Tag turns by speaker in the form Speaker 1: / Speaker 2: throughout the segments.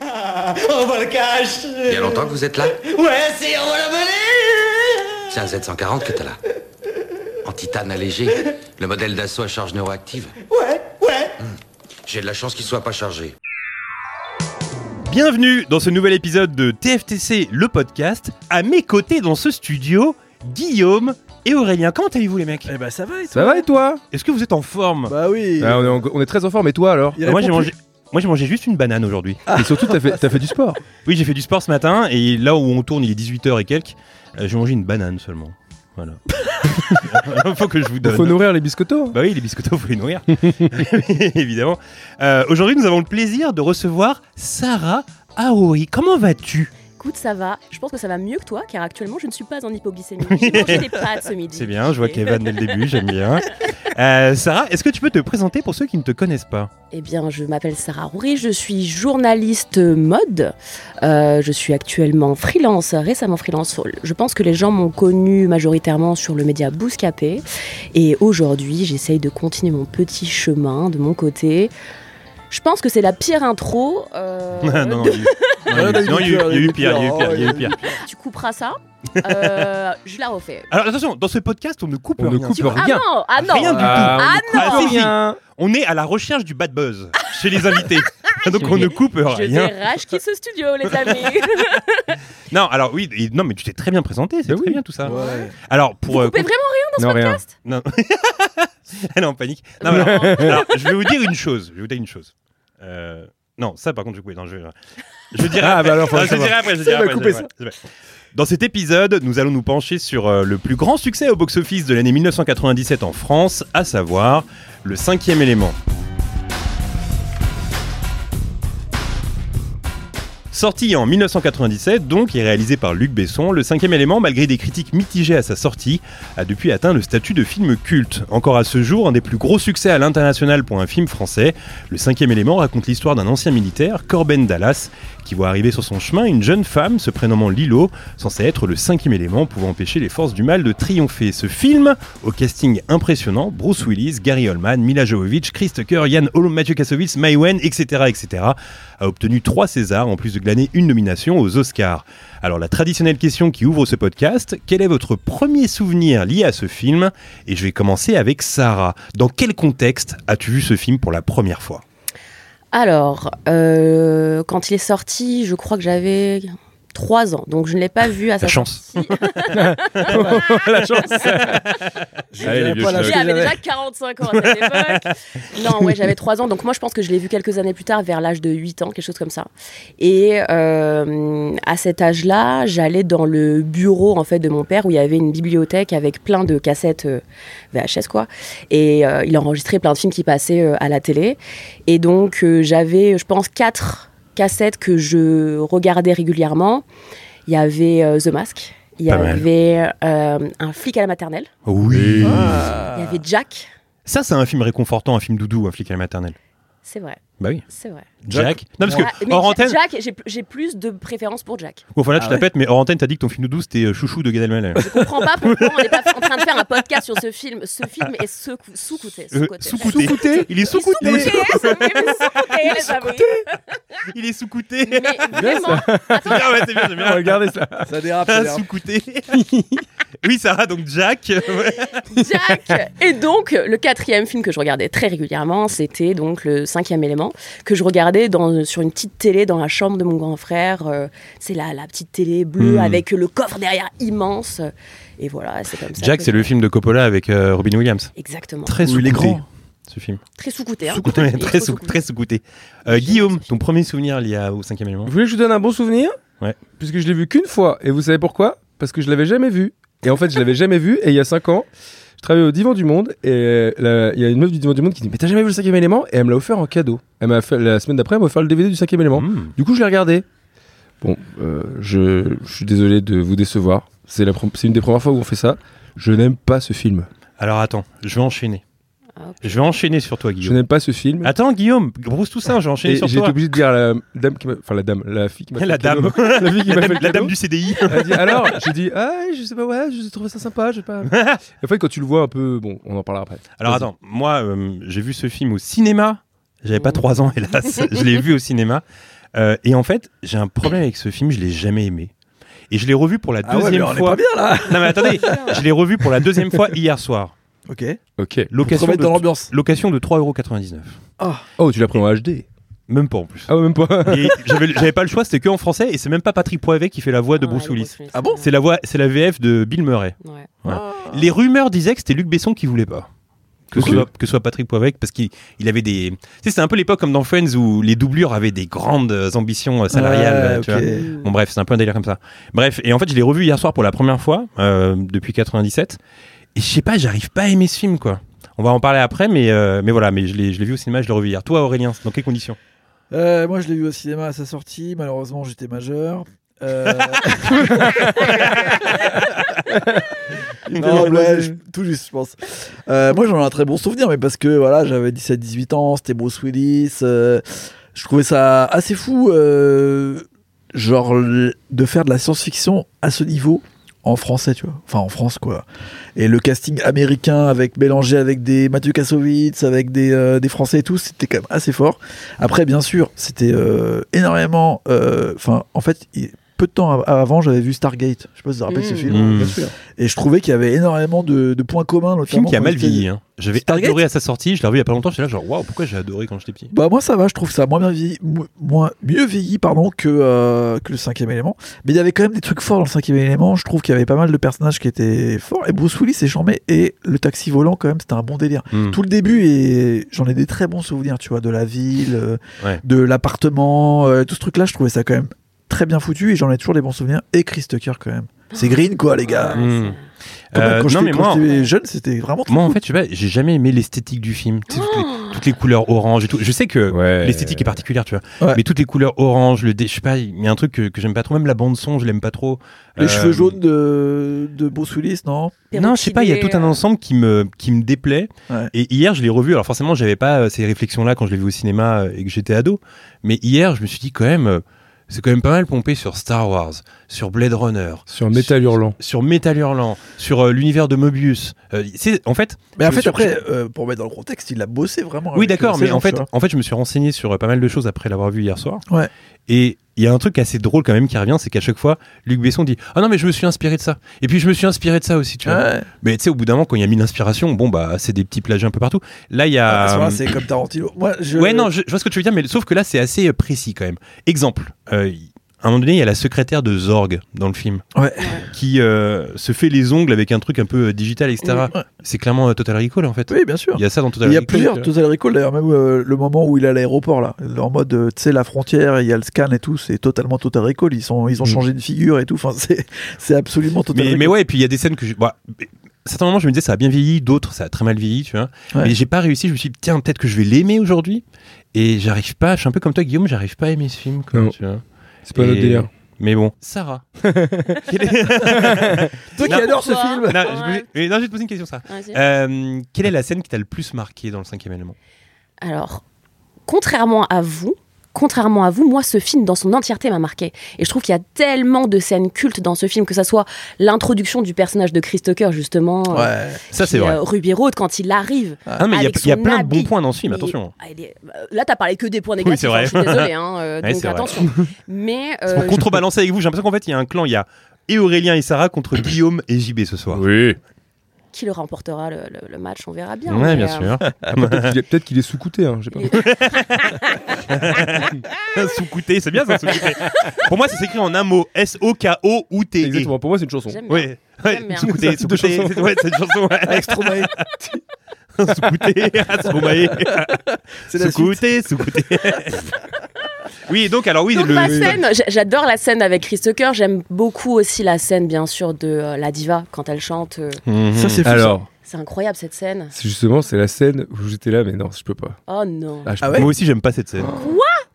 Speaker 1: Ah, on voit le cash
Speaker 2: Il y a longtemps que vous êtes là
Speaker 1: Ouais, si, on va la monnaie
Speaker 2: C'est un Z140 que t'as là. En titane allégé. Le modèle d'assaut à charge neuroactive.
Speaker 1: Ouais, ouais
Speaker 2: J'ai de la chance qu'il soit pas chargé.
Speaker 3: Bienvenue dans ce nouvel épisode de TFTC, le podcast. À mes côtés dans ce studio, Guillaume et Aurélien. Comment allez-vous les mecs
Speaker 4: Eh bah ça va et toi
Speaker 5: Ça va et toi
Speaker 3: Est-ce que vous êtes en forme Euh,
Speaker 4: Bah oui
Speaker 5: Ah, on, est en- on est très en forme et toi alors
Speaker 4: Il Ah. y a
Speaker 3: Moi j'ai
Speaker 4: répondu.
Speaker 3: mangé. Moi j'ai mangé juste une banane aujourd'hui.
Speaker 5: Et surtout t'as fait, t'as fait du sport
Speaker 3: Oui j'ai fait du sport ce matin et là où on tourne il est 18h et quelques. euh, j'ai mangé une banane seulement. Voilà. Faut que je vous donne.
Speaker 5: Faut nourrir les biscottos
Speaker 3: Bah oui, les biscottos, faut les nourrir. Évidemment. Euh, Aujourd'hui, nous avons le plaisir de recevoir Sarah Aoi. Comment vas-tu
Speaker 6: Écoute, ça va. Je pense que ça va mieux que toi, car actuellement, je ne suis pas en hypoglycémie. J'ai mangé des pâtes ce midi.
Speaker 3: C'est bien, je vois
Speaker 6: Et-
Speaker 3: Kevin dès le début, j'aime bien. Euh, Sarah, est-ce que tu peux te présenter pour ceux qui ne te connaissent pas
Speaker 6: Eh bien, je m'appelle Sarah Rouri, je suis journaliste mode. Euh, je suis actuellement freelance, récemment freelance. Je pense que les gens m'ont connue majoritairement sur le média Bouscapé. Et aujourd'hui, j'essaye de continuer mon petit chemin de mon côté. Je pense que c'est la pire intro. euh,
Speaker 3: Non, non,
Speaker 6: de-
Speaker 3: il y a eu- non, il y a eu- il y a eu pire, il y a eu pire, il y a eu pire.
Speaker 6: Tu couperas ça. Euh, je la refais.
Speaker 3: Alors attention, dans ce podcast, on ne coupe
Speaker 5: On ne
Speaker 3: rien.
Speaker 5: coupe
Speaker 6: Tu- Ah
Speaker 5: rien.
Speaker 6: non, ah non.
Speaker 3: Rien du tout.
Speaker 6: Ah
Speaker 5: on
Speaker 3: non.
Speaker 5: ne coupe
Speaker 3: Ah, si, si.
Speaker 5: rien.
Speaker 3: On est à la recherche du bad buzz chez les invités. Donc on ne coupe
Speaker 6: Je
Speaker 3: rien.
Speaker 6: dérache qui ce studio, les amis.
Speaker 3: Non, alors oui, et- non, mais tu t'es très bien présenté, c'est
Speaker 5: Bah
Speaker 3: très
Speaker 5: oui.
Speaker 3: bien tout ça.
Speaker 4: Ouais.
Speaker 3: Alors pour euh,
Speaker 6: Coupez vraiment
Speaker 5: Non, rien.
Speaker 6: podcast
Speaker 3: Non. Elle est en panique. Non, mais alors, alors, je vais vous dire une chose. Je vais vous dire une chose. Euh, non, ça, par contre, je coupe. Non, je, je dirai
Speaker 5: Ah,
Speaker 3: après.
Speaker 5: bah alors, faut
Speaker 3: Non,
Speaker 5: le
Speaker 3: je dirai
Speaker 5: savoir.
Speaker 3: après. Je dirai
Speaker 5: va
Speaker 3: après, je
Speaker 5: couper
Speaker 3: dirai après. Dans cet épisode, nous allons nous pencher sur euh, le plus grand succès au box-office de l'année 1997 en France, à savoir le cinquième élément. Sorti en 1997, donc, et réalisé par Luc Besson, le cinquième élément, malgré des critiques mitigées à sa sortie, a depuis atteint le statut de film culte. Encore à ce jour, un des plus gros succès à l'international pour un film français, le cinquième élément raconte l'histoire d'un ancien militaire, Corben Dallas, qui voit arriver sur son chemin une jeune femme se prénommant Lilo, censée être le cinquième élément pouvant empêcher les forces du mal de triompher. Ce film, au casting impressionnant, Bruce Willis, Gary Oldman, Mila Jovovich, Chris Tucker, Yann Holm, Mathieu Kassovitz, Mai Wen, etc., etc., a obtenu trois Césars en plus de glaner une nomination aux Oscars. Alors la traditionnelle question qui ouvre ce podcast, quel est votre premier souvenir lié à ce film Et je vais commencer avec Sarah. Dans quel contexte as-tu vu ce film pour la première fois
Speaker 6: Alors, euh, quand il est sorti, je crois que j'avais 3 ans, donc je ne l'ai pas vu à sa
Speaker 3: La chance.
Speaker 6: sortie.
Speaker 5: La chance Allez, les
Speaker 4: dirais
Speaker 5: vieux
Speaker 4: pas la
Speaker 5: schnocks.
Speaker 6: J'avais déjà 45 ans à cette époque. non, ouais, j'avais 3 ans, donc moi je pense que je l'ai vu quelques années plus tard, vers l'âge de 8 ans, quelque chose comme ça. Et euh, à cet âge-là, j'allais dans le bureau en fait de mon père où il y avait une bibliothèque avec plein de cassettes euh, VHS quoi. Et euh, il enregistrait plein de films qui passaient euh, à la télé. Et donc euh, j'avais, je pense, 4 cassettes que je regardais régulièrement. Il y avait euh, The Mask. Il y
Speaker 3: Pas mal.
Speaker 6: avait euh, un flic à la maternelle.
Speaker 3: Oui.
Speaker 6: Il
Speaker 3: Ah.
Speaker 6: y avait Jack.
Speaker 3: Ça, c'est un film réconfortant, un film doudou, un flic à la maternelle.
Speaker 6: C'est vrai,
Speaker 3: Bah oui.
Speaker 6: c'est vrai.
Speaker 3: Jack. Non, parce que
Speaker 6: Ah, mais
Speaker 3: hors
Speaker 6: Ja-
Speaker 3: antenne,
Speaker 6: Jack, j'ai- j'ai plus de préférence pour Jack.
Speaker 3: bon, voilà, tu
Speaker 4: Ah
Speaker 3: t'appelles, mais hors antenne, t'as dit que ton film doudou, c'était euh, Chouchou de Gad Elmaleh.
Speaker 6: Je comprends pas pourquoi on n'est pas en train de faire un podcast sur ce film. Ce film est sous- sous-coté.
Speaker 3: Euh,
Speaker 6: Sous-coté.
Speaker 3: Sous-couté. Il est
Speaker 6: Il
Speaker 3: sous-couté.
Speaker 6: est sous-coté, les amis.
Speaker 3: Il est sous-couté.
Speaker 6: Mais vraiment,
Speaker 3: Ah ouais, c'est bien, c'est bien.
Speaker 5: Regardez ça
Speaker 4: Ça dérape, ça
Speaker 3: Ah,
Speaker 4: dérape.
Speaker 3: sous-couté. oui, Sarah, donc Jack. Ouais.
Speaker 6: Jack Et donc, le quatrième film que je regardais très régulièrement, c'était donc le cinquième élément, que je regardais dans, sur une petite télé dans la chambre de mon grand frère. Euh, C'est la, la petite télé bleue
Speaker 3: Hmm.
Speaker 6: avec le coffre derrière immense. Et voilà, c'est comme ça.
Speaker 3: Jack,
Speaker 6: que-
Speaker 3: c'est le film de Coppola avec euh, Robin Williams.
Speaker 6: Exactement.
Speaker 3: Très
Speaker 5: Où il est
Speaker 3: sous-couté,
Speaker 5: grand.
Speaker 3: ce film.
Speaker 6: Très sous-coté. Hein.
Speaker 3: Sous-couté,
Speaker 6: Il est
Speaker 3: très
Speaker 6: trop
Speaker 3: sous-
Speaker 6: sous-coté.
Speaker 3: très sous-couté. Euh, Guillaume, ton premier souvenir lié à- au cinquième élément
Speaker 5: Vous voulez que je vous donne un bon souvenir
Speaker 3: Ouais.
Speaker 5: Puisque je l'ai vu qu'une fois. Et vous savez pourquoi Parce que je l'avais jamais vu. Et en fait, je l'avais jamais vu. Et il y a 5 ans, travaillais au Divan du Monde et là, il y a une meuf du Divan du Monde qui dit Mais t'as jamais vu le cinquième élément Et elle me l'a offert en cadeau. Elle m'a fait, la semaine d'après, elle m'a offert le DVD du cinquième élément.
Speaker 3: Mmh.
Speaker 5: Du coup, je l'ai regardé. Bon, euh, je, je suis désolé de vous décevoir. C'est la pro- c'est une des premières fois où on fait ça. Je n'aime pas ce film.
Speaker 3: Alors attends, je vais enchaîner.
Speaker 6: Ah, ok.
Speaker 3: Je vais enchaîner sur toi,
Speaker 5: Je
Speaker 3: Guillaume.
Speaker 5: n'aime pas ce film.
Speaker 3: Attends, Guillaume, brousse tout ça, je vais enchaîner
Speaker 5: Et
Speaker 3: Ah, sur
Speaker 5: j'ai été
Speaker 3: toi.
Speaker 5: obligé de dire à la dame, qui m'a- enfin la dame, la fille qui m'a fait
Speaker 3: La
Speaker 5: le cadeau.
Speaker 3: dame.
Speaker 5: la fille qui m'a
Speaker 3: La dame,
Speaker 5: fait Ah, le
Speaker 3: la dame
Speaker 5: cadeau.
Speaker 3: du CDI.
Speaker 5: Elle dit, alors, j'ai dit, ah, je sais pas, ouais, je trouvé ça sympa, je sais pas. Et en fait, quand tu le vois un peu, bon, on en parlera après.
Speaker 3: Alors
Speaker 5: Vas-y.
Speaker 3: attends, moi, euh, j'ai vu ce film au cinéma. J'avais pas
Speaker 4: Oh.
Speaker 6: Mm.
Speaker 3: 3 ans, hélas. je l'ai vu au cinéma. Euh, et en fait, j'ai un problème avec ce film, je l'ai jamais aimé. Et je l'ai revu pour la
Speaker 4: Ah ouais, mais
Speaker 3: deuxième
Speaker 4: on est
Speaker 3: fois.
Speaker 4: pas bien là.
Speaker 3: non mais attendez, je l'ai revu pour la deuxième fois hier soir.
Speaker 4: Ok.
Speaker 5: Ok.
Speaker 4: Pour te
Speaker 3: Location de,
Speaker 4: remettre dans l'ambiance.
Speaker 3: location de 3,99€.
Speaker 5: Oh, tu l'as pris en HD.
Speaker 3: Même pas en plus.
Speaker 5: Ah ouais, même pas.
Speaker 3: Et J'avais j'avais pas le choix, c'était que en français et c'est même pas Patrick Poivet qui fait la voix de Bruce Willis.
Speaker 4: Ah bon
Speaker 3: C'est la voix, c'est la VF de Bill Murray.
Speaker 6: Ouais.
Speaker 3: Les rumeurs disaient que c'était Luc Besson qui voulait pas. Que,
Speaker 5: Ok.
Speaker 3: ce, soit, que ce soit Patrick Poivet, parce qu'il il avait des. Tu sais, c'est un peu l'époque comme dans Friends où les doublures avaient des grandes euh, ambitions euh, salariales.
Speaker 4: Ah,
Speaker 3: tu
Speaker 4: ok.
Speaker 3: vois.
Speaker 6: Mm.
Speaker 3: Bon, bref, c'est un peu un délire comme ça. Bref, et en fait, je l'ai revu hier soir pour la première fois, euh, depuis 97. Et je sais pas, j'arrive pas à aimer ce film, quoi. On va en parler après, mais, euh, mais voilà, mais je l'ai je l'ai vu au cinéma, je l'ai revu hier. Toi, Aurélien, dans quelles conditions
Speaker 4: Euh, moi, je l'ai vu au cinéma à sa sortie. Malheureusement, j'étais majeur. Euh, non, ouais, je- tout juste, je pense. Euh, moi, j'en ai un très bon souvenir, mais parce que voilà, j'avais 17-18 ans, c'était Bruce Willis. euh, je trouvais ça assez fou, euh, genre, l- de faire de la science-fiction à ce niveau en français, tu vois. Enfin, en France, quoi. Et le casting américain avec mélangé avec des Mathieu Kassovitz, avec des, euh, des Français et tout, c'était quand même assez fort. Après, bien sûr, c'était euh, énormément. euh, Enfin, en fait, il- peu de temps av- avant, j'avais vu Stargate. Je sais pas si vous vous rappelez de ce
Speaker 6: Mmh.
Speaker 4: film.
Speaker 3: Mmh.
Speaker 4: Et je trouvais qu'il y avait énormément de, de points communs. Notamment
Speaker 3: Film qui a
Speaker 4: quand
Speaker 3: mal
Speaker 4: j'étais-
Speaker 3: vieilli. Hein. J'avais
Speaker 4: Stargate
Speaker 3: adoré à sa sortie, je l'ai revu il y a pas longtemps, j'étais là genre, waouh, pourquoi j'ai adoré quand j'étais petit
Speaker 4: Bah moi ça va, je trouve ça moins bien vieilli, mo- moins mieux vieilli pardon que euh, que le cinquième élément. Mais il y avait quand même des trucs forts dans le cinquième élément. Je trouve qu'il y avait pas mal de personnages qui étaient forts. Et Bruce Willis et charmé et le taxi volant quand même c'était un bon délire.
Speaker 3: Hmm.
Speaker 4: Tout le début et j'en ai des très bons souvenirs, tu vois, de la ville, euh,
Speaker 3: Ouais.
Speaker 4: de l'appartement, euh, tout ce truc là, je trouvais ça quand même très bien foutu et j'en ai toujours des bons souvenirs. Et Chris Tucker quand même. C'est green quoi les gars.
Speaker 6: Ouais,
Speaker 3: Mmh.
Speaker 4: Quand même,
Speaker 3: Euh,
Speaker 4: quand
Speaker 3: non,
Speaker 4: j'étais
Speaker 3: mais moi,
Speaker 4: quand j'étais jeune c'était vraiment. Très
Speaker 3: Moi, en
Speaker 4: cool.
Speaker 3: fait, je sais pas, j'ai jamais aimé l'esthétique du film. Tu sais, toutes, les, toutes les couleurs orange et tout. Je sais que
Speaker 5: Ouais.
Speaker 3: l'esthétique est particulière, tu vois.
Speaker 4: Ouais.
Speaker 3: Mais toutes les couleurs orange, le dé- je sais pas, il y a un truc que, que j'aime pas trop. Même la bande son, je l'aime pas trop.
Speaker 4: les
Speaker 3: Euh,
Speaker 4: cheveux jaunes de de Bruce Willis non.
Speaker 3: Non, je sais pas, il y a tout un
Speaker 6: Peroxydé,
Speaker 3: ensemble qui me, qui me déplaît.
Speaker 4: Ouais.
Speaker 3: Et hier, je l'ai revu. Alors, forcément, j'avais pas euh, ces réflexions-là quand je l'ai vu au cinéma euh, et que j'étais ado. Mais hier, je me suis dit, quand même, euh, c'est quand même pas mal pompé sur Star Wars, sur Blade Runner,
Speaker 5: Sur Metal Hurlant.
Speaker 3: sur Metal Hurlant, sur euh, l'univers de Mobius. Euh, c'est- en fait,
Speaker 4: Mais en
Speaker 3: Je
Speaker 4: fait,
Speaker 3: suis-
Speaker 4: après, euh, pour mettre dans le contexte, il a bossé vraiment.
Speaker 3: Oui,
Speaker 4: avec,
Speaker 3: d'accord,
Speaker 4: euh,
Speaker 3: mais
Speaker 4: ces
Speaker 3: en
Speaker 4: gens,
Speaker 3: fait,
Speaker 4: tu vois.
Speaker 3: en fait, je me suis renseigné sur euh, pas mal de choses après l'avoir vu hier soir.
Speaker 4: Ouais.
Speaker 3: Et il y a un truc assez drôle quand même qui revient, c'est qu'à chaque fois, Luc Besson dit Ah non, mais je me suis inspiré de ça. Et puis je me suis inspiré de ça aussi, tu vois.
Speaker 4: Ouais.
Speaker 3: Mais tu sais, au bout d'un moment, quand il y a mille inspirations, bon, bah, c'est des petits plagiats un peu partout. Là, il y
Speaker 4: À ce
Speaker 3: a.
Speaker 4: moment-là, c'est comme Tarantino. Moi, je...
Speaker 3: euh, ouais, non, je, je vois ce que tu veux dire, mais sauf que là, c'est assez euh, précis quand même. Exemple. euh, y- à un moment donné, il y a la secrétaire de Zorg dans le film
Speaker 4: Ouais.
Speaker 3: qui euh, se fait les ongles avec un truc un peu euh, digital, etc.
Speaker 4: Ouais.
Speaker 3: C'est clairement euh, Total Recall en fait.
Speaker 4: Oui, bien sûr.
Speaker 3: Il y a ça dans Total
Speaker 4: Il y a
Speaker 3: Recall, euh.
Speaker 4: plusieurs
Speaker 3: tu vois.
Speaker 4: Total Recall, d'ailleurs, même euh, le moment où il est à l'aéroport, là, en mode, euh, tu sais, la frontière, il y a le scan et tout, c'est totalement Total Recall. Ils, sont, ils ont
Speaker 3: Mm.
Speaker 4: changé de figure et tout, enfin, c'est c'est absolument Total
Speaker 3: mais,
Speaker 4: Recall.
Speaker 3: mais ouais, et puis il y a des scènes que je. Bah, mais- certains moments, je me disais ça a bien vieilli, d'autres ça a très mal vieilli, tu vois.
Speaker 4: Ouais.
Speaker 3: Mais j'ai pas réussi, je me suis dit, tiens, peut-être que je vais l'aimer aujourd'hui. Et j'arrive pas, je suis un peu comme toi, Guillaume, j'arrive pas à aimer ce film, quoi,
Speaker 5: Non.
Speaker 3: tu vois.
Speaker 5: C'est pas notre
Speaker 3: Et-
Speaker 5: délire.
Speaker 3: Mais bon. Sarah. Quel est-
Speaker 4: Toi qui
Speaker 3: Non.
Speaker 4: adore ce
Speaker 6: Pourquoi
Speaker 4: film
Speaker 3: non, je
Speaker 6: Ouais.
Speaker 3: me- mais non, je vais te poser une question, Sarah.
Speaker 6: euh, ouais, c'est-
Speaker 3: Euh, quelle est la scène qui t'a le plus marqué dans le cinquième élément
Speaker 6: Alors, contrairement à vous, contrairement à vous, moi, ce film dans son entièreté m'a marqué. Et je trouve qu'il y a tellement de scènes cultes dans ce film, que ça soit l'introduction du personnage de Chris Tucker, justement. euh,
Speaker 4: Ouais.
Speaker 3: Ça,
Speaker 6: qui,
Speaker 3: c'est vrai.
Speaker 6: euh, Ruby Road, quand il arrive.
Speaker 3: Ah, mais il y a,
Speaker 6: euh, avec
Speaker 3: il y a
Speaker 6: son
Speaker 3: plein de bons
Speaker 6: habit.
Speaker 3: points dans ce film,
Speaker 6: Mais-
Speaker 3: attention. hein.
Speaker 6: ah, il est- Là, t'as parlé que des points négatifs.
Speaker 3: c'est vrai.
Speaker 6: hein, je suis désolée. hein, euh,
Speaker 3: Ouais,
Speaker 6: donc,
Speaker 3: c'est vrai.
Speaker 6: attention. Mais.
Speaker 3: C'est
Speaker 6: euh,
Speaker 3: pour contrebalancer avec vous, j'ai l'impression qu'en fait, il y a un clan, il y a et Aurélien et Sarah contre Guillaume et JB ce soir.
Speaker 5: Oui.
Speaker 6: qui le remportera le, le- le match, on verra bien.
Speaker 3: ouais,
Speaker 6: mais,
Speaker 3: bien sûr.
Speaker 6: euh,
Speaker 5: Peut-être qu'il est, peut-être qu'il est sous-coûté, hein, je sais pas.
Speaker 3: Sous-couté, c'est bien ça, sous-couté. Pour moi, ça s'écrit en un mot. S-O-K-O ou T.
Speaker 5: Exactement, pour moi, c'est une chanson.
Speaker 6: J'aime bien.
Speaker 3: Oui.
Speaker 6: J'aime bien.
Speaker 3: Sous-couté,
Speaker 5: C'est deux
Speaker 3: sous-couté.
Speaker 5: chansons.
Speaker 3: C'est- Ouais, c'est une chanson. ouais.
Speaker 4: Extromae.
Speaker 3: Sous-couté, Astromae.
Speaker 4: C'est la suite.
Speaker 3: Sous-couté, sous-couté. Oui, donc, alors oui,
Speaker 6: Donc,
Speaker 3: le.
Speaker 6: ma scène, j'a- j'adore la scène avec Chris Tucker. J'aime beaucoup aussi la scène, bien sûr, de euh, la diva quand elle chante. euh,
Speaker 4: Hmm.
Speaker 3: Mhm.
Speaker 4: Ça, c'est fou.
Speaker 5: Alors,
Speaker 6: C'est incroyable cette scène.
Speaker 5: C'est justement, c'est la scène où j'étais là, mais non, je peux pas.
Speaker 6: Oh non.
Speaker 5: Ah, je
Speaker 4: Ah
Speaker 5: peux
Speaker 4: ouais
Speaker 3: Moi aussi, j'aime pas cette scène.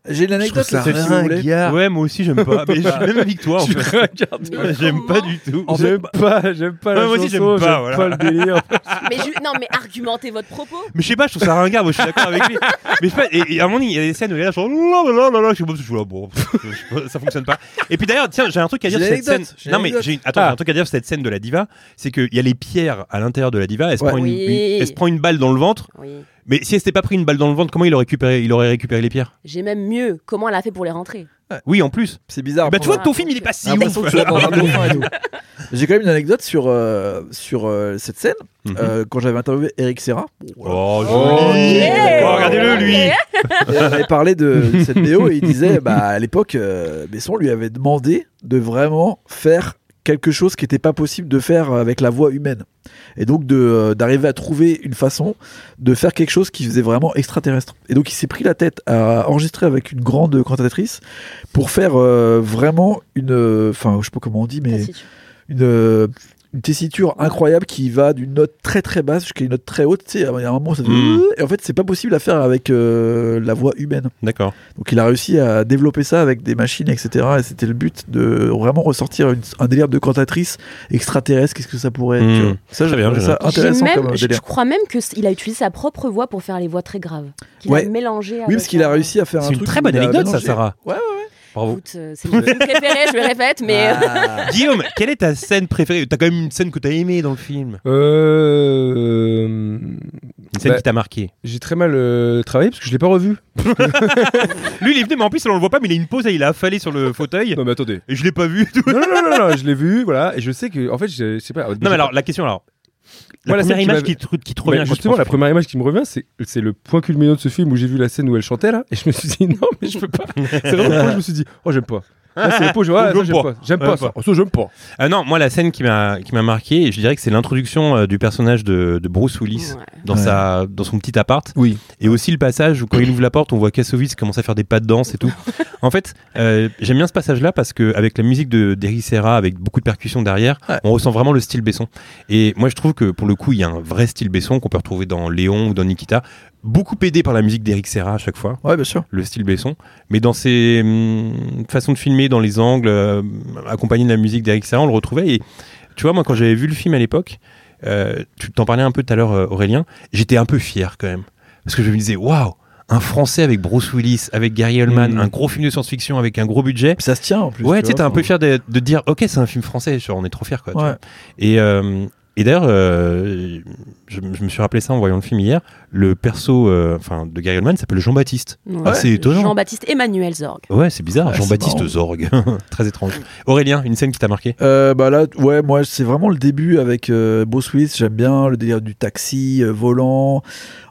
Speaker 4: J'ai une anecdote
Speaker 5: trouve ça
Speaker 4: là-dessus, si vous voulez.
Speaker 5: Ah.
Speaker 3: Ouais, moi aussi, j'aime pas. Mais je suis même avec toi, en
Speaker 5: pas.
Speaker 3: fait.
Speaker 4: Ah,
Speaker 6: Mais
Speaker 3: J'aime pas
Speaker 6: comment
Speaker 3: du tout.
Speaker 5: En fait, J'aime pas, j'aime pas la
Speaker 3: Ouais, moi aussi,
Speaker 5: chanson,
Speaker 3: j'aime pas, voilà.
Speaker 5: le délire.
Speaker 6: Mais ju- non, mais argumentez votre propos.
Speaker 3: Mais je sais pas, je trouve ça ringard, moi je suis d'accord avec lui. Mais je sais pas, et, et à un moment, il y a des scènes où il est là, genre, la, la, la, la, je sais pas, je suis là, bon, je sais pas, ça fonctionne pas. Et puis d'ailleurs, tiens, j'ai un truc à dire
Speaker 4: J'ai
Speaker 3: sur cette
Speaker 4: l'anecdote,
Speaker 3: scène.
Speaker 4: j'ai
Speaker 3: Non, mais
Speaker 4: l'anecdote.
Speaker 3: j'ai une- attends, j'ai un truc à dire sur cette scène de la diva, c'est qu'il y a les pierres à l'intérieur de la diva, elle se,
Speaker 4: Ouais.
Speaker 3: prend une,
Speaker 6: Oui.
Speaker 3: une- elle se prend une balle dans le ventre,
Speaker 6: Oui.
Speaker 3: mais si elle s'était pas pris une balle dans le ventre, comment il aurait récupéré, il aurait récupéré les pierres
Speaker 6: J'ai même mieux. Comment elle a fait pour les rentrer
Speaker 3: Oui, en plus.
Speaker 4: C'est bizarre.
Speaker 3: bah, tu vois que ton
Speaker 6: ouais,
Speaker 3: film, il est pas si
Speaker 4: J'ai
Speaker 3: ouf.
Speaker 4: l'impression Ah, bah, que tu vas dans un dauphin et tout. J'ai quand même une anecdote sur, euh, sur euh, cette scène.
Speaker 3: Mhm.
Speaker 4: Euh, quand j'avais interviewé Eric Serra,
Speaker 3: Oh,
Speaker 5: Oh,
Speaker 3: joli
Speaker 5: yeah.
Speaker 3: Oh, regardez-le, lui
Speaker 6: Yeah.
Speaker 4: il avait parlé de, de cette BO et il disait bah, à l'époque, euh, Besson lui avait demandé de vraiment faire quelque chose qui n'était pas possible de faire avec la voix humaine. Et donc de, euh, d'arriver à trouver une façon de faire quelque chose qui faisait vraiment extraterrestre. Et donc il s'est pris la tête à enregistrer avec une grande cantatrice pour faire euh, vraiment une... euh, Enfin, je sais pas comment on dit, mais...
Speaker 6: Ah, si, tu-
Speaker 4: une, euh, une tessiture incroyable qui va d'une note très très basse jusqu'à une note très haute. Tu sais, il y a un moment, ça fait. euh,
Speaker 3: Mm.
Speaker 4: Et en fait, c'est pas possible à faire avec euh, la voix humaine.
Speaker 3: D'accord.
Speaker 4: Donc, il a réussi à développer ça avec des machines, etc. Et c'était le but de vraiment ressortir une- un délire de cantatrice extraterrestre. Qu'est-ce que ça pourrait être
Speaker 3: Mm.
Speaker 4: tu vois. Ça,
Speaker 3: Très
Speaker 4: j'ai
Speaker 3: bien,
Speaker 4: trouvé
Speaker 3: j'ai
Speaker 4: ça
Speaker 6: J'ai
Speaker 4: intéressant
Speaker 6: même-
Speaker 4: comme euh,
Speaker 6: je,
Speaker 4: délire.
Speaker 6: je crois même qu'il a utilisé sa propre voix pour faire les voix très graves. Qu'il
Speaker 4: Ouais.
Speaker 6: a mélangé.
Speaker 4: Oui,
Speaker 6: avec,
Speaker 4: parce qu'il a
Speaker 6: euh,
Speaker 4: réussi à faire un
Speaker 3: C'est une
Speaker 4: truc
Speaker 3: très
Speaker 4: où
Speaker 3: bonne
Speaker 4: il a
Speaker 3: anecdote, ça,
Speaker 4: mélangé-
Speaker 3: Sarah.
Speaker 4: Ouais, ouais.
Speaker 3: Bravo.
Speaker 6: Écoute, euh, c'est mon film préféré, je le répète, mais. euh,
Speaker 4: Ah.
Speaker 3: Guillaume, quelle est ta scène préférée T'as quand même une scène que t'as aimée dans le film.
Speaker 5: Euh,
Speaker 3: Une scène
Speaker 5: Bah,
Speaker 3: qui t'a marqué.
Speaker 5: J'ai très mal euh, travaillé parce que je l'ai pas revu.
Speaker 3: Lui, il est venu, mais en plus, on le voit pas, mais il a une pause et il a affalé sur le fauteuil.
Speaker 5: Non mais attendez.
Speaker 3: Et je l'ai pas vu. et tout.
Speaker 5: non, non, non, non, non, je l'ai vu, voilà, et je sais que, en fait, je, je sais pas.
Speaker 3: Non, mais alors, la question, alors. La
Speaker 5: Moi, la
Speaker 3: première
Speaker 5: scène qui
Speaker 3: image
Speaker 5: m'avait-
Speaker 3: qui, te- qui te revient.
Speaker 5: Mais
Speaker 3: quand tu
Speaker 5: justement,
Speaker 3: penses
Speaker 5: la
Speaker 3: au film.
Speaker 5: première image qui me revient, c'est c'est le point culminant de ce film où j'ai vu la scène où elle chantait là, et je me suis dit non, mais je peux pas. C'est vraiment le point où je me suis dit oh j'aime pas. Là, c'est le point où je vois, ah,
Speaker 3: J'aime
Speaker 5: ça, j'aime
Speaker 3: pas.
Speaker 5: pas. J'aime pas.
Speaker 3: J'aime
Speaker 5: ça. Ça, j'aime pas.
Speaker 3: Ah non, moi, la scène qui m'a qui m'a marqué, et je dirais que c'est l'introduction euh, du personnage de, de Bruce Willis
Speaker 6: ouais.
Speaker 3: dans,
Speaker 4: Ouais.
Speaker 3: sa, dans son petit appart.
Speaker 5: Oui.
Speaker 3: Et aussi le passage où, quand il ouvre la porte, on voit Kassovitz commencer à faire des pas de danse et tout. en fait, euh, j'aime bien ce passage-là parce que, avec la musique de- d'Eric Serra, avec beaucoup de percussions derrière,
Speaker 4: Ouais.
Speaker 3: on ressent vraiment le style Besson. Et moi, je trouve que pour le coup, il y a un vrai style Besson qu'on peut retrouver dans Léon ou dans Nikita. Beaucoup aidé par la musique d'Eric Serra à chaque fois.
Speaker 4: Ouais, bien sûr.
Speaker 3: le style Besson, mais dans ses hum, façons de filmer, dans les angles, euh, accompagné de la musique d'Eric Serra, on le retrouvait. Et tu vois, moi, quand j'avais vu le film à l'époque, euh, tu t'en parlais un peu tout à l'heure, euh, Aurélien, j'étais un peu fier quand même. Parce que je me disais, waouh, un français avec Bruce Willis, avec Gary Oldman,
Speaker 5: Mhm.
Speaker 3: un gros film de science-fiction avec un gros budget.
Speaker 4: Puis ça se tient en plus.
Speaker 3: ouais,
Speaker 4: tu
Speaker 3: tu sais, t'es
Speaker 4: vois.
Speaker 3: un peu fier de, de dire, ok, c'est un film français, genre, on est trop fier, quoi. tu
Speaker 4: Ouais.
Speaker 3: vois. Et, euh, et d'ailleurs, euh, je, je me suis rappelé ça en voyant le film hier, le perso euh, enfin, de Gary Oldman s'appelle Jean-Baptiste.
Speaker 4: Ah,
Speaker 6: Ouais.
Speaker 3: c'est étonnant.
Speaker 6: euh, Jean-Baptiste Emmanuel Zorg.
Speaker 3: Ouais, c'est bizarre,
Speaker 4: Ouais, Ah, c'est
Speaker 3: Jean-Baptiste
Speaker 4: marrant.
Speaker 3: Zorg. Très étrange. Aurélien, une scène qui t'a marqué
Speaker 4: Euh, bah là, ouais, moi, c'est vraiment le début avec euh, Bruce Willis. J'aime bien le délire du taxi, euh, volant.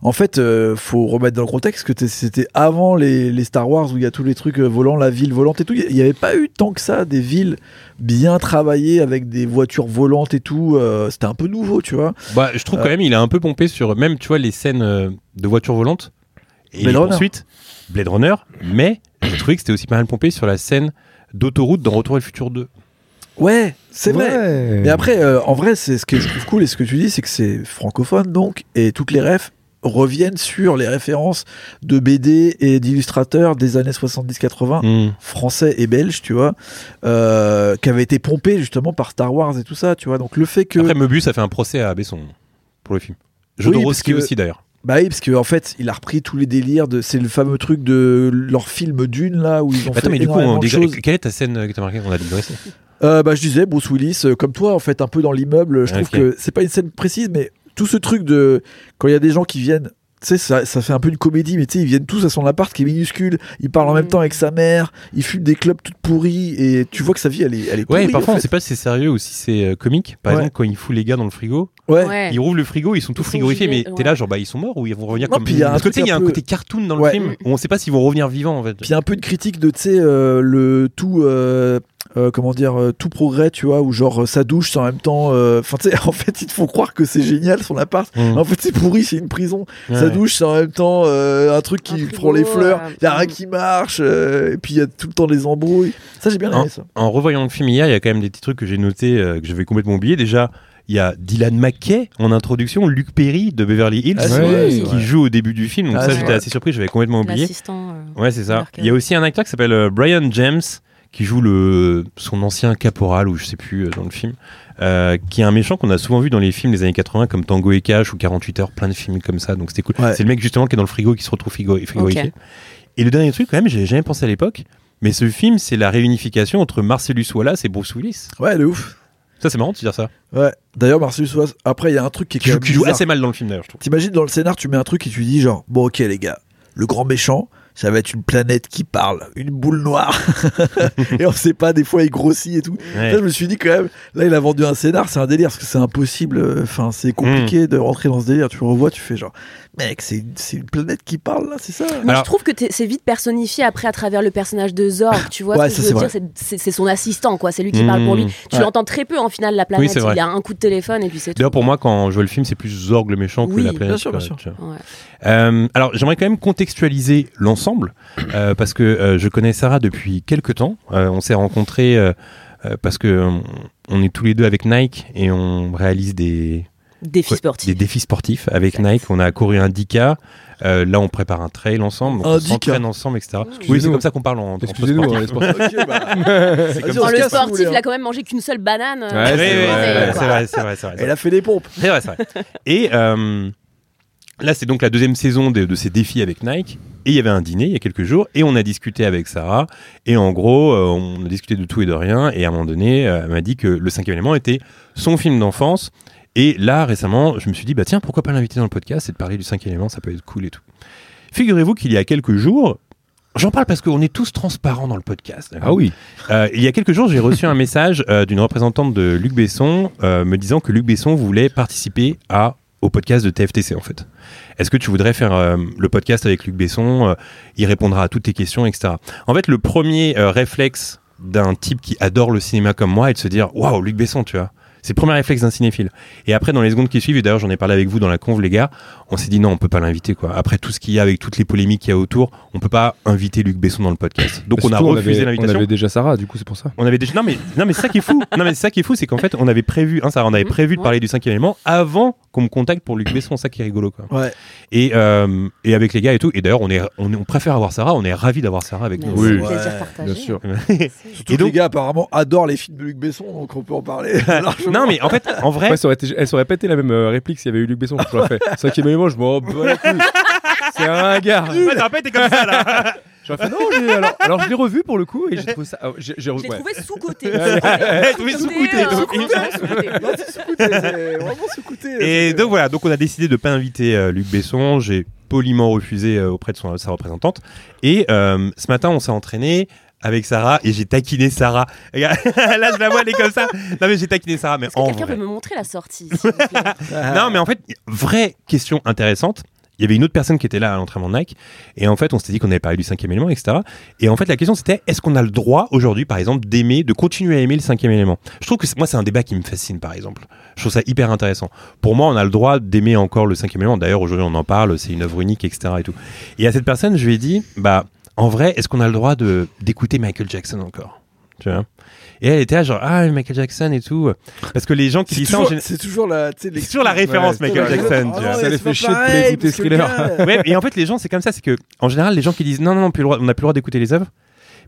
Speaker 4: En fait, euh, faut remettre dans le contexte que t'es- c'était avant les, les Star Wars où il y a tous les trucs euh, volants, la ville volante et tout. Il n'y avait pas eu tant que ça des villes bien travaillées avec des voitures volantes et tout. Euh, c'était un peu nouveau, tu vois.
Speaker 3: Bah, je trouve quand même il a un peu pompé sur même tu vois les scènes euh, de voitures volantes et
Speaker 4: Blade
Speaker 3: les
Speaker 4: Runner.
Speaker 3: poursuites, Blade Runner, mais j'ai trouvé que c'était aussi pas mal pompé sur la scène d'autoroute dans Retour et le futur 2.
Speaker 4: Ouais, c'est vrai.
Speaker 5: Ouais.
Speaker 3: Mm.
Speaker 4: Mais après, euh, en vrai, c'est ce que je trouve cool et ce que tu dis, c'est que c'est francophone donc, et toutes les refs reviennent sur les références de BD et d'illustrateurs des années
Speaker 3: Mm.
Speaker 4: 70-80
Speaker 3: Hmm.
Speaker 4: français et belge, tu vois, euh, qui avait été pompé justement par Star Wars et tout ça, tu vois. Donc le fait que.
Speaker 3: Après Möbius a fait un procès à Besson pour le film. Jodorowsky
Speaker 4: parce que-
Speaker 3: aussi d'ailleurs.
Speaker 4: Bah oui, parce qu'en fait, il a repris tous les délires de. C'est le fameux truc de leur film Dune, là, où ils ont fait
Speaker 3: Attends mais du coup
Speaker 4: énormément
Speaker 3: on
Speaker 4: de
Speaker 3: dégra-
Speaker 4: choses.
Speaker 3: quelle est ta scène euh, que t'as marquée On a digressé.
Speaker 4: Euh, bah, je disais, Bruce Willis, euh, comme toi, en fait, un peu dans l'immeuble. Je trouve
Speaker 3: Ok.
Speaker 4: que c'est pas une scène précise, mais tout ce truc de quand il y a des gens qui viennent, tu sais, ça, ça fait un peu une comédie, mais tu sais, ils viennent tous à son appart qui est minuscule. Ils parlent en même
Speaker 6: Mm.
Speaker 4: temps avec sa mère. Ils fument des clubs toutes pourries, et tu vois que sa vie, elle est, elle est
Speaker 3: Ouais,
Speaker 4: pourrie,
Speaker 3: parfois
Speaker 4: en
Speaker 3: on sait
Speaker 4: fait.
Speaker 3: pas si c'est sérieux ou si c'est euh, comique. Par
Speaker 4: Ouais.
Speaker 3: exemple quand il fout les gars dans le frigo,
Speaker 4: Ouais.
Speaker 6: Ouais.
Speaker 3: Ils rouvrent le frigo, ils sont tous
Speaker 6: Ils sont
Speaker 3: frigorifiés, mais
Speaker 6: gilets,
Speaker 3: t'es
Speaker 6: ouais.
Speaker 3: là, genre, bah ils sont morts ou ils vont revenir
Speaker 4: Non,
Speaker 3: comme.
Speaker 4: puis il y a un
Speaker 3: Parce que
Speaker 4: truc
Speaker 3: tu sais, il y a
Speaker 4: un
Speaker 3: un
Speaker 4: peu-
Speaker 3: côté cartoon dans le
Speaker 4: Ouais.
Speaker 3: film où on sait pas s'ils vont revenir vivants en fait.
Speaker 4: Puis il y a un peu une critique de, tu sais, euh, le tout, euh, euh, comment dire, euh, tout progrès, tu vois, où genre euh, sa douche, c'est en même temps. euh, Enfin, tu sais, en fait, ils te font croire que c'est génial son appart.
Speaker 3: Mm.
Speaker 4: En fait, c'est pourri, c'est une prison. Sa douche, c'est en même temps euh, un truc
Speaker 6: Un
Speaker 4: qui
Speaker 6: frigo,
Speaker 4: prend les fleurs.
Speaker 6: euh,
Speaker 4: Il y a rien
Speaker 6: mm.
Speaker 4: qui marche. euh, et puis, il y a tout le temps des embrouilles. Ça, j'ai bien aimé ça.
Speaker 3: En revoyant le film hier, il y a quand même des petits trucs que j'ai notés euh, que j'avais complètement oublié. Déjà, Il y a Dylan McKay en introduction, Luc Perry de Beverly Hills,
Speaker 4: Ah,
Speaker 5: c'est vrai, c'est
Speaker 3: qui
Speaker 4: vrai.
Speaker 3: joue au début du film. Donc
Speaker 4: Ah,
Speaker 3: ça,
Speaker 4: c'est
Speaker 3: j'étais
Speaker 4: vrai.
Speaker 3: assez surpris, j'avais complètement oublié.
Speaker 6: L'assistant. euh,
Speaker 3: Ouais, c'est ça.
Speaker 6: Parker.
Speaker 3: Il y a aussi un acteur qui s'appelle euh, Brian James qui joue le son ancien caporal ou je sais plus euh, dans le film, euh, qui est un méchant qu'on a souvent vu dans les films des années 80 comme Tango et Cash ou 48 heures, plein de films comme ça. Donc c'était cool.
Speaker 4: Ouais.
Speaker 3: C'est le mec justement qui est dans le frigo et qui se retrouve frigo frigorifié. Et le dernier truc quand même, j'avais jamais pensé à l'époque, mais ce film c'est la réunification entre Marcellus Wallace et Bruce Willis.
Speaker 4: Ouais, de ouf.
Speaker 3: Ça c'est marrant de se dire ça.
Speaker 4: Ouais. D'ailleurs, Marcellus Wallace, après, il y a un truc qui est
Speaker 3: Qui
Speaker 4: quand
Speaker 3: joue,
Speaker 4: même
Speaker 3: qui joue
Speaker 4: bizarre.
Speaker 3: assez mal dans le film d'ailleurs, je trouve.
Speaker 4: T'imagines dans le scénar, tu mets un truc et tu dis genre, bon ok les gars, le grand méchant, ça va être une planète qui parle, une boule noire. et on sait pas, des fois il grossit et tout.
Speaker 3: Ouais.
Speaker 4: Là, je me suis dit quand même, là il a vendu un scénar, c'est un délire, parce que c'est impossible, euh, enfin c'est compliqué de rentrer dans ce délire. Tu le revois, tu fais genre, mec, c'est une, c'est une planète qui parle là, c'est ça
Speaker 6: Moi,
Speaker 3: Alors-
Speaker 6: je trouve que t'es- c'est vite personnifié après à travers le personnage de
Speaker 3: Ah,
Speaker 6: Zorg. Tu vois
Speaker 4: Ouais, ça,
Speaker 6: ce que je veux
Speaker 4: c'est
Speaker 6: dire C'est- C'est c'est son assistant, quoi. C'est lui qui parle pour lui.
Speaker 3: Mmh.
Speaker 6: Tu
Speaker 4: Ouais.
Speaker 6: l'entends très peu en final, la planète.
Speaker 3: c'est vrai.
Speaker 6: il a un coup de téléphone et puis c'est tout.
Speaker 3: D'ailleurs, pour moi, quand je vois le film, c'est plus Zorg le méchant que
Speaker 6: Oui,
Speaker 3: la planète.
Speaker 4: bien sûr, bien
Speaker 3: quoi,
Speaker 4: sûr.
Speaker 3: tu vois.
Speaker 6: Ouais.
Speaker 3: Euh, alors, j'aimerais quand même contextualiser l'ensemble euh, parce que euh, je connais Sarah depuis quelques temps. Euh, on s'est rencontrés euh, euh, parce que euh, on est tous les deux avec Nike et on réalise des,
Speaker 6: Défi
Speaker 3: ouais,
Speaker 6: sportif.
Speaker 3: des défis sportifs avec Nike. On a couru un 10K. euh, là, on prépare un trail ensemble, donc
Speaker 4: Un
Speaker 3: on
Speaker 4: 10K.
Speaker 3: s'entraîne ensemble, etc.
Speaker 6: Excusez-nous.
Speaker 3: Oui, c'est comme ça qu'on parle en, en
Speaker 5: Excusez-nous,
Speaker 3: sportif.
Speaker 5: hein, les sportifs.
Speaker 4: Ok, bah,
Speaker 3: C'est comme ça.
Speaker 4: vas-y, on se
Speaker 6: Enfin, le
Speaker 4: casse, si vous
Speaker 6: sportif,
Speaker 4: voulez,
Speaker 6: il
Speaker 4: hein.
Speaker 6: a quand même mangé qu'une seule banane.
Speaker 5: Ouais,
Speaker 6: euh,
Speaker 3: Oui,
Speaker 6: dans
Speaker 3: oui,
Speaker 5: c'est
Speaker 6: la
Speaker 3: oui,
Speaker 5: vrai,
Speaker 6: journée,
Speaker 3: oui,
Speaker 6: quoi.
Speaker 3: c'est vrai, c'est vrai, c'est vrai.
Speaker 4: Elle a fait des pompes.
Speaker 3: C'est vrai, c'est vrai. Et euh, là, c'est donc la deuxième saison de, de ces défis avec Nike. Et il y avait un dîner il y a quelques jours et on a discuté avec Sarah. Et en gros, euh, on a discuté de tout et de rien. Et à un moment donné, euh, elle m'a dit que le cinquième élément était son film d'enfance. Et là, récemment, je me suis dit, bah tiens, pourquoi pas l'inviter dans le podcast et de parler du cinquième élément, ça peut être cool et tout. Figurez-vous qu'il y a quelques jours, j'en parle parce qu'on est tous transparents dans le podcast. d'accord
Speaker 5: Ah oui.
Speaker 3: euh, il y a quelques jours, j'ai reçu un message euh, d'une représentante de Luc Besson euh, me disant que Luc Besson voulait participer à au podcast de TFTC en fait. Est-ce que tu voudrais faire euh, le podcast avec Luc Besson Euh, Il répondra à toutes tes questions, etc. En fait, le premier euh, réflexe d'un type qui adore le cinéma comme moi est de se dire waouh Luc Besson, tu vois. C'est le premier réflexe d'un cinéphile. Et après, dans les secondes qui suivent, et d'ailleurs j'en ai parlé avec vous dans la conve, les gars, on s'est dit non, on peut pas l'inviter quoi. Après tout ce qu'il y a, avec toutes les polémiques qu'il y a autour, on peut pas inviter Luc Besson dans le podcast. Donc on a
Speaker 5: Bah, Surtout,
Speaker 3: refusé
Speaker 5: avait-
Speaker 3: l'invitation.
Speaker 5: On avait déjà Sarah, du coup, c'est pour ça.
Speaker 3: On avait déjà non mais non mais c'est ça qui est fou. Non mais c'est ça qui est fou, c'est qu'en fait on avait prévu, hein, ça, on avait
Speaker 6: Mhm,
Speaker 3: prévu de
Speaker 6: ouais.
Speaker 3: parler du cinquième élément avant qu'on me contacte pour Luc Besson, ça qui est rigolo quoi.
Speaker 4: Ouais.
Speaker 3: Et euh, et avec les gars et tout. Et d'ailleurs on est on, est- on préfère avoir Sarah, on est ravi d'avoir Sarah avec
Speaker 6: Mais
Speaker 3: nous.
Speaker 6: c'est
Speaker 5: Oui.
Speaker 6: un plaisir
Speaker 4: Ouais,
Speaker 6: partagé.
Speaker 4: Surtout
Speaker 3: Et
Speaker 4: que
Speaker 3: donc-
Speaker 4: les gars apparemment adorent les films de Luc Besson, donc on peut en parler. largement.
Speaker 3: Non mais en fait en vrai
Speaker 5: Ouais, ça aurait été- elle s'aurait pété la même euh, réplique s'il y avait eu Luc Besson. Je l'aurais fait. Cinquième élément, je m'en bats les couilles. C'est un ringard.
Speaker 3: comme ça là.
Speaker 5: J'aurais fait non. j'ai- Alors, alors, je l'ai revu pour le coup et j'ai trouvé ça. ah, j'ai- j'ai re-
Speaker 6: Je l'ai
Speaker 5: ouais.
Speaker 6: trouvé euh, sous-côté. J'ai
Speaker 3: trouvé sous-coté, donc.
Speaker 4: Non, c'est sous-coté, c'est vraiment sous-coté. là,
Speaker 3: Et
Speaker 4: c'est-
Speaker 3: donc voilà, donc on a décidé de pas inviter euh, Luc Besson. J'ai poliment refusé euh, auprès de son- sa représentante. Et euh, ce matin, on s'est entraîné avec Sarah et j'ai taquiné Sarah. Regarde, Là, je la vois, elle est comme ça. Non mais j'ai taquiné Sarah, mais
Speaker 6: Est-ce que
Speaker 3: en
Speaker 6: quelqu'un
Speaker 3: vrai.
Speaker 6: peut me montrer la sortie s'il vous plaît
Speaker 4: Ah.
Speaker 3: Non, mais en fait, vraie question intéressante. Il y avait une autre personne qui était là à l'entraînement Nike. Et en fait, on s'était dit qu'on avait parlé du cinquième élément, etc. Et en fait, la question, c'était est-ce qu'on a le droit aujourd'hui, par exemple, d'aimer, de continuer à aimer le cinquième élément Je trouve que c'est- moi, c'est un débat qui me fascine, par exemple. Je trouve ça hyper intéressant. Pour moi, on a le droit d'aimer encore le cinquième élément. D'ailleurs, aujourd'hui, on en parle, c'est une œuvre unique, etc. Et, tout. et à cette personne, je lui ai dit bah, en vrai, est-ce qu'on a le droit de- d'écouter Michael Jackson encore Tu vois Et elle était là, genre, ah, Michael Jackson et tout. Parce que les gens qui
Speaker 4: C'est
Speaker 3: disent ça en
Speaker 4: toujours,
Speaker 3: général-
Speaker 4: c'est toujours la, tu sais,
Speaker 3: c'est toujours la référence,
Speaker 5: Ouais,
Speaker 3: Michael
Speaker 5: c'est vrai.
Speaker 3: Jackson.
Speaker 5: Ah
Speaker 3: tu vois.
Speaker 5: ouais. Ça les fait chier de écouter Thriller.
Speaker 3: Ouais, et en fait, les gens, c'est comme ça. C'est que, en général, les gens qui disent non, non, non, plus le droit- on n'a plus le droit d'écouter les œuvres.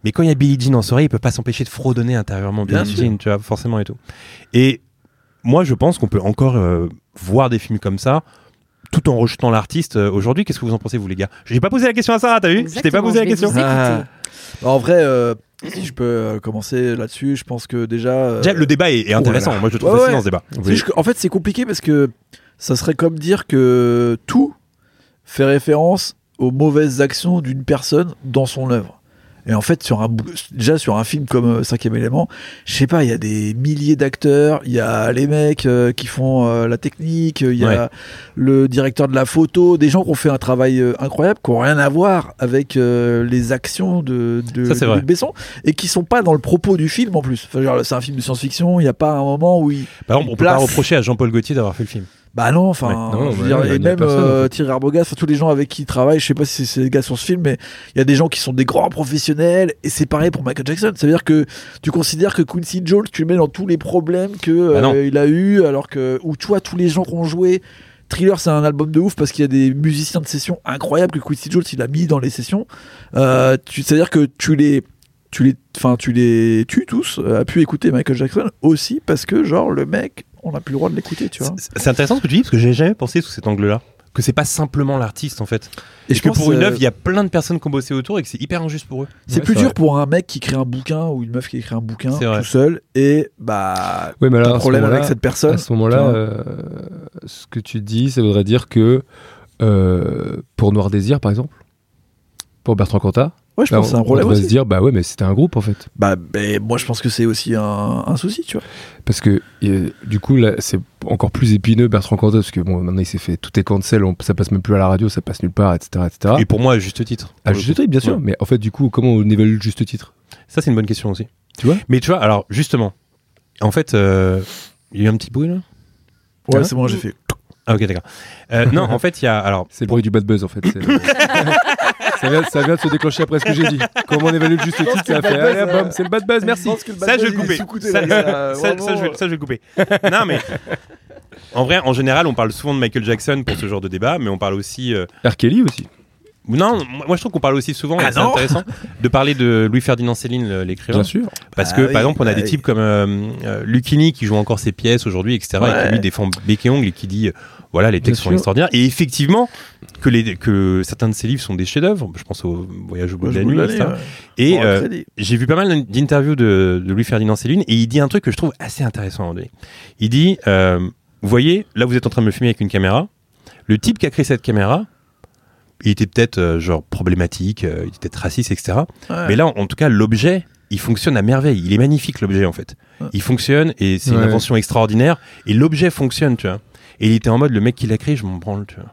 Speaker 3: Mais quand il y a Billie Jean en soirée, il peut pas s'empêcher de fredonner intérieurement
Speaker 4: Bien
Speaker 3: Billie
Speaker 4: sûr.
Speaker 3: Jean, tu vois, forcément et tout. Et moi, je pense qu'on peut encore euh, voir des films comme ça, tout en rejetant l'artiste euh, aujourd'hui. Qu'est-ce que vous en pensez, vous, les gars J'ai pas posé la question à Sarah, t'as vu Je t'ai pas
Speaker 6: Exactement,
Speaker 3: posé la
Speaker 6: je vais
Speaker 3: question.
Speaker 6: vous écouter.
Speaker 4: Ah. En vrai, euh, si je peux euh, commencer là-dessus, je pense que déjà. euh,
Speaker 3: Déjà, le débat est, est intéressant.
Speaker 5: là là.
Speaker 3: Moi, je trouve
Speaker 4: Ouais,
Speaker 3: fascinant
Speaker 4: ouais.
Speaker 3: ce débat.
Speaker 4: si je- en fait, c'est compliqué parce que ça serait comme dire que tout fait référence aux mauvaises actions d'une personne dans son œuvre. Et en fait, sur un, bou- déjà sur un film comme euh, Cinquième élément, je sais pas, il y a des milliers d'acteurs, il y a les mecs euh, qui font euh, la technique, il y a
Speaker 3: Ouais.
Speaker 4: le directeur de la photo, des gens qui ont fait un travail euh, incroyable, qui ont rien à voir avec euh, les actions de, de,
Speaker 3: Ça, c'est
Speaker 4: de
Speaker 3: vrai.
Speaker 4: Luc Besson et qui sont pas dans le propos du film en plus. Enfin, genre, c'est un film de science-fiction, il n'y a pas un moment où il
Speaker 3: Par exemple, on peut
Speaker 4: Place.
Speaker 3: pas reprocher à Jean-Paul Gaultier d'avoir fait le film.
Speaker 4: Bah non, enfin,
Speaker 5: Ouais, non,
Speaker 4: je veux
Speaker 5: ouais,
Speaker 4: dire,
Speaker 5: il y a
Speaker 4: et même
Speaker 5: personne, en
Speaker 4: euh,
Speaker 5: fait.
Speaker 4: Thierry Arbogast, enfin, tous les gens avec qui il travaille, je sais pas si c'est les gars sur ce film, mais il y a des gens qui sont des grands professionnels, et c'est pareil pour Michael Jackson. Ça veut dire que tu considères que Quincy Jones, tu le mets dans tous les problèmes que euh,
Speaker 3: Bah non.
Speaker 4: il a eu, alors que, ou tu vois, tous les gens qui ont joué. Thriller, c'est un album de ouf parce qu'il y a des musiciens de session incroyables que Quincy Jones il a mis dans les sessions. Euh, tu- C'est-à-dire que tu les tu les, enfin, tu les tues tous, euh, a pu écouter Michael Jackson aussi parce que, genre, le mec, on n'a plus le droit de l'écouter, tu vois.
Speaker 3: C'est c'est intéressant ce que tu dis parce que j'ai jamais pensé sous cet angle-là. Que c'est pas simplement l'artiste en fait.
Speaker 4: Et
Speaker 3: Et que pour une
Speaker 4: euh,
Speaker 3: œuvre, il y a plein de personnes qui ont bossé autour et que c'est hyper injuste pour eux.
Speaker 4: c'est
Speaker 5: Ouais,
Speaker 4: plus
Speaker 5: c'est
Speaker 4: dur
Speaker 5: vrai.
Speaker 4: pour un mec qui crée un bouquin ou une meuf qui écrit un bouquin
Speaker 3: C'est vrai.
Speaker 4: tout seul et bah
Speaker 5: Oui,
Speaker 4: t'as
Speaker 5: mais alors,
Speaker 4: un
Speaker 5: à ce
Speaker 4: problème avec
Speaker 5: moment-là-
Speaker 4: cette personne.
Speaker 5: À ce moment-là,
Speaker 4: tu vois.
Speaker 5: euh, ce que tu dis, ça voudrait dire que euh, pour Noir Désir, par exemple, pour Bertrand Cantat,
Speaker 4: Ouais, je
Speaker 5: là,
Speaker 4: pense que c'est un
Speaker 5: on- on
Speaker 4: problème
Speaker 5: devrait
Speaker 4: aussi.
Speaker 5: se dire, bah ouais, mais c'était un groupe en fait.
Speaker 4: Bah, mais moi je pense que c'est aussi un, un souci, tu vois.
Speaker 5: Parce que euh, du coup, là, c'est encore plus épineux Bertrand Cantat, parce que bon, maintenant il s'est fait tout est cancel, on, ça passe même plus à la radio, ça passe nulle part, etc. etc.
Speaker 3: Et pour moi, à juste titre.
Speaker 5: Ah. à juste titre, Ah, bien sûr, mais en fait, du coup, comment on évalue le juste titre
Speaker 3: Ça, c'est une bonne question aussi.
Speaker 5: Tu vois
Speaker 3: Mais tu vois, alors justement, en fait, euh, il y a eu un petit bruit là
Speaker 4: Ouais,
Speaker 3: Hein
Speaker 4: c'est moi j'ai fait.
Speaker 3: Ah, ok, d'accord. Euh, non, en fait, il y a. Alors,
Speaker 5: C'est le bruit du bad buzz en fait. c'est- ça, vient, ça vient de se déclencher après ce que j'ai dit. Comment on évalue le juste titre
Speaker 4: que
Speaker 5: ça
Speaker 4: le
Speaker 5: fait,
Speaker 4: bad buzz,
Speaker 5: allez,
Speaker 4: euh,
Speaker 5: bam, C'est le bad buzz, merci.
Speaker 3: ça, je vais le couper. Ça, ça- ça, je
Speaker 4: Bah,
Speaker 3: vais- ça, je vais le couper. non, mais. En vrai, en général, on parle souvent de Michael Jackson pour ce genre de débat, mais on parle aussi. euh,
Speaker 5: R. Kelly aussi.
Speaker 3: Non, moi moi, je trouve qu'on parle aussi souvent, et
Speaker 4: Ah
Speaker 3: c'est
Speaker 4: non
Speaker 3: intéressant, de parler de Louis-Ferdinand Céline, le- l'écrivain.
Speaker 5: Bien sûr.
Speaker 3: Parce
Speaker 4: Bah
Speaker 3: que,
Speaker 4: oui,
Speaker 3: par exemple, on a
Speaker 4: bah
Speaker 3: des
Speaker 4: oui.
Speaker 3: types comme euh, euh, Lucchini qui joue encore ses pièces aujourd'hui, etc. Et
Speaker 4: Ouais.
Speaker 3: qui lui défend bec et ongle et qui dit euh, voilà, les textes
Speaker 5: Bien
Speaker 3: sont
Speaker 5: sûr.
Speaker 3: extraordinaires. Et effectivement, que, les, que certains de ses livres sont des chefs-d'œuvre. Je pense au Voyage au bout de la nuit, etc.
Speaker 4: hein.
Speaker 3: Et euh, j'ai vu pas mal d'interviews de, de Louis-Ferdinand Céline et il dit un truc que je trouve assez intéressant. à un moment donné. Il dit euh, Vous voyez, là, vous êtes en train de me filmer avec une caméra. Le type qui a créé cette caméra, il était peut-être euh, genre problématique, euh, il était peut-être raciste, etc. Mais là, en, en tout cas, l'objet, il fonctionne à merveille. Il est magnifique, l'objet, en fait.
Speaker 4: Ouais.
Speaker 3: Il fonctionne et c'est une
Speaker 5: Ouais.
Speaker 3: invention extraordinaire. Et l'objet fonctionne, tu vois. Et il était en mode Le mec qui l'a créé, je m'en branle, tu vois.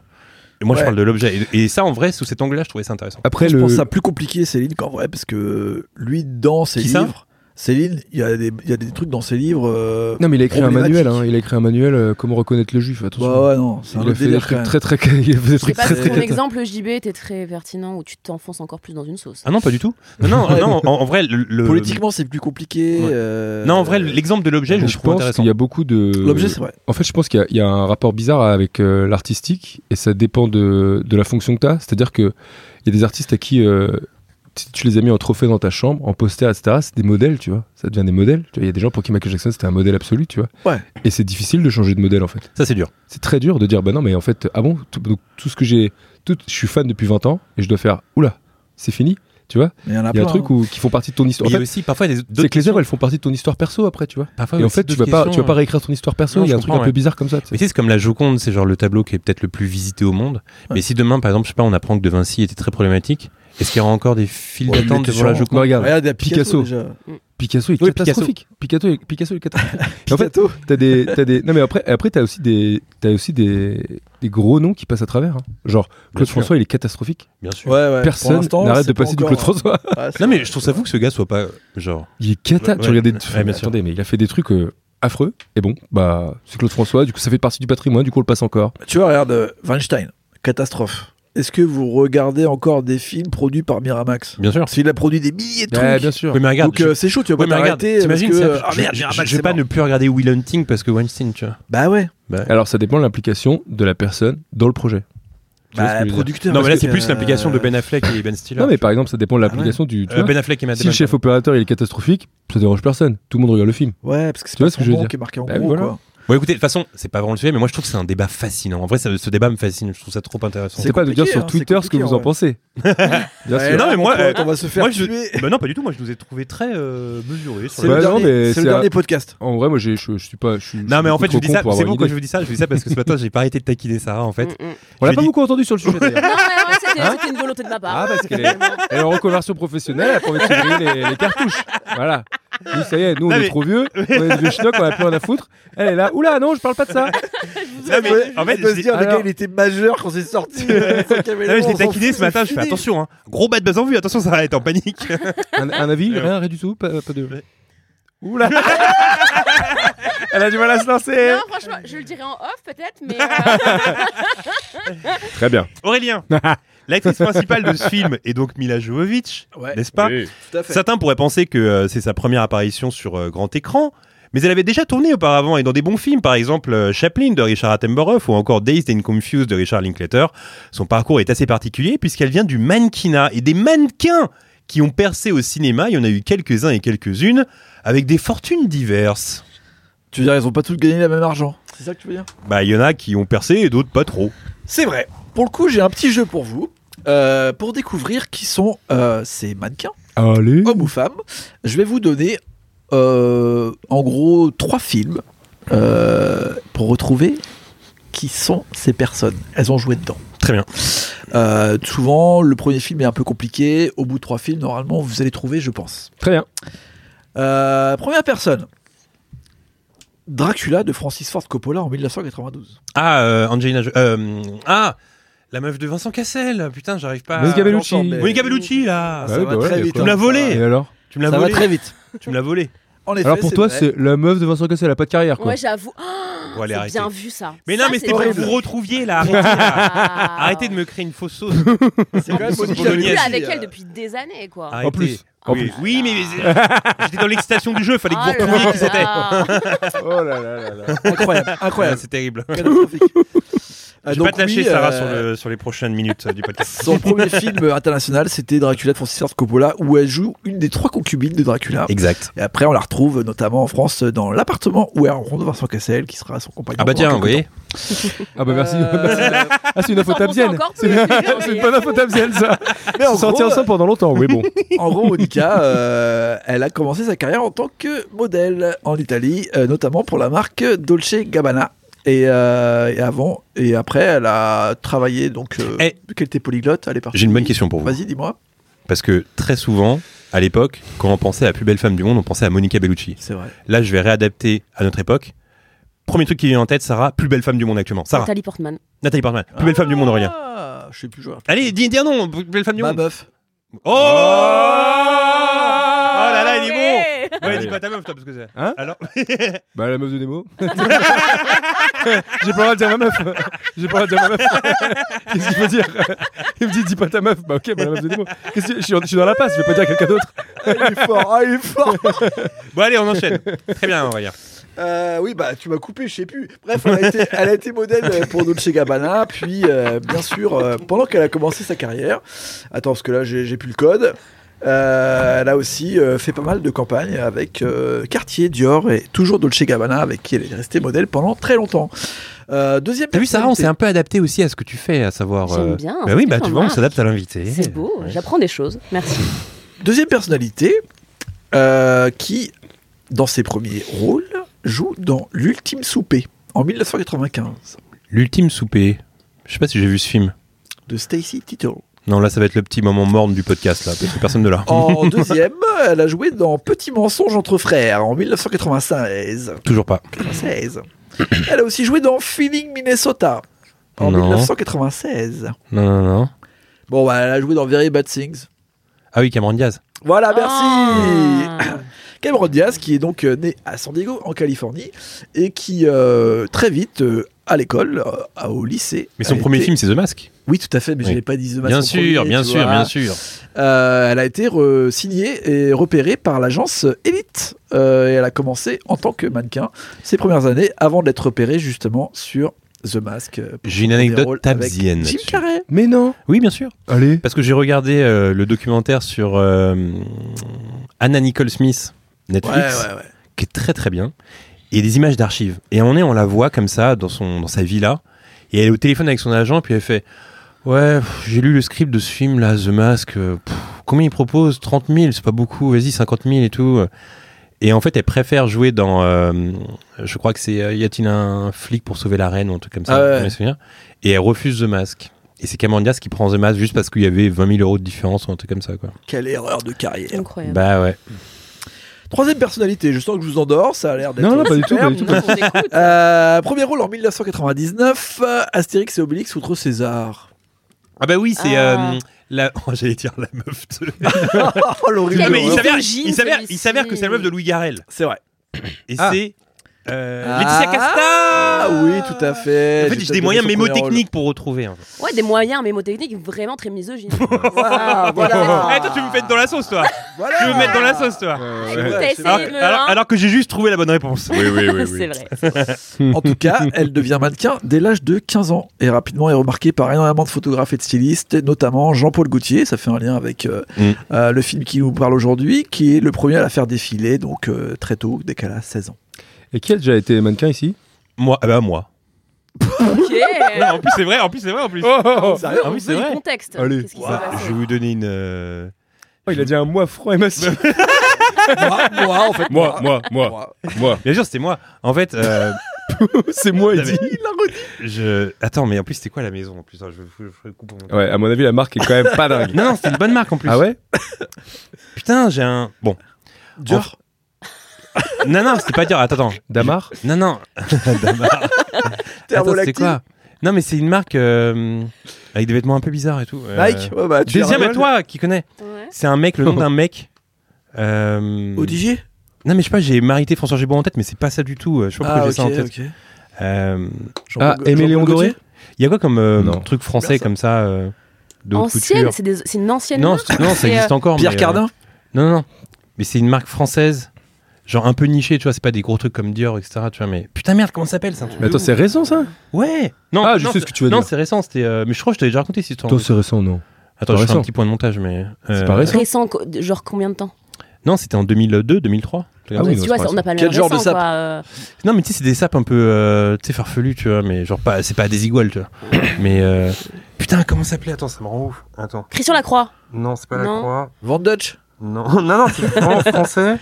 Speaker 3: Et moi, je
Speaker 4: Ouais.
Speaker 3: parle de l'objet. Et, et ça, en vrai, sous cet angle-là, je trouvais ça intéressant.
Speaker 5: Après,
Speaker 4: je
Speaker 5: le...
Speaker 4: pense ça plus compliqué Céline qu'en vrai parce que lui dans ses
Speaker 3: Qui ça
Speaker 4: livres, Céline, il y, a des- il y a des trucs dans ses livres. euh,
Speaker 5: Non, mais il a écrit un
Speaker 4: problématique.
Speaker 5: manuel. hein. Il a écrit un manuel euh, comment reconnaître le juif. Attention.
Speaker 4: Bah ouais, non, c'est un
Speaker 5: il a
Speaker 4: autre
Speaker 5: fait des
Speaker 4: délire quand
Speaker 5: trucs
Speaker 4: même.
Speaker 5: très très. Il a fait des
Speaker 6: Je sais
Speaker 5: trucs
Speaker 6: pas
Speaker 5: très
Speaker 6: si
Speaker 5: très.
Speaker 6: ton
Speaker 4: clair.
Speaker 6: exemple JB était très pertinent ou tu t'enfonces encore plus dans une sauce.
Speaker 3: Ah non, pas du tout. Non, non,
Speaker 4: Ouais.
Speaker 3: non, en, en vrai, le,
Speaker 5: euh,
Speaker 3: le-
Speaker 4: Politiquement, c'est plus compliqué.
Speaker 3: Ouais.
Speaker 4: euh,
Speaker 3: Non, en vrai, l'exemple de l'objet, je, le
Speaker 5: je
Speaker 3: trouve
Speaker 5: pense
Speaker 3: intéressant.
Speaker 5: qu'il y a beaucoup de.
Speaker 4: l'objet, c'est vrai.
Speaker 5: En fait, je pense qu'il y a- il y, a un rapport bizarre avec euh, l'artistique et ça dépend de, de la fonction que tu as. C'est-à-dire qu'il y a des artistes à qui euh, si tu les as mis en trophée dans ta chambre, en poster, etc. C'est des modèles, tu vois. Ça devient des modèles. Tu vois, Il y a des gens pour qui Michael Jackson c'était un modèle absolu, tu vois.
Speaker 4: Ouais.
Speaker 5: Et c'est difficile de changer de modèle en fait.
Speaker 3: Ça, c'est dur.
Speaker 5: c'est très dur de dire bah non mais en fait ah bon tout, donc, tout ce que j'ai tout je suis fan depuis 20 ans et je dois faire oula c'est fini tu vois
Speaker 4: Mais il y en a,
Speaker 5: il y a
Speaker 4: plein,
Speaker 5: un truc
Speaker 4: hein.
Speaker 5: où, qui font partie de ton histoire
Speaker 3: Mais
Speaker 5: en
Speaker 3: il y a
Speaker 5: fait,
Speaker 3: aussi parfois des
Speaker 5: c'est
Speaker 3: d'autres
Speaker 5: que les œuvres elles font partie de ton histoire perso après tu vois
Speaker 3: parfois
Speaker 5: et en
Speaker 3: aussi
Speaker 5: fait tu
Speaker 3: d'autres
Speaker 5: vas pas
Speaker 3: questions,
Speaker 5: tu vas pas
Speaker 3: euh.
Speaker 5: réécrire ton histoire perso
Speaker 3: Non,
Speaker 5: il y
Speaker 3: je
Speaker 5: a un truc
Speaker 3: comprends,
Speaker 5: un peu
Speaker 3: ouais.
Speaker 5: bizarre comme ça tu sais.
Speaker 3: Mais tu sais, c'est comme la Joconde, c'est genre le tableau qui est peut-être le plus visité au monde. Mais si demain, par exemple, je sais pas, on apprend que De Vinci était très problématique, est-ce qu'il y aura encore des files
Speaker 4: Ouais,
Speaker 3: d'attente
Speaker 4: il était
Speaker 3: devant la
Speaker 4: sûrement.
Speaker 3: Joconde
Speaker 5: Non, regarde
Speaker 4: Regarde, il y a Picasso.
Speaker 5: Picasso.
Speaker 4: déjà.
Speaker 5: Picasso est
Speaker 3: Oui,
Speaker 5: catastrophique Picasso est, Picasso est catastrophique Et en fait
Speaker 4: Picasso.
Speaker 5: t'as des t'as des non mais après après t'as aussi des t'as aussi des des gros noms qui passent à travers hein. genre
Speaker 3: Bien
Speaker 5: Claude
Speaker 3: sûr.
Speaker 5: François il est catastrophique
Speaker 3: Bien sûr.
Speaker 4: Ouais, ouais. Pour
Speaker 5: personne
Speaker 4: l'instant,
Speaker 5: n'arrête
Speaker 4: c'est
Speaker 5: de
Speaker 4: pas
Speaker 5: passer du
Speaker 4: encore,
Speaker 5: Claude François
Speaker 4: hein. Ouais, c'est
Speaker 3: Non,
Speaker 4: vrai.
Speaker 3: mais je trouve ça fou que ce gars soit pas genre.
Speaker 5: Il est cata.
Speaker 3: Ouais,
Speaker 5: tu regardais
Speaker 3: ouais,
Speaker 5: des
Speaker 3: ouais, bien sûr.
Speaker 5: attendez, mais il a fait des trucs euh, affreux. Et bon, bah, c'est Claude François. Du coup, ça fait partie du patrimoine. Du coup, on le passe encore.
Speaker 4: Tu vois, regarde, euh, Weinstein, catastrophe. Est-ce que vous regardez encore des films produits par Miramax
Speaker 3: Bien sûr.
Speaker 4: Parce qu'il a produit des milliers de trucs.
Speaker 5: Ouais, bien sûr.
Speaker 3: Oui, mais regarde.
Speaker 4: Donc euh, c'est chaud, tu vas
Speaker 3: je... ouais, mais
Speaker 4: pas
Speaker 3: regarde,
Speaker 4: t'arrêter. parce
Speaker 3: t'imagines,
Speaker 4: que,
Speaker 3: ça-
Speaker 4: euh, ah
Speaker 3: je-
Speaker 4: merde,
Speaker 3: je- je,
Speaker 4: Miramax,
Speaker 3: vais
Speaker 4: c'est
Speaker 3: pas
Speaker 4: mort.
Speaker 3: ne plus regarder Will Hunting parce que Weinstein, tu vois.
Speaker 4: Bah ouais,
Speaker 5: Alors, ça dépend de l'implication de la personne dans le projet. Tu vois ce
Speaker 4: bah
Speaker 5: que je veux dire
Speaker 4: producteur.
Speaker 3: non, mais là,
Speaker 4: parce
Speaker 3: c'est
Speaker 4: que,
Speaker 3: plus
Speaker 4: euh,
Speaker 3: l'implication de Ben Affleck et Ben Stiller.
Speaker 5: Non, mais par exemple, ça dépend de l'application du. tu
Speaker 3: Euh,
Speaker 5: vois,
Speaker 3: Ben Affleck et Matt
Speaker 5: si le
Speaker 3: Damon.
Speaker 5: chef opérateur il est catastrophique, ça dérange personne. Tout le monde regarde le film.
Speaker 4: Ouais, parce que c'est
Speaker 5: Tu vois
Speaker 4: pas
Speaker 5: ce que je veux
Speaker 4: son nom
Speaker 5: dire
Speaker 4: qui est marqué en
Speaker 5: Bah
Speaker 4: gros,
Speaker 5: voilà.
Speaker 4: quoi.
Speaker 3: Bon, écoutez, de toute façon, c'est pas vraiment le sujet, mais moi, je trouve que c'est un débat fascinant. En vrai, ça- ce débat me fascine. Je trouve ça trop intéressant.
Speaker 5: C'est pas de dire
Speaker 4: compliqué,
Speaker 5: sur
Speaker 4: hein,
Speaker 5: Twitter
Speaker 4: c'est
Speaker 5: ce que
Speaker 4: compliqué,
Speaker 5: vous en
Speaker 4: en
Speaker 5: pensez. Bien
Speaker 4: Ouais,
Speaker 5: sûr.
Speaker 3: Non, mais moi,
Speaker 4: Antoine,
Speaker 3: euh,
Speaker 4: on va se faire
Speaker 3: moi, je-
Speaker 4: tuer.
Speaker 3: Bah non, pas du tout. Moi, je nous ai trouvé très euh, mesurés. sur
Speaker 4: C'est
Speaker 3: la-
Speaker 5: Bah
Speaker 4: le
Speaker 5: non,
Speaker 4: dernier-
Speaker 5: mais
Speaker 4: c'est le
Speaker 5: c'est un-
Speaker 4: dernier podcast.
Speaker 5: En vrai, moi, j'ai- je je suis pas. je suis- je
Speaker 3: Non,
Speaker 5: suis
Speaker 3: mais en fait, je
Speaker 5: beaucoup
Speaker 3: vous dis
Speaker 5: trop
Speaker 3: ça.
Speaker 5: con pour
Speaker 3: C'est
Speaker 5: avoir
Speaker 3: pourquoi
Speaker 5: une
Speaker 3: je
Speaker 5: idée.
Speaker 3: vous dis ça. Je vous dis ça parce que ce matin, j'ai pas arrêté de taquiner Sarah, en fait. Hein
Speaker 6: Mm, mm.
Speaker 5: On l'a
Speaker 3: Je
Speaker 5: pas
Speaker 3: dis-
Speaker 5: beaucoup entendu sur le sujet. d'ailleurs.
Speaker 6: Non, mais ouais, c'était c'était une volonté de ma part.
Speaker 5: Ah, parce qu'elle est, elle est en reconversion professionnelle, elle a pas envie de se griller les, les cartouches. Voilà. Nous, ça y est, nous, on
Speaker 3: Non, mais-
Speaker 5: est trop vieux, on est des vieux schnocks, on a plus rien à foutre. Elle est là, oula, non, je parle pas de ça.
Speaker 3: Non, mais en fait,
Speaker 4: on peut
Speaker 3: je
Speaker 4: se
Speaker 3: l'ai-
Speaker 4: dire, Ah, le
Speaker 5: alors-
Speaker 4: gars, il était majeur quand c'est sorti.
Speaker 3: non, mais Ah je l'ai taquiné ce matin. Je fais attention, hein. Gros bad buzz en vue. Attention, Sarah est en panique.
Speaker 5: Un, un avis, rien, rien du tout, pas, pas de.
Speaker 3: Oula.
Speaker 5: Elle a du mal à se lancer.
Speaker 3: Euh.
Speaker 6: Non, franchement, je le dirai en off peut-être, mais euh,
Speaker 5: Très bien.
Speaker 3: Aurélien, l'actrice principale de ce film est donc Mila Jovovich,
Speaker 4: Ouais.
Speaker 3: n'est-ce pas
Speaker 5: Oui.
Speaker 4: Tout à fait.
Speaker 3: Certains pourraient penser que euh, c'est sa première apparition sur euh, grand écran, mais elle avait déjà tourné auparavant et dans des bons films, par exemple euh, Chaplin de Richard Attenborough ou encore Dazed and Confused de Richard Linklater. Son parcours est assez particulier puisqu'elle vient du mannequinat et des mannequins qui ont percé au cinéma, il y en a eu quelques-uns et quelques-unes, avec des fortunes diverses.
Speaker 4: Tu veux dire, ils ont pas tous gagné le même argent C'est ça que tu veux dire
Speaker 3: Bah, il y en a qui ont percé et d'autres pas trop.
Speaker 4: C'est vrai. Pour le coup, j'ai un petit jeu pour vous. euh, pour découvrir qui sont euh, ces mannequins,
Speaker 5: Allez.
Speaker 4: hommes ou femmes, je vais vous donner euh, en gros trois films euh, pour retrouver qui sont ces personnes. Elles ont joué dedans.
Speaker 3: Très bien.
Speaker 4: Euh, souvent, le premier film est un peu compliqué. Au bout de trois films, normalement, vous allez trouver, je pense.
Speaker 5: Très bien.
Speaker 4: Euh, première personne. Dracula de Francis Ford Coppola en 1992.
Speaker 3: Ah, euh, Angelina. Jo- euh, ah, la meuf de Vincent Cassel. Putain, j'arrive pas.
Speaker 5: Monica Bellucci.
Speaker 4: j'entends, mais-
Speaker 3: Monica Bellucci, là.
Speaker 4: Ça
Speaker 5: ouais,
Speaker 4: va
Speaker 5: bah ouais,
Speaker 4: très
Speaker 5: y a
Speaker 4: vite.
Speaker 5: quoi.
Speaker 3: Tu me l'as
Speaker 5: Et
Speaker 3: volé.
Speaker 5: alors
Speaker 3: Tu me l'as
Speaker 4: Ça va
Speaker 3: volé.
Speaker 4: très vite.
Speaker 3: Tu me l'as volé.
Speaker 4: En effet,
Speaker 5: Alors pour toi,
Speaker 4: vrai.
Speaker 5: c'est la meuf de Vincent Cassel, elle a pas de carrière quoi.
Speaker 6: ouais, j'avoue. Ah,
Speaker 3: Bon, allez,
Speaker 6: c'est
Speaker 3: arrêtez.
Speaker 6: bien vu ça.
Speaker 3: Mais
Speaker 6: Ça,
Speaker 3: non, mais
Speaker 6: c'est
Speaker 3: c'était pour que
Speaker 6: horrible.
Speaker 3: vous retrouviez là. Arrêtez, là.
Speaker 6: Ah.
Speaker 3: Arrêtez de me créer une fausse sauce.
Speaker 4: C'est quand même
Speaker 3: Plus,
Speaker 4: Monica
Speaker 6: Je suis
Speaker 3: Bolognaise.
Speaker 4: Bellucci,
Speaker 6: plus avec
Speaker 4: euh,
Speaker 6: elle depuis des années, quoi.
Speaker 3: Arrêtez.
Speaker 5: En plus. En
Speaker 3: oui, oui, mais euh, j'étais dans l'excitation du jeu, fallait que vous
Speaker 6: Ah là
Speaker 3: retrouviez qui
Speaker 6: là.
Speaker 3: c'était.
Speaker 5: Oh là là là là.
Speaker 4: Incroyable,
Speaker 3: Ouais,
Speaker 4: incroyable.
Speaker 3: c'est terrible.
Speaker 5: Ah,
Speaker 4: catastrophique. Euh,
Speaker 3: Je vais
Speaker 4: donc
Speaker 3: pas te lâcher,
Speaker 4: oui,
Speaker 3: Sarah,
Speaker 4: euh,
Speaker 3: sur, le- sur les prochaines minutes euh, du podcast.
Speaker 4: Son premier film international, c'était Dracula de Francis Ford Coppola, où elle joue une des trois concubines de Dracula.
Speaker 3: Exact.
Speaker 4: Et après, on la retrouve notamment en France dans l'appartement où est rencontre Vincent Cassel, qui sera son compagnon.
Speaker 3: Ah bah
Speaker 4: pendant
Speaker 3: tiens,
Speaker 4: quelques
Speaker 3: vous voyez.
Speaker 5: Ah bah merci.
Speaker 4: Euh,
Speaker 5: Ah c'est une info
Speaker 6: Vous en pensez
Speaker 5: tabzienne.
Speaker 6: encore, tous
Speaker 5: C'est
Speaker 6: les deux,
Speaker 5: c'est
Speaker 6: mais-
Speaker 5: une bonne info tabzienne ça.
Speaker 4: Mais en
Speaker 5: On s'en
Speaker 4: gros,
Speaker 5: tient ensemble pendant longtemps. Oui bon.
Speaker 4: en gros, Monica, euh, elle a commencé sa carrière en tant que modèle en Italie, euh, notamment pour la marque Dolce Gabbana. Et, euh, et avant et après, elle a travaillé donc. Euh,
Speaker 3: Eh.
Speaker 4: vu qu'elle était polyglotte, elle est partie.
Speaker 3: J'ai une bonne question pour vous.
Speaker 4: Vas-y, dis-moi.
Speaker 3: Parce que très souvent, à l'époque, quand on pensait à la plus belle femme du monde, on pensait à Monica Bellucci.
Speaker 4: C'est vrai.
Speaker 3: Là, je vais réadapter à notre époque. Premier truc qui vient en tête, Sarah, plus belle femme du monde actuellement. Sarah,
Speaker 6: Nathalie Portman.
Speaker 3: Nathalie Portman, plus belle femme du monde, Aurélien.
Speaker 4: Ah, je sais plus joueur.
Speaker 3: Allez, dis, dis un nom, plus belle femme du
Speaker 4: Ma
Speaker 3: monde.
Speaker 4: meuf.
Speaker 3: Oh Oh là là, il est
Speaker 6: Ouais.
Speaker 3: bon Ouais,
Speaker 5: Allez.
Speaker 3: dis pas ta meuf, toi, parce que c'est.
Speaker 5: Hein
Speaker 3: Alors
Speaker 5: Bah la meuf de Nemo. J'ai pas le droit de dire ma meuf. J'ai pas le droit de dire ma meuf. Qu'est-ce qu'il faut dire Il me dit dis pas ta meuf. Bah ok, bah la meuf de Nemo. Qu'est-ce que je suis, je suis dans la passe. Je vais pas dire à quelqu'un d'autre.
Speaker 4: Il est fort, ah, il est fort.
Speaker 3: Bon, allez, on enchaîne. Très bien, Aurélien.
Speaker 4: Euh, oui, bah tu m'as coupé, je sais plus. Bref, elle a été, elle a été modèle euh, pour Dolce Gabbana, puis euh, bien sûr, euh, pendant qu'elle a commencé sa carrière, attends parce que là j'ai j'ai plus le code, euh, elle a aussi euh, fait pas mal de campagnes avec euh, Cartier, Dior et toujours Dolce Gabbana avec qui elle est restée modèle pendant très longtemps. Euh, deuxième
Speaker 3: T'as vu, Sarah, on s'est
Speaker 4: personnalité-
Speaker 3: un peu adapté aussi à ce que tu fais, à savoir.
Speaker 6: J'aime bien,
Speaker 3: Bah oui,
Speaker 6: c'est
Speaker 3: bah
Speaker 6: bien,
Speaker 3: tu vois, on
Speaker 6: Marc.
Speaker 3: s'adapte à l'invité.
Speaker 6: C'est beau, hein. j'apprends des choses. Merci.
Speaker 4: Deuxième personnalité euh, qui, dans ses premiers rôles, joue dans L'ultime souper en 1995
Speaker 3: L'ultime souper. Je sais pas si j'ai vu ce film.
Speaker 4: de Stacy Tito.
Speaker 3: Non, là, ça va être le petit moment morne du podcast, là, parce que personne ne l'a.
Speaker 4: En deuxième, elle a joué dans Petit mensonge entre frères en 1996.
Speaker 3: Toujours pas.
Speaker 4: 96. Elle a aussi joué dans Feeling Minnesota en
Speaker 3: Non.
Speaker 4: 1996.
Speaker 3: Non, non, non.
Speaker 4: Bon, bah, elle a joué dans Very Bad Things.
Speaker 3: Ah oui, Cameron Diaz.
Speaker 4: Voilà, merci.
Speaker 6: Ah.
Speaker 4: Cameron Diaz, qui est donc euh, né à San Diego, en Californie, et qui euh, très vite euh, à l'école, euh, au lycée.
Speaker 3: Mais son
Speaker 4: a
Speaker 3: premier
Speaker 4: été-
Speaker 3: film, c'est The Mask.
Speaker 4: Oui, tout à fait, mais je
Speaker 3: Oui.
Speaker 4: n'ai pas dit The Mask
Speaker 3: Bien
Speaker 4: en
Speaker 3: sûr,
Speaker 4: Bah, premier,
Speaker 3: bien
Speaker 4: tu
Speaker 3: sûr,
Speaker 4: vois.
Speaker 3: bien sûr.
Speaker 4: Euh, elle a été re- signée et repérée par l'agence Elite. Euh, et elle a commencé en tant que mannequin ses premières années avant d'être repérée justement sur The Mask. euh, pour
Speaker 3: J'ai une
Speaker 4: des
Speaker 3: anecdote
Speaker 4: rôles avec
Speaker 3: tabzienne.
Speaker 4: Jim
Speaker 3: là-dessus.
Speaker 4: Carrey.
Speaker 5: Mais non.
Speaker 3: Oui, bien sûr.
Speaker 5: Allez.
Speaker 3: Parce que j'ai regardé euh, le documentaire sur euh, Anna Nicole Smith, Netflix, qui est très très bien, et des images d'archives. Et à un moment donné, on la voit comme ça dans, son, dans sa villa, et elle est au téléphone avec son agent, puis elle fait Ouais, pff, j'ai lu le script de ce film là, The Mask, euh, pff, combien il propose 30 000, c'est pas beaucoup, vas-y, 50 000 et tout. Et en fait, elle préfère jouer dans. euh, je crois que c'est euh, Y a-t-il un flic pour sauver la reine ou un truc comme ça,
Speaker 4: Ah ouais.
Speaker 3: je me souviens. Et elle refuse The Mask. Et c'est Cameron Diaz qui prend The Mask juste parce qu'il y avait 20 000 euros de différence ou un truc comme ça, quoi.
Speaker 4: Quelle erreur de carrière.
Speaker 6: Incroyable.
Speaker 3: Bah ouais.
Speaker 4: Troisième personnalité, je sens que je vous endors, ça a l'air d'être.
Speaker 5: Non, non, pas du tout,
Speaker 4: super.
Speaker 5: pas du tout.
Speaker 6: On écoute.
Speaker 4: Euh, premier rôle en 1999, euh, Astérix et Obélix outre César.
Speaker 3: Ah bah oui, c'est.
Speaker 6: Ah.
Speaker 3: euh, la... oh, j'allais dire la meuf de.
Speaker 4: Oh l'horrible.
Speaker 3: Non, mais il
Speaker 6: horreur.
Speaker 3: s'avère,
Speaker 6: Origine,
Speaker 3: il s'avère, il
Speaker 6: celui-ci.
Speaker 3: s'avère que c'est la meuf de Louis Garrel.
Speaker 4: C'est vrai.
Speaker 3: Et
Speaker 5: Ah.
Speaker 3: c'est euh,
Speaker 4: Ah,
Speaker 3: Laetitia Casta
Speaker 4: oui, tout à fait.
Speaker 3: En fait,
Speaker 4: J'ai
Speaker 3: j'ai
Speaker 4: peut-être
Speaker 3: des moyens
Speaker 4: donné son premier
Speaker 3: mémotechniques pour retrouver. en fait.
Speaker 6: Ouais, des moyens mémotechniques vraiment très misogynes.
Speaker 4: rôle. Ah, voilà.
Speaker 3: Eh, toi, tu veux me mettre dans la sauce, toi
Speaker 4: Voilà.
Speaker 3: Tu veux me mettre dans la sauce, toi
Speaker 4: Ouais,
Speaker 6: T'as
Speaker 4: c'est
Speaker 6: essayé
Speaker 3: alors,
Speaker 6: de me.
Speaker 3: alors-
Speaker 6: hein
Speaker 3: alors que j'ai juste trouvé la bonne réponse.
Speaker 5: Oui, oui, oui.
Speaker 6: C'est vrai.
Speaker 4: En tout cas, elle devient mannequin dès l'âge de 15 ans et rapidement est remarquée par énormément de photographes et de stylistes, et notamment Jean-Paul Gaultier. Ça fait un lien avec euh,
Speaker 3: Mm.
Speaker 4: euh, le film qui nous parle aujourd'hui, qui est le premier à la faire défiler, donc euh, très tôt, dès qu'elle a 16 ans.
Speaker 5: Et qui a déjà été mannequin ici
Speaker 3: Moi, ah bah moi.
Speaker 6: Ok. euh,
Speaker 3: Ah, En plus c'est vrai, en plus c'est vrai, en
Speaker 5: Oh,
Speaker 3: plus.
Speaker 4: Oh, Sérieux
Speaker 3: Ah oui, c'est
Speaker 6: Donne
Speaker 3: vrai.
Speaker 6: le contexte.
Speaker 5: Allez.
Speaker 6: Qu'est-ce qui s'est
Speaker 3: Ouah,
Speaker 6: passé
Speaker 3: je vais vous donner une. euh,
Speaker 5: Oh, Il a dit un mois froid et massif.
Speaker 4: moi, moi, en fait.
Speaker 5: moi, moi, moi,
Speaker 4: Moi.
Speaker 5: moi.
Speaker 3: Bien sûr, c'était moi. En fait, euh,
Speaker 5: C'est moi, il
Speaker 3: Non,
Speaker 5: dit.
Speaker 3: mais- je. Attends, mais en plus c'était quoi la maison en plus hein, Je je- je coupe mon-
Speaker 5: Ouais, à mon avis, la marque est quand même pas dingue.
Speaker 3: Non, non, c'était une bonne marque en plus.
Speaker 5: Ah ouais
Speaker 3: Putain, j'ai un. Bon.
Speaker 4: Dior.
Speaker 3: Non, non, c'était pas dur. Attends, attends.
Speaker 5: Damar
Speaker 3: Non, non. Damar. Attends,
Speaker 4: Thermolactyle.
Speaker 3: c'est quoi Non, mais c'est une marque euh, avec des vêtements un peu bizarres et tout. Euh,
Speaker 4: Nike. Ouais, bah, tu
Speaker 3: Deuxième
Speaker 4: rigoles.
Speaker 3: à toi qui connais.
Speaker 6: Ouais.
Speaker 3: C'est un mec, le nom d'un mec. Euh,
Speaker 4: Odigier
Speaker 3: Non, mais je sais pas, j'ai Marité François Gébaud en tête, mais c'est pas ça du tout. euh, Je sais pas
Speaker 4: Ah,
Speaker 3: pourquoi
Speaker 4: ok,
Speaker 3: j'ai ça en tête.
Speaker 4: ok.
Speaker 3: Euh,
Speaker 4: Jean-Paul-
Speaker 5: Ah, Aimé
Speaker 4: Jean-Paul
Speaker 5: Léon
Speaker 4: Gaultier
Speaker 5: Doré
Speaker 3: Il y a quoi comme euh,
Speaker 5: Non.
Speaker 3: truc français
Speaker 4: Bien, ça.
Speaker 3: comme ça euh, de haute
Speaker 6: Ancienne,
Speaker 3: couture
Speaker 6: c'est des- c'est une ancienne.
Speaker 3: Non,
Speaker 6: marque.
Speaker 3: c'est- non, ça
Speaker 6: C'est,
Speaker 3: existe encore.
Speaker 4: Pierre
Speaker 3: mais, euh,
Speaker 4: Cardin
Speaker 3: Non, non, non. Mais c'est une marque française, genre un peu nichée, tu vois. C'est pas des gros trucs comme Dior, etc. Tu vois, mais putain merde, comment ça s'appelle ça
Speaker 5: Mais attends, c'est récent ça
Speaker 3: Ouais. Non,
Speaker 5: Ah,
Speaker 3: non,
Speaker 5: je sais
Speaker 3: c'est-
Speaker 5: ce que tu veux
Speaker 3: Non,
Speaker 5: dire.
Speaker 3: c'est récent. C'était. euh, Mais je crois que je t'avais déjà raconté cette histoire.
Speaker 5: Toi, c'est récent, non
Speaker 3: Attends, je fais
Speaker 5: récent.
Speaker 3: un petit point de montage, mais. euh,
Speaker 5: C'est pas récent
Speaker 6: Récent, co- de- genre combien de temps
Speaker 3: Non, c'était en 2002, 2003.
Speaker 5: Ah oui,
Speaker 6: Tu
Speaker 5: non,
Speaker 6: vois,
Speaker 5: c'est
Speaker 6: ça- on n'a pas le
Speaker 4: Quel
Speaker 6: récent,
Speaker 4: genre de sape
Speaker 6: quoi, euh,
Speaker 3: Non, mais tu sais, c'est des sapes un peu, euh, tu sais, farfelues, tu vois, mais genre pas, c'est pas des iguales, tu vois. mais euh, putain, comment ça s'appelait Attends, ça me rend ouf. Attends,
Speaker 6: Christian Lacroix.
Speaker 3: non, c'est
Speaker 6: pas la Non.
Speaker 3: croix.
Speaker 4: Van Dutch
Speaker 3: Non, non, non, c'est vraiment français.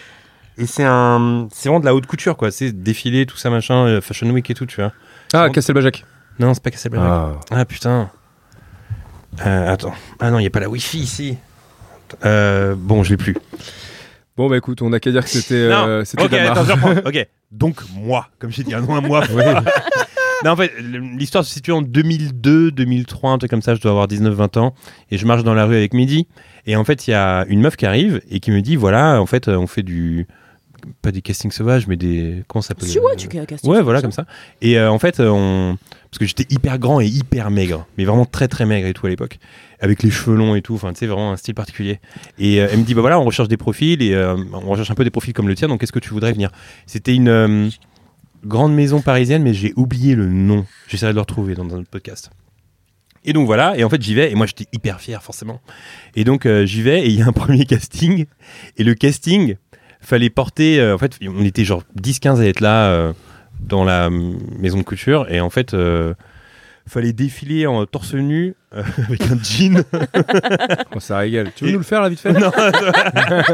Speaker 3: Et c'est un, c'est vraiment de la haute couture, quoi. C'est défilé, tout ça, machin, euh, Fashion Week et tout, tu vois.
Speaker 5: Ah, Castelbajac.
Speaker 3: Non, c'est pas Casablanca.
Speaker 5: Ah.
Speaker 3: Ah putain. Euh, attends. Ah non, il y a pas la Wi-Fi ici. Euh, bon, je l'ai plus.
Speaker 5: Bon, bah écoute, on n'a qu'à dire que c'était euh, c'était
Speaker 3: ok,
Speaker 5: Damar.
Speaker 3: attends, je reprends. Ok. Donc, moi, comme j'ai dit, un nom à moi. Non, en fait, l'histoire se situe en 2002, 2003, un truc comme ça. Je dois avoir 19, 20 ans. Et je marche dans la rue avec Midi. Et en fait, il y a une meuf qui arrive et qui me dit voilà, en fait, on fait du. Pas des castings sauvages, mais des. Comment ça s'appelle
Speaker 6: Si, ouais, tu castes.
Speaker 3: Ouais, voilà, comme ça. Et euh, en fait, euh, on... parce que j'étais hyper grand et hyper maigre, mais vraiment très très maigre et tout à l'époque, avec les cheveux longs et tout, enfin, tu sais, vraiment un style particulier. Et euh, elle me dit, bah voilà, on recherche des profils et euh, on recherche un peu des profils comme le tien, donc qu'est-ce que tu voudrais venir C'était une euh, grande maison parisienne, mais j'ai oublié le nom. J'essaierai de le retrouver dans un autre podcast. Et donc voilà, et en fait j'y vais, et moi j'étais hyper fier forcément. Et donc euh, j'y vais, et il y a un premier casting, et le casting, fallait porter. euh, en fait, on était genre 10-15 à être là euh, dans la euh, maison de couture. Et en fait, euh, fallait défiler en torse nu euh, avec un jean.
Speaker 5: Oh, ça régale. Tu veux
Speaker 3: Et-
Speaker 5: nous le faire, là, vite fait
Speaker 3: Non, attends.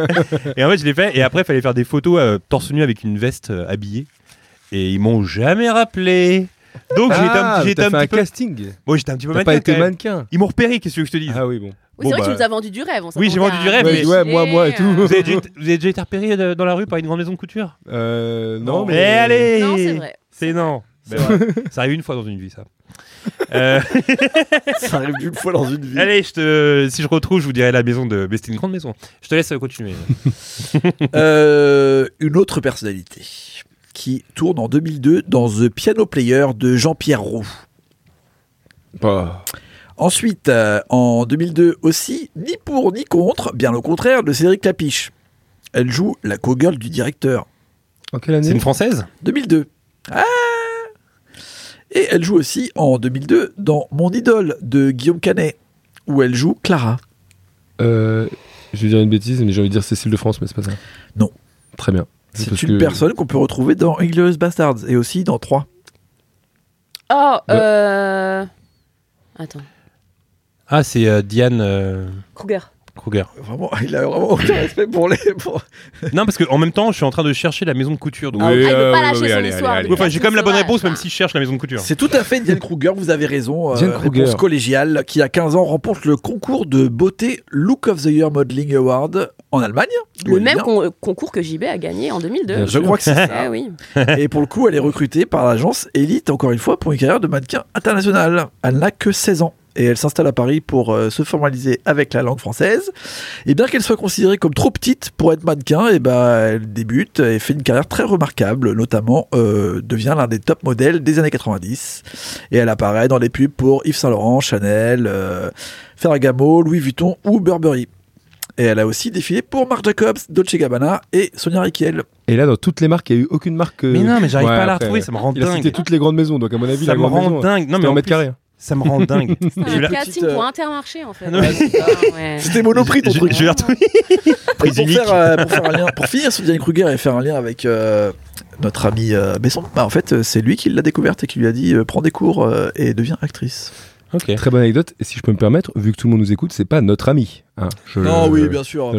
Speaker 3: et en fait, je l'ai fait. Et après, il fallait faire des photos euh, torse nu avec une veste euh, habillée. Et ils m'ont jamais rappelé. Donc j'ai été un,
Speaker 5: Ah,
Speaker 3: j'ai été
Speaker 5: t'as
Speaker 3: un
Speaker 5: fait un
Speaker 3: petit peu.
Speaker 5: casting.
Speaker 3: Bon, j'étais un petit peu
Speaker 5: T'as
Speaker 3: mannequin.
Speaker 5: pas été
Speaker 3: quand même.
Speaker 5: mannequin.
Speaker 3: Ils m'ont repéré, qu'est-ce que tu veux que je te dise
Speaker 5: Ah oui, bon.
Speaker 6: Oui,
Speaker 3: Bon,
Speaker 6: c'est vrai que
Speaker 3: bah.
Speaker 6: tu nous as vendu du rêve. on
Speaker 3: Oui, j'ai
Speaker 6: s'attendait
Speaker 3: vendu du
Speaker 6: à-
Speaker 3: rêve,
Speaker 5: Ouais, mais- ouais, moi, moi et tout.
Speaker 6: euh,
Speaker 3: Ah, Vous avez, déjà, vous avez déjà été repéré euh, dans la rue par une grande maison de couture
Speaker 5: Euh, non, mais.
Speaker 3: Eh, allez
Speaker 6: Non, c'est vrai.
Speaker 3: C'est non.
Speaker 4: C'est
Speaker 3: Ben, ça arrive une fois dans une vie, ça. Euh,
Speaker 4: Ça arrive d'une fois dans une vie.
Speaker 3: Allez, je te... si je retrouve, je vous dirai la maison de. Mais c'était une grande maison. Je te laisse euh, continuer.
Speaker 4: Euh, une autre personnalité qui tourne en 2002 dans The Piano Player de Jean-Pierre Roux.
Speaker 5: Bah,
Speaker 4: Ensuite, euh, en 2002 aussi, ni pour ni contre, bien au contraire, de Cédric Lapiche. Elle joue la co-girl du directeur.
Speaker 5: En quelle année
Speaker 3: C'est une française
Speaker 4: 2002. Ah Et elle joue aussi en 2002 dans Mon idole de Guillaume Canet, où elle joue Clara.
Speaker 5: Euh, je vais dire une bêtise, mais j'ai envie de dire Cécile de France, mais c'est pas ça.
Speaker 4: Non.
Speaker 5: Très bien.
Speaker 4: C'est
Speaker 5: Parce
Speaker 4: une
Speaker 5: que-
Speaker 4: personne qu'on peut retrouver dans Inglourious Bastards et aussi dans 3.
Speaker 6: Oh, euh. Attends.
Speaker 3: Ah, c'est euh, Diane euh,
Speaker 6: Kruger.
Speaker 3: Kruger.
Speaker 4: Vraiment, il a vraiment aucun respect pour les. pour-
Speaker 3: non, parce qu'en même temps, je suis en train de chercher la maison de couture. donc-
Speaker 6: Ah, il
Speaker 5: Oui,
Speaker 6: veut
Speaker 5: euh,
Speaker 6: pas
Speaker 5: oui,
Speaker 6: lâcher
Speaker 5: oui,
Speaker 6: son
Speaker 5: allez,
Speaker 6: histoire,
Speaker 5: allez,
Speaker 3: Ouais,
Speaker 5: allez.
Speaker 3: enfin, j'ai quand même la bonne
Speaker 6: Sauvage.
Speaker 3: réponse, même si je cherche la maison de couture.
Speaker 4: C'est tout à fait Diane Kruger, vous avez raison. euh,
Speaker 5: Diane Kruger.
Speaker 4: réponse collégiale, qui à 15 ans remporte le concours de beauté Look of the Year Modeling Award en Allemagne. d'où
Speaker 6: Le
Speaker 4: elle
Speaker 6: même
Speaker 4: vient.
Speaker 6: con- euh, concours que JB a gagné en 2002.
Speaker 5: Bien
Speaker 4: Je crois que c'est
Speaker 6: Ah
Speaker 4: ça.
Speaker 6: oui.
Speaker 4: Et pour le coup, elle est recrutée par l'agence Elite, encore une fois, pour une carrière de mannequin international. Elle n'a que 16 ans. et elle s'installe à Paris pour euh, se formaliser avec la langue française. Et bien qu'elle soit considérée comme trop petite pour être mannequin, et ben elle débute et fait une carrière très remarquable, notamment euh, devient l'un des top modèles des années 90. Et elle apparaît dans les pubs pour Yves Saint Laurent, Chanel, euh, Ferragamo, Louis Vuitton ou Burberry. Et elle a aussi défilé pour Marc Jacobs, Dolce Gabbana et Sonia Rykiel.
Speaker 5: Et là, dans toutes les marques, il n'y a eu aucune marque. euh,
Speaker 3: Mais non, mais j'arrive
Speaker 5: ouais,
Speaker 3: pas à la
Speaker 5: après,
Speaker 3: retrouver, ça me rend
Speaker 5: Il a cité
Speaker 3: dingue.
Speaker 5: toutes les grandes maisons, donc à mon avis,
Speaker 3: Ça
Speaker 5: la
Speaker 3: me
Speaker 5: grande
Speaker 3: rend
Speaker 5: maison.
Speaker 3: dingue. Non,
Speaker 5: c'était
Speaker 3: mais
Speaker 5: en
Speaker 3: en
Speaker 5: mètre
Speaker 3: plus,
Speaker 5: carré. hein.
Speaker 3: ça me rend dingue.
Speaker 6: C'est
Speaker 3: Je
Speaker 6: un
Speaker 3: la-
Speaker 6: casting
Speaker 4: petite, euh,
Speaker 6: pour Intermarché en fait.
Speaker 3: Non, mais-
Speaker 6: Ouais, c'est ça, ouais.
Speaker 4: C'était Monoprix ton
Speaker 3: Je-
Speaker 4: truc. hein.
Speaker 3: Je vais retrouver.
Speaker 4: Et
Speaker 3: Prise
Speaker 4: pour,
Speaker 3: unique.
Speaker 4: faire, euh, pour faire un lien, pour finir sur Diane Kruger et faire un lien avec euh, notre ami euh, Besson, bah, en fait, euh, c'est lui qui l'a découverte et qui lui a dit euh, prends des cours euh, et deviens actrice.
Speaker 3: Ok.
Speaker 5: Très bonne anecdote. Et si je peux me permettre, vu que tout le monde nous écoute, c'est pas notre ami. hein. Je-
Speaker 4: sûr.
Speaker 5: je
Speaker 4: pardon.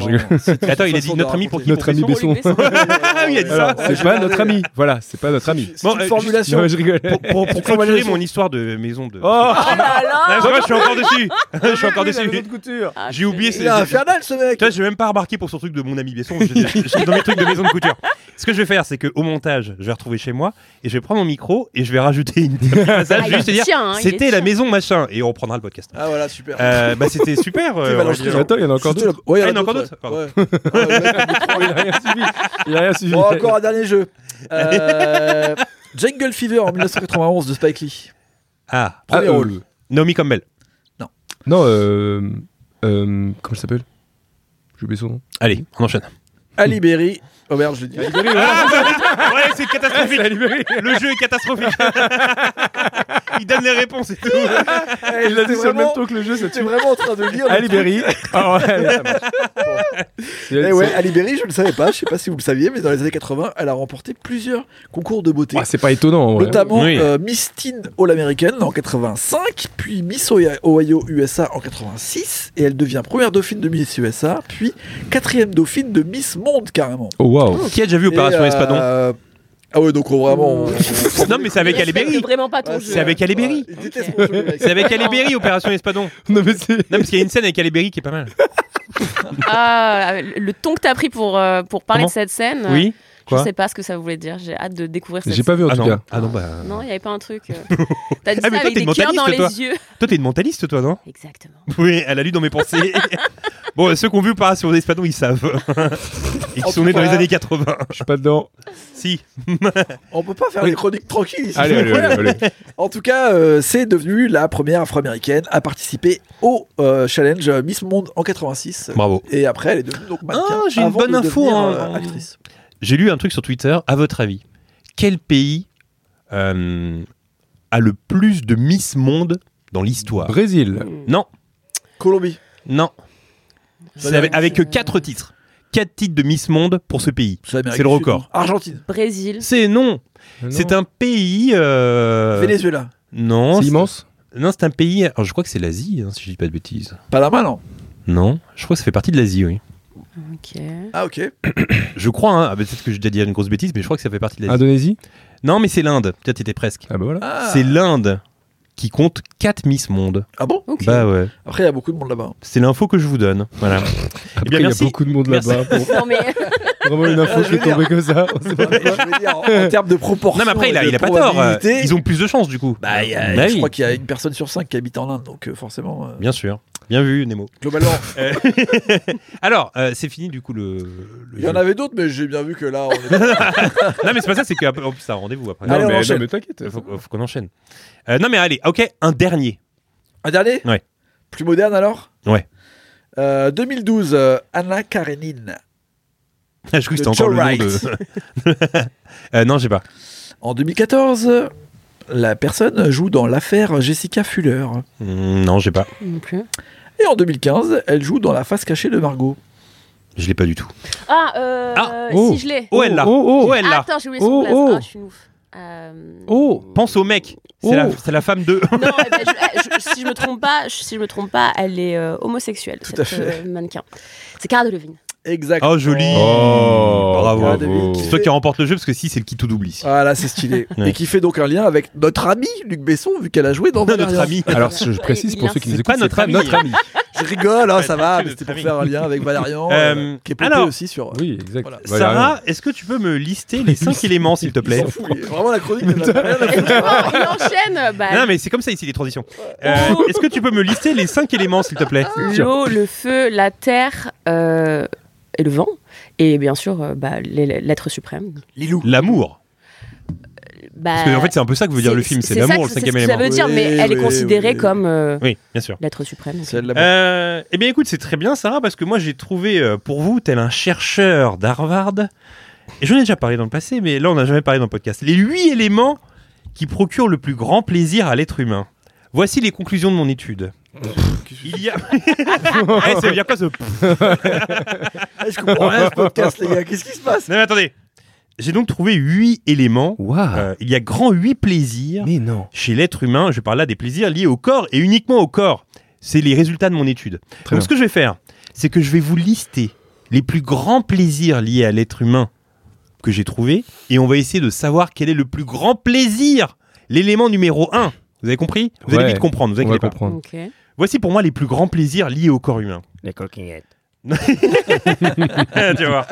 Speaker 5: rigole.
Speaker 3: Euh, Attends, il a dit notre ami pour qui
Speaker 5: Notre ami
Speaker 3: pour Besson
Speaker 5: Besson.
Speaker 3: Ah oui, il a dit ça.
Speaker 5: Alors, c'est pas notre ami. Voilà, c'est pas notre ami.
Speaker 4: C'est
Speaker 3: Bon,
Speaker 4: une
Speaker 3: euh,
Speaker 4: formulation.
Speaker 5: Non, je rigole.
Speaker 3: Pour, pour, pour
Speaker 4: Formalisation.
Speaker 3: clôturer mon histoire de maison de.
Speaker 5: Oh
Speaker 6: Oh là
Speaker 3: Ah,
Speaker 6: là
Speaker 3: tu vois, je suis encore dessus. Je suis encore
Speaker 5: Oui, Ah, la
Speaker 3: dessus.
Speaker 5: maison de couture.
Speaker 6: Ah,
Speaker 3: J'ai oublié
Speaker 6: c'est-
Speaker 4: Il est infernal ce mec.
Speaker 3: Tu vois, j'ai même pas remarqué pour son truc de mon ami Besson. j'ai- J'ai dans mes trucs de maison de couture. Ce que je vais faire, c'est qu'au montage, je vais retrouver chez moi et je vais prendre mon micro et je vais rajouter une un petit
Speaker 6: Ah,
Speaker 3: passage
Speaker 6: il est
Speaker 3: juste et dire
Speaker 6: tien, hein, il est
Speaker 3: c'était la
Speaker 6: tien.
Speaker 3: maison machin et on reprendra le podcast.
Speaker 4: Ah voilà, super.
Speaker 3: Euh, bah c'était super. euh,
Speaker 4: Tu vas
Speaker 3: on va
Speaker 4: l'enregistrer.
Speaker 3: dire.
Speaker 5: Attends, il y en a encore
Speaker 4: C'était
Speaker 5: d'autres.
Speaker 4: la- Ouais,
Speaker 3: Ah, il y en a encore
Speaker 4: ouais. Ouais, ouais, ouais.
Speaker 5: Il a rien suivi. Il a rien suivi.
Speaker 4: Bon, encore un dernier jeu. Euh, Jungle Fever en 1991 de Spike Lee.
Speaker 3: ah,
Speaker 5: Ah,
Speaker 4: premier
Speaker 5: euh,
Speaker 4: rôle.
Speaker 3: Naomi Campbell.
Speaker 5: Non, euh, euh, comment il s'appelle J'ai oublié son nom.
Speaker 3: Allez, on enchaîne.
Speaker 4: Ali Berry. Oh merde, je l'ai dit.
Speaker 5: Ah,
Speaker 3: ouais, c'est catastrophique. le jeu est catastrophique. il donne les réponses et tout.
Speaker 5: Il l'a dit sur le même
Speaker 4: Vraiment,
Speaker 5: ton que le jeu, ça
Speaker 4: T'es
Speaker 5: tue.
Speaker 4: vraiment en train de lire. le
Speaker 5: Ali
Speaker 4: truc.
Speaker 5: Berry. Ah ouais, allez, ça marche. C'est-
Speaker 4: Eh
Speaker 5: c'est-
Speaker 4: ouais, Ali Berry, je ne le savais pas, je sais pas si vous le saviez, mais dans les années 80, elle a remporté plusieurs concours de beauté.
Speaker 5: Ouais, C'est pas étonnant en vrai.
Speaker 4: Notamment
Speaker 3: Oui.
Speaker 4: euh, Miss Teen All-Américaine en 85, puis Miss Ohio- Ohio USA en 86, et elle devient première dauphine de Miss USA, puis quatrième dauphine de Miss Monde carrément.
Speaker 5: Oh waouh.
Speaker 3: Qui a déjà vu Opération
Speaker 4: Et, euh,
Speaker 3: Espadon
Speaker 4: Ah ouais, donc oh, vraiment.
Speaker 6: Mmh.
Speaker 3: Non, mais c'est avec Ali
Speaker 6: respecte
Speaker 3: Berry.
Speaker 6: vraiment pas ton
Speaker 4: Ouais,
Speaker 6: jeu.
Speaker 3: C'est avec Ali Berry.
Speaker 4: Il déteste mon jeu, le mec.
Speaker 3: C'est avec Ali Berry, Opération Espadon.
Speaker 5: Non mais c'est.
Speaker 3: Non, parce qu'il y a une scène avec Ali Berry qui est pas mal.
Speaker 6: Ah, le ton que t'as pris pour, euh, pour parler
Speaker 3: Comment
Speaker 6: de cette scène, euh,
Speaker 3: Oui.
Speaker 6: je
Speaker 3: quoi
Speaker 6: sais pas ce que ça voulait dire. J'ai hâte de découvrir cette
Speaker 5: J'ai pas vu en
Speaker 3: Ah
Speaker 5: tout
Speaker 3: non.
Speaker 5: cas.
Speaker 3: Ah non, bah.
Speaker 6: Non, il n'y avait pas un truc. euh. T'as dit
Speaker 3: Ah, mais toi,
Speaker 6: ça avec
Speaker 3: t'es
Speaker 6: des cœurs dans
Speaker 3: mentaliste, toi.
Speaker 6: les yeux.
Speaker 3: Toi, t'es une mentaliste, toi, non
Speaker 6: Exactement.
Speaker 3: Oui, elle a lu dans mes pensées. bon, ceux qui ont vu Opération Espadon, ils savent. Et
Speaker 4: En
Speaker 3: qui sont
Speaker 4: tout
Speaker 3: nés dans les
Speaker 4: cas-
Speaker 3: années 80.
Speaker 5: Je suis pas dedans.
Speaker 3: Si.
Speaker 4: On peut pas faire
Speaker 5: Oui.
Speaker 4: des chroniques tranquilles. ici.
Speaker 5: Allez, allez, allez. allez.
Speaker 4: En tout cas, euh, c'est devenu la première afro-américaine à participer au euh, challenge Miss Monde en 86.
Speaker 3: Bravo.
Speaker 4: Et après, elle est devenue donc mannequin.
Speaker 3: Ah, j'ai une
Speaker 4: avant
Speaker 3: bonne
Speaker 4: de
Speaker 3: info,
Speaker 4: devenir,
Speaker 3: hein.
Speaker 4: euh, actrice.
Speaker 3: J'ai lu un truc sur Twitter. À votre avis, quel pays euh, a le plus de Miss Monde dans l'histoire
Speaker 5: Brésil.
Speaker 6: Hmm.
Speaker 3: Non,
Speaker 4: Colombie.
Speaker 3: non. C'est avec, avec que quatre titres. Quatre titres de Miss Monde pour ce pays.
Speaker 4: l'Amérique
Speaker 3: C'est le
Speaker 4: du Sud.
Speaker 3: record.
Speaker 4: Argentine.
Speaker 6: Brésil.
Speaker 3: C'est non. C'est un pays. euh,
Speaker 4: Venezuela.
Speaker 3: Non.
Speaker 5: C'est immense.
Speaker 3: Non, c'est un pays. Alors, je crois que c'est l'Asie, hein, si je dis pas de bêtises.
Speaker 4: Panama, non
Speaker 3: Non, je crois que ça fait partie de l'Asie, oui.
Speaker 6: Ok.
Speaker 4: Ah, ok.
Speaker 3: Je crois, hein, ah, peut-être que je vais dire une grosse bêtise, mais je crois que ça fait partie de l'Asie.
Speaker 5: Indonésie.
Speaker 3: non, mais c'est l'Inde. Tiens, t'étais presque.
Speaker 5: Ah bah voilà.
Speaker 4: Ah,
Speaker 3: C'est l'Inde qui compte 4 Miss Monde.
Speaker 4: ah bon
Speaker 6: Ok.
Speaker 3: Bah ouais.
Speaker 4: Après, il y a beaucoup de monde là-bas. hein.
Speaker 3: C'est l'info que je vous donne. Voilà.
Speaker 5: Après,
Speaker 3: Eh bien,
Speaker 5: il y a
Speaker 3: merci.
Speaker 5: beaucoup de monde là-bas. pour-
Speaker 6: Non, mais euh,
Speaker 5: Vraiment une info
Speaker 4: Ah, je
Speaker 5: qui est
Speaker 4: veux dire.
Speaker 5: tombée comme ça. On sait
Speaker 4: Je
Speaker 5: pas.
Speaker 4: veux dire, en en termes de proportion.
Speaker 3: Non, mais après, il a,
Speaker 4: et de
Speaker 3: il a pas tort. euh,
Speaker 4: probabilité,
Speaker 3: Ils ont plus de chances, du coup.
Speaker 4: bah, il y a-
Speaker 3: Bah
Speaker 4: je
Speaker 3: oui.
Speaker 4: crois qu'il y a une personne sur cinq qui habite en Inde, donc euh, forcément. euh,
Speaker 3: Bien sûr. Bien vu, Nemo.
Speaker 4: globalement,
Speaker 3: Alors, euh, c'est fini, du coup, le. le
Speaker 4: il y en
Speaker 3: jeu.
Speaker 4: avait d'autres, mais j'ai bien vu que là, on est-
Speaker 3: Non, mais c'est pas ça, c'est qu'en plus, ça a rendez-vous après.
Speaker 4: Allez,
Speaker 5: non,
Speaker 4: on
Speaker 5: mais,
Speaker 4: enchaîne.
Speaker 5: non, mais t'inquiète.
Speaker 3: Faut, faut qu'on enchaîne. Euh, non, mais allez, ok, un dernier.
Speaker 4: Un dernier
Speaker 3: Ouais.
Speaker 4: Plus moderne alors
Speaker 3: Ouais.
Speaker 4: Euh, 2012, euh, Anna Karenine.
Speaker 3: Je crois que c'était
Speaker 4: Le
Speaker 3: encore le nom
Speaker 4: Joe
Speaker 3: de. Euh, non, j'ai pas.
Speaker 4: En 2014, euh, la personne joue dans l'affaire Jessica Fuller.
Speaker 3: Mm, Non, j'ai pas.
Speaker 6: non plus.
Speaker 4: Et en 2015, elle joue dans La face cachée de Margot.
Speaker 3: Je l'ai pas du tout.
Speaker 6: Ah, euh,
Speaker 3: Ah,
Speaker 5: oh.
Speaker 6: si je l'ai.
Speaker 3: Oh, elle là. Oh, elle
Speaker 6: Ah,
Speaker 3: là.
Speaker 6: attends, j'ai oublié son
Speaker 5: Oh,
Speaker 6: place.
Speaker 5: oh.
Speaker 6: Ah, je suis une ouf. Euh,
Speaker 5: Oh.
Speaker 3: Pense au mec. C'est
Speaker 5: Oh.
Speaker 3: la, c'est la femme de.
Speaker 6: Non, eh ben, je- eh, je- si je me trompe pas, je- si je me trompe pas, elle est euh, homosexuelle.
Speaker 4: Tout
Speaker 6: cette,
Speaker 4: à fait.
Speaker 6: euh, mannequin. C'est Cara Delevingne.
Speaker 4: Exactement.
Speaker 3: Oh, joli.
Speaker 5: Oh,
Speaker 3: Bravo.
Speaker 5: bravo.
Speaker 3: C'est toi qui remporte le jeu parce que si, c'est le qui tout double
Speaker 6: Ah.
Speaker 3: ici.
Speaker 4: Voilà, c'est stylé.
Speaker 3: Ouais.
Speaker 4: Et qui fait donc un lien avec notre ami Luc Besson, vu qu'elle a joué dans
Speaker 3: Non, notre ami.
Speaker 5: Alors, je je précise pour ceux qui nous
Speaker 3: C'est
Speaker 5: écoutent,
Speaker 3: pas notre
Speaker 5: c'est
Speaker 3: ami. hein.
Speaker 5: notre ami.
Speaker 4: Je rigole, hein, ça va,
Speaker 3: Très
Speaker 4: mais
Speaker 3: de
Speaker 4: c'était pour
Speaker 3: famille.
Speaker 4: faire un lien avec Valérian,
Speaker 3: Euh,
Speaker 4: euh, qui est popé
Speaker 3: alors-
Speaker 4: aussi sur.
Speaker 5: Oui, exact.
Speaker 4: Voilà.
Speaker 5: Valérian.
Speaker 3: Sarah, est-ce que tu peux me lister les 5 éléments, s'il te
Speaker 4: Il
Speaker 3: plaît
Speaker 4: s'en fout, il est Vraiment la chronique. elle a rien à
Speaker 6: Et
Speaker 4: foutre.
Speaker 6: tu vois, Oh, il enchaîne. Bah,
Speaker 3: Non, mais c'est comme ça ici, les transitions. Euh,
Speaker 6: Oh.
Speaker 3: est-ce que tu peux me lister les 5 éléments, s'il te plaît
Speaker 6: L'eau, le feu, la terre euh, et le vent. Et bien sûr, euh, bah, l'é- l'être suprême.
Speaker 4: Lilou.
Speaker 3: L'amour.
Speaker 6: Bah,
Speaker 3: Parce que, en fait, c'est un peu ça que veut dire le film, c'est
Speaker 6: ça
Speaker 3: l'amour,
Speaker 6: que-
Speaker 3: le
Speaker 6: c'est
Speaker 3: cinquième
Speaker 6: ce que
Speaker 3: élément.
Speaker 6: Ça veut dire, mais
Speaker 4: Oui,
Speaker 6: elle est
Speaker 4: oui,
Speaker 6: considérée
Speaker 4: oui.
Speaker 6: comme euh,
Speaker 3: Oui, bien sûr.
Speaker 6: l'être suprême. donc.
Speaker 4: Celle-là.
Speaker 3: Euh, eh bien, écoute, c'est très bien, Sarah, parce que moi, j'ai trouvé euh, pour vous, tel un chercheur d'Harvard, et j'en ai déjà parlé dans le passé, mais là, on n'a jamais parlé dans le podcast, les huit éléments qui procurent le plus grand plaisir à l'être humain. Voici les conclusions de mon étude. Il y a. Eh, ça veut dire quoi ce. Euh.
Speaker 4: Ah, Je comprends rien à ce podcast, les gars. Qu'est-ce qui se passe
Speaker 3: Non, mais attendez. J'ai donc trouvé huit éléments.
Speaker 5: Waouh.
Speaker 3: Euh, il y a grand huit plaisirs
Speaker 5: Mais non.
Speaker 3: chez l'être humain. Je parle là des plaisirs liés au corps et uniquement au corps. C'est les résultats de mon étude.
Speaker 5: Très
Speaker 3: Donc
Speaker 5: bien.
Speaker 3: ce que je vais faire, c'est que je vais vous lister les plus grands plaisirs liés à l'être humain que j'ai trouvé et on va essayer de savoir quel est le plus grand plaisir, l'élément numéro un. Vous avez compris Vous
Speaker 5: Ouais.
Speaker 3: allez vite comprendre, vous
Speaker 5: On va
Speaker 3: inquiétez pas.
Speaker 5: comprendre.
Speaker 6: Ok.
Speaker 3: Voici pour moi les plus grands plaisirs liés au corps humain.
Speaker 7: Les coquillettes.
Speaker 3: tu vois.